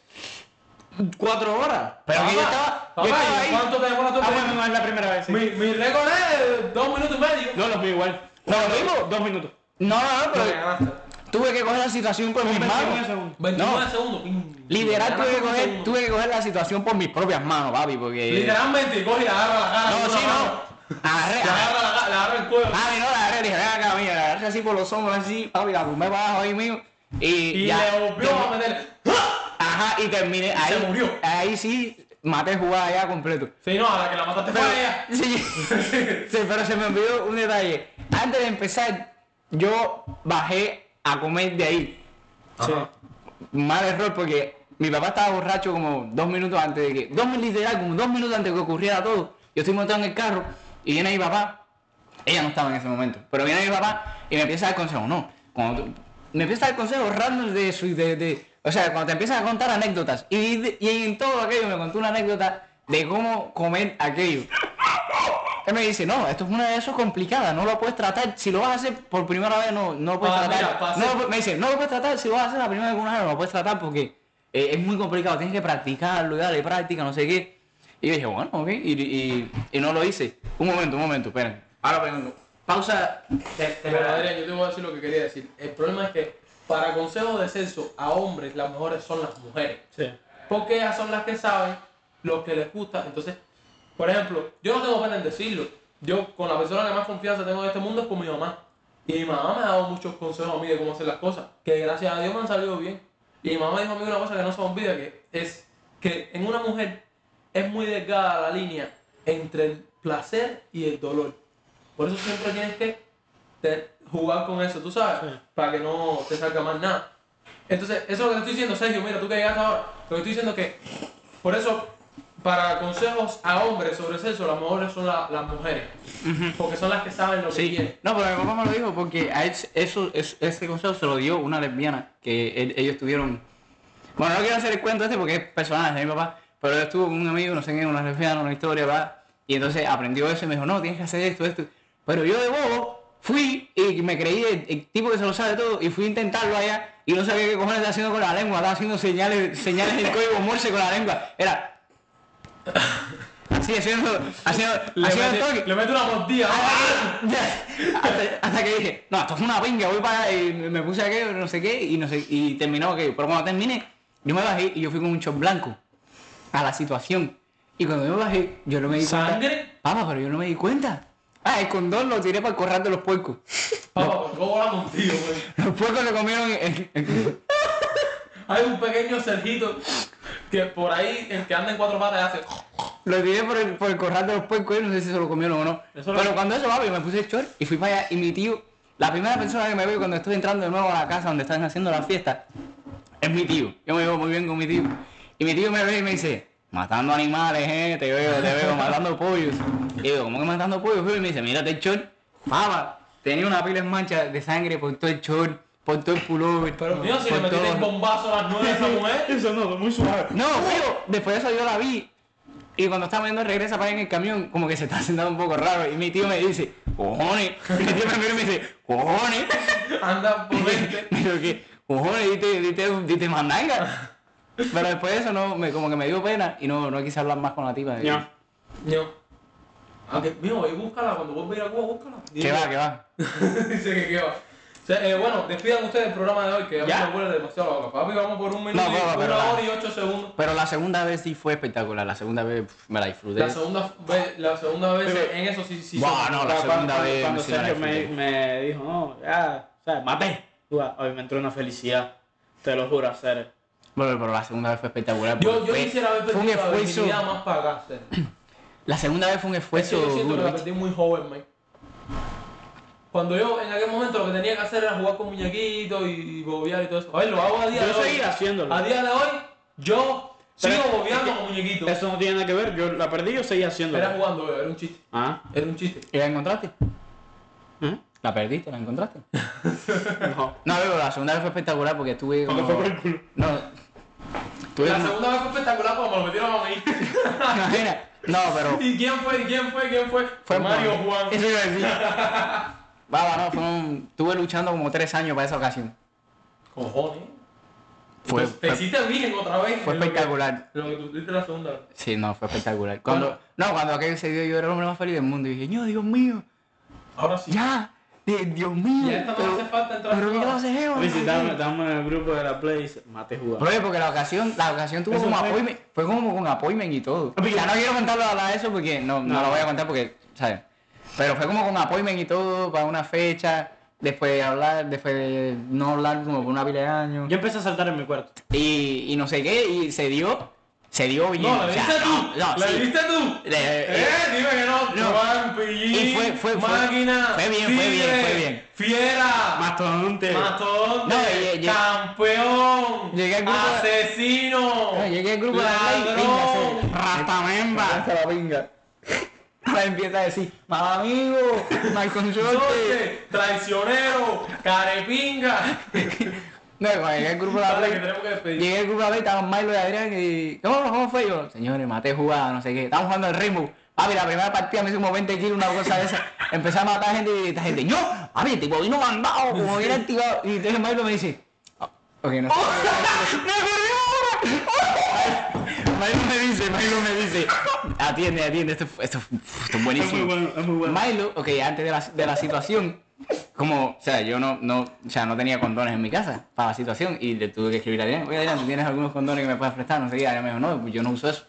S4: 4 horas. Pero que yo estaba.
S2: Papá,
S4: yo estaba
S2: ¿y
S4: ahí.
S2: ¿cuánto te demora tu
S3: Ah, bueno, no es la primera vez. sí.
S2: Mi, mi récord es dos minutos y medio.
S3: No los vi igual.
S4: No, lo mismo.
S3: Dos minutos.
S4: No, no, no,
S2: No, me
S4: pero
S2: ganaste.
S4: tuve que coger la situación por mis manos.
S3: 29 segundos.
S2: 29
S4: No.
S2: segundos.
S4: Literal tuve que,
S2: Ganaste un
S4: coger,
S2: segundo.
S4: tuve que coger la situación por mis propias manos, papi, porque...
S2: Literalmente, coge y la agarra la cara.
S4: No, Eh, ah.
S2: con
S4: sí,
S2: una mano.
S4: no. Agarré,
S2: La
S4: agarré.
S2: agarra la cara, la agarra el cuello.
S4: Papi, no, la agarré, dije, ven acá, mira, la agarré así por los hombros, así, papi, la tumbé para abajo ahí mío. Y,
S2: Y
S4: ya.
S2: le volvió a meter. ¡Ah!
S4: Ajá, y terminé. Ahí,
S2: se murió.
S4: Ahí sí, maté jugada ya completo.
S2: Sí, no, a la que la mataste fue a ella.
S4: Sí,
S2: *laughs*
S4: sí, pero se me olvidó un detalle. Antes de empezar, yo bajé a comer de ahí.
S2: Ajá.
S4: mal error porque mi papá estaba borracho como dos minutos antes de que, dos min- literal, como dos minutos antes de que ocurriera todo. Yo estoy montado en el carro y viene mi papá. Ella no estaba en ese momento, pero viene mi papá y me empieza a dar consejos. No, cuando tú- me empieza a dar consejos random de su, de, de- o sea, cuando te empiezan a contar anécdotas. Y, de- y en todo aquello me contó una anécdota de cómo comer aquello. Él me dice, no, esto es una de esas complicadas, no lo puedes tratar. Si lo vas a hacer por primera vez, no, no lo puedes
S2: Ah,
S4: tratar.
S2: mira, para
S4: No lo
S2: hacer-
S4: pu- me dice, no lo puedes tratar. Si lo vas a hacer la primera vez con una no lo puedes tratar porque eh, es muy complicado. Tienes que practicarlo, y darle práctica, no sé qué. Y yo dije, bueno, ok. Y, y- y no lo hice. Un momento, un momento, esperen. Ahora vengo. Pausa.
S2: Pero Adrián, yo te voy a decir lo que quería decir. El problema es que para consejos de sexo a hombres, las mejores son las mujeres. Porque ellas son las que saben lo que les gusta. Entonces, por ejemplo, yo no tengo pena en decirlo. Yo con la persona que más confianza tengo en este mundo es con mi mamá. Y mi mamá me ha dado muchos consejos a mí de cómo hacer las cosas. Que gracias a Dios me han salido bien. Y mi mamá dijo a mí una cosa que no se me olvida, que es que en una mujer es muy delgada la línea entre el placer y el dolor. Por eso siempre tienes que te- jugar con eso, tú sabes, para que no te salga más nada. Entonces, eso es lo que te estoy diciendo, Sergio, mira, tú que llegaste ahora, lo que estoy diciendo es que, por eso, para consejos a hombres sobre sexo, las mejores son la- las mujeres, porque son las que saben lo que
S4: Sí.
S2: quieren.
S4: No, pero mi papá me lo dijo porque a él- eso, es- ese consejo se lo dio una lesbiana que él- ellos tuvieron. Bueno, no quiero hacer el cuento este porque es personal de mi papá, pero yo estuvo con un amigo, no sé qué, una lesbiana, una historia, ¿verdad? Y entonces aprendió eso y me dijo, no, tienes que hacer esto, esto. Pero yo de bobo fui y me creí el, el tipo que se lo sabe todo y fui a intentarlo allá y no sabía qué cojones estaba haciendo con la lengua, estaba haciendo señales, señales del código morse con la lengua. Era...
S2: *laughs*
S4: Así, haciendo, haciendo,
S2: Le,
S4: haciendo
S2: mete-
S4: toque.
S2: le meto una mordida,
S4: *laughs* hasta, hasta que dije, no, esto es una pinga, voy para allá", y me me puse aquello, no sé qué, y no sé, y terminó aquello. Pero cuando terminé, yo me bajé y yo fui con un short blanco a la situación. Y cuando yo me bajé, yo no me di cuenta.
S2: ¿Sangre?
S4: Papá, pero yo no me di cuenta. Ah, el condón lo tiré para el corral de los puercos.
S2: papá, por favor, habla contigo, güey.
S4: Los puercos le comieron el- el-
S2: Hay un pequeño Sergito que por ahí, el que anda en cuatro patas, hace...
S4: Lo tiré por el, por el corral de los puercos, yo no sé si se lo comieron o no.
S3: Eso lo-
S4: Pero cuando eso, papi, me puse el short y fui para allá. Y mi tío, la primera persona que me veo cuando estoy entrando de nuevo a la casa donde están haciendo la fiesta, es mi tío. Yo me llevo muy bien con mi tío. Y mi tío me ve y me dice, matando animales, eh, te veo, te
S2: *laughs*
S4: veo, matando pollos. Y digo, ¿cómo que matando pollos? Y me dice, mírate el short. Papa, tenía una pila de mancha de sangre por todo el short, por todo el pullover.
S2: Pero mío, si le
S4: por
S2: metiste
S4: todo.
S2: el bombazo a las
S4: *laughs*
S2: nueve a esa mujer.
S3: Eso no, muy suave.
S4: No, pero después de eso yo la vi. Y cuando estaba viendo regresa para allá en el camión, como que se está sentando un poco raro. Y mi tío me dice, cojones. *laughs* Y mi tío me mira y me dice, cojones. *laughs*
S2: Anda por 20.
S4: Pero que, cojones, diste, diste, diste mandanga. Pero después de eso no, me, como que me dio pena y no, no quise hablar más con la tipa.
S3: Ya.
S2: No. Aunque, mío, y búscala, cuando vuelva a ir a Cuba, búscala.
S4: ¿Qué va, qué va?
S2: *laughs* Dice que qué va. O sea, eh, bueno, despidan ustedes el programa de hoy, que ya,
S4: ¿Ya?
S2: me vuelve demasiado la boca. Papi, vamos por un minuto,
S4: No,
S2: y-
S4: no, no, pero
S2: una
S4: la-
S2: hora y ocho segundos.
S4: Pero la segunda vez sí fue espectacular. La segunda vez pf, me la disfruté.
S2: La segunda vez, la segunda vez,
S4: Pero-
S2: en eso sí, sí.
S4: Buah,
S2: son-
S4: Ah, no, la
S2: cuando-
S4: segunda
S2: cuando-
S4: vez
S2: cuando
S4: sí
S2: se-
S4: la
S3: Sergio me, me dijo, no, ya, o sea, maté. Tú, ah, Hoy me entró una felicidad. Te lo juro, hacer.
S4: Bueno, pero la segunda vez fue espectacular.
S2: Yo,
S4: porque
S2: yo
S4: fue-
S2: quisiera haber
S4: fue un
S2: perdido la
S4: esfuerzo.
S2: virginidad más para acá. Sergio.
S4: La segunda vez fue un
S2: Es que
S4: esfuerzo
S2: yo siento que
S4: duro.
S2: la
S4: ¿viste?
S2: perdí muy joven, man. Cuando yo en aquel momento lo que tenía que hacer era jugar con muñequitos y bobear y todo eso. A ver, lo hago a día
S3: Yo
S2: de hoy.
S3: seguiré haciéndolo.
S2: A día de hoy, yo
S3: Pero
S2: sigo
S3: es que-
S2: bobeando con muñequitos.
S3: Eso no tiene nada que ver, yo la perdí, yo seguí haciéndolo.
S2: Era jugando, era un chiste.
S3: Ah,
S2: Era un chiste.
S4: ¿Y la encontraste?
S3: ¿eh?
S4: ¿La perdiste? ¿La encontraste?
S3: No.
S4: No, pero la segunda vez fue espectacular porque estuve
S3: Porque
S4: como...
S3: fue por el culo.
S4: No. Tuve
S2: La
S4: como-
S2: segunda vez fue espectacular cuando me lo metieron a mí.
S4: Imagina. No,
S2: *laughs*
S4: pero...
S2: ¿Y quién fue? ¿Y quién fue? ¿Quién fue?
S4: Fue
S2: Mario Juan.
S4: Eso iba a
S2: *laughs*
S4: decir. Baba, no, fue un... Estuve luchando como tres años para esa ocasión.
S2: Cojones.
S4: Fue,
S2: ¿eh? Entonces, te
S4: fue,
S2: hiciste virgen otra vez.
S4: fue
S2: en lo que-
S4: espectacular.
S2: en Lo que tú diste la segunda vez.
S4: Sí, no, fue espectacular. Cuando...
S2: Bueno.
S4: No, cuando aquel se dio yo era el hombre más feliz del mundo. Y dije, no, Dios mío,
S2: Ahora sí.
S4: ya. Di- Dios mío.
S2: Ya esta no
S4: pero-
S2: hace falta entrar
S4: Pero
S2: en
S4: qué
S2: nada.
S4: clase es,
S3: A mí si
S4: hombre?
S3: dame, dame el grupo de la Play y dice, maté jugar.
S4: Bro, porque la ocasión, la ocasión tuvo
S3: Eso
S4: como
S3: fue-
S4: appointment, fue como con appointment y todo.
S3: Papi,
S4: O sea,
S3: yo-
S4: no quiero contarlo a la de eso porque no, no,
S3: No.
S4: lo voy a contar porque, ¿sabes? Pero fue como con appointment y todo, para una fecha, después hablar, después de no hablar como por una pila de años.
S3: Yo empecé a saltar en mi cuarto.
S4: Y, y no sé qué, y se dio, se dio bien.
S2: No, la
S4: o sea,
S2: viste tú.
S4: no,
S2: la
S4: sí.
S2: viste tú.
S4: Le-
S2: Eh, dime que no.
S4: No.
S2: Juan, Pillín,
S4: Y fue- fue- fue-
S2: máquina,
S4: fue bien, fue bien,
S2: tigre,
S4: fue bien.
S2: Fiera,
S3: Mastodonte.
S2: mastodonte,
S4: No, llegué- llegué-
S2: campeón,
S4: Llegué al grupo de-
S2: asesino,
S4: No, llegué al grupo de la ley,
S2: ladrón.
S4: pinga,
S3: Ratamemba.
S4: Hasta la pinga. *laughs* Ahora empieza a decir, mal amigo,
S2: *laughs*
S4: mal consorte.
S2: Sorte, traicionero,
S4: *laughs*
S2: carepinga.
S4: No, cuando llegué al grupo de la
S2: Dale, que
S4: play,
S2: tenemos que despedir.
S4: Llegué al grupo a ver, estaban Milo y Adrián y... ¿Cómo, cómo fue yo? Señores, maté jugada, no sé qué. Estamos jugando al ritmo. Papi, la primera partida me hizo como 20 kilos, una cosa de esa. Empecé a matar gente y esta gente, ¡No! Papi, el tipo vino mandado, como bien activado. Y entonces Milo me dice... "Ah, Ok, no *laughs* sé". ¡Me corrió ahora! Milo me dice, Milo me dice... Atiende, atiende, esto, esto, esto es
S3: Es muy
S4: buenísimo.
S3: bueno, es muy bueno.
S4: Milo, ok, antes de la, de la situación, como, o sea, yo no, no, o sea, no tenía condones en mi casa para la situación y le tuve que escribir a Adrián, oye Adrián, ¿tú tienes algunos condones que me puedas prestar? No sé qué, Adrián me dijo, no, yo no uso eso.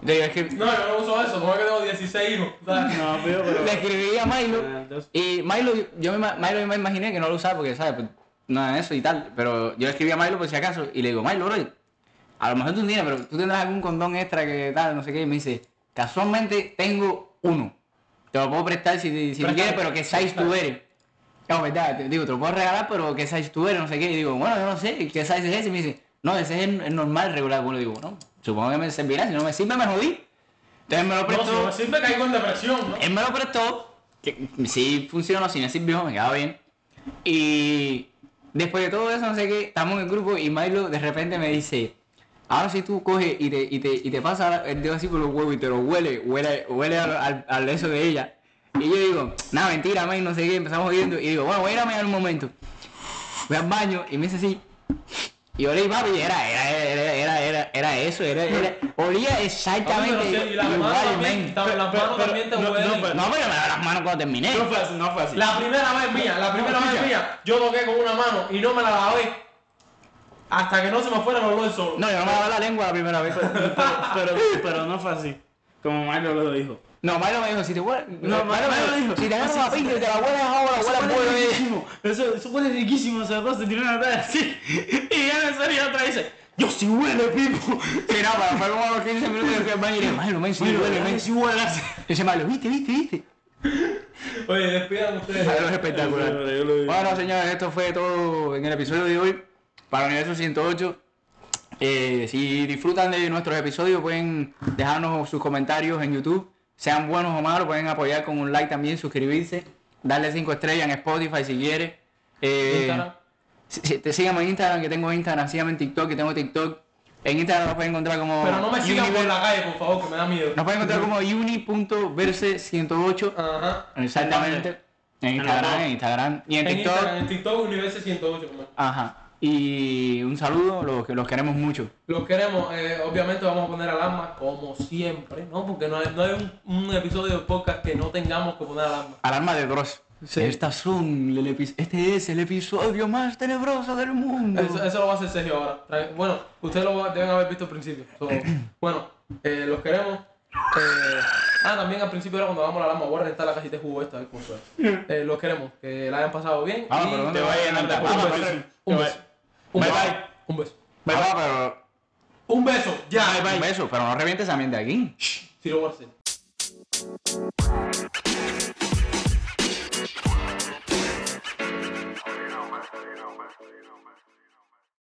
S4: Entonces yo escribí,
S2: No, yo no uso eso, porque tengo 16 hijos. ¿sabes?
S3: No, pero...
S4: *laughs*
S3: pero...
S4: le escribí a
S3: Ah,
S4: Milo
S3: entonces-
S4: y Milo, yo me, ima- Milo yo me imaginé que no lo usaba porque, ¿sabes? Pues, nada de eso y tal, pero yo le escribí a Milo por si acaso y le digo, Milo, bro, a lo mejor tú tienes, pero tú tendrás algún condón extra que tal, no sé qué, y me dice, casualmente tengo uno. Te lo puedo prestar si, si tú
S2: Préstame.
S4: quieres, pero que size tú eres. No, verdad, te digo, te lo puedo regalar, pero qué size tú eres, no sé qué. Y digo, bueno, yo no sé, ¿qué size es ese? Y me dice, no, ese es el, el normal, regular. Bueno, digo, no, supongo que me servirá, si no me sirve, me jodí. Entonces me lo
S2: No, si
S4: prestó,
S2: me siempre caigo en depresión, ¿no?
S4: él me lo prestó, que sí funcionó, sí me sirvió, me quedaba bien. Y después de todo eso, no sé qué, estamos en el grupo y Milo de repente me dice, ahora si tú coges y te, y te, y te pasa el dedo así por los huevos y te lo huele, huele, huele al, al, al eso de ella. Y yo digo, nada, mentira, man, no sé qué, empezamos viendo. Y digo, bueno, voy a ir a mear un momento. Voy al baño y me dice así. Y olí, papi, era, era, era, era, era, era eso, era, era, olía
S2: Papi, pero
S4: exactamente
S2: sí, y las manos
S4: igual,
S2: también,
S4: man.
S2: tam- las manos
S3: Pero- pero-
S2: también te
S3: no, no,
S2: huelen.
S3: pero-
S4: No, pero me lavaba las manos cuando terminé.
S3: No fue así, no fue así.
S2: La primera vez mía, la primera
S3: No,
S2: vez
S3: escucha.
S2: mía, yo toqué con una mano y no me la lavé hasta que no se me fuera el olor solo.
S4: No, yo no me lavé la lengua la primera vez.
S3: pero, pero no fue así. Como Mario lo dijo.
S4: No, Mario me dijo, si te eh, huele...
S3: No, Mario me dijo,
S4: Si te agarras
S3: así,
S4: la pinta y te la hueles ahora, huele a pollo, eh.
S3: riquísimo. Eso, eso huele riquísimo. Esa cosa tiene una talla así. Y ya me salió otra y dice: Yo sí huele, Pipo.
S4: *laughs* Sí, no, pero fue como a los 15 minutos y yo fui al baño y le dije, Mario, men, si
S3: Bueno,
S4: huele, men.
S3: sí huele así.
S4: Dice Mario, viste, viste,
S3: *laughs*
S4: viste.
S2: Oye, despidan ustedes.
S4: Mario es espectacular.
S3: Yo lo- yo lo vi.
S4: Bueno, señores, esto fue todo en el episodio de hoy para Universo 108. Eh, si disfrutan de nuestros episodios, pueden dejarnos sus comentarios en YouTube, sean buenos o malos, pueden apoyar con un like también, suscribirse, darle 5 estrellas en Spotify si quiere. Eh,
S2: Instagram.
S4: si- si- te síganme en Instagram, que tengo Instagram, síganme en TikTok, que tengo TikTok. En Instagram nos pueden encontrar como.
S2: Pero no me sigan por
S4: univer-
S2: la calle, por favor, que me da miedo.
S4: Nos pueden encontrar como uni.verse108.
S2: Ajá.
S4: Exactamente. En Instagram, en Instagram. Y en,
S2: En
S4: TikTok.
S2: Instagram, en TikTok, Universo 108. como es.
S4: Ajá. Y un saludo, los, que los queremos mucho.
S2: Los queremos, eh, obviamente vamos a poner alarma como siempre, ¿no? Porque no hay, no hay un, un episodio de podcast que no tengamos que poner alarma.
S4: Alarma de Dross. Estas son el epi- este es el episodio más tenebroso del mundo.
S2: Eso, eso lo va a hacer Sergio ahora. Tra- Bueno, ustedes lo va- deben haber visto al principio. So, bueno, eh, los queremos. Eh, ah, también al principio era cuando hagamos la alarma. Voy a rentar la cajita de jugo esta. a ver cómo suena. Eh, los queremos, que la hayan pasado bien.
S4: Ah,
S2: y-
S4: pero ¿dónde
S3: Te voy a adelantar.
S2: Un
S3: Vamos,
S2: beso.
S3: te
S2: Un
S3: voy-
S2: beso. Un
S4: Bye,
S2: beso.
S4: bye.
S2: Un beso.
S4: Papá, pero
S2: Un beso. Ya.
S4: un beso, pero no revientes también de aquí.
S2: Sí lo voy a hacer.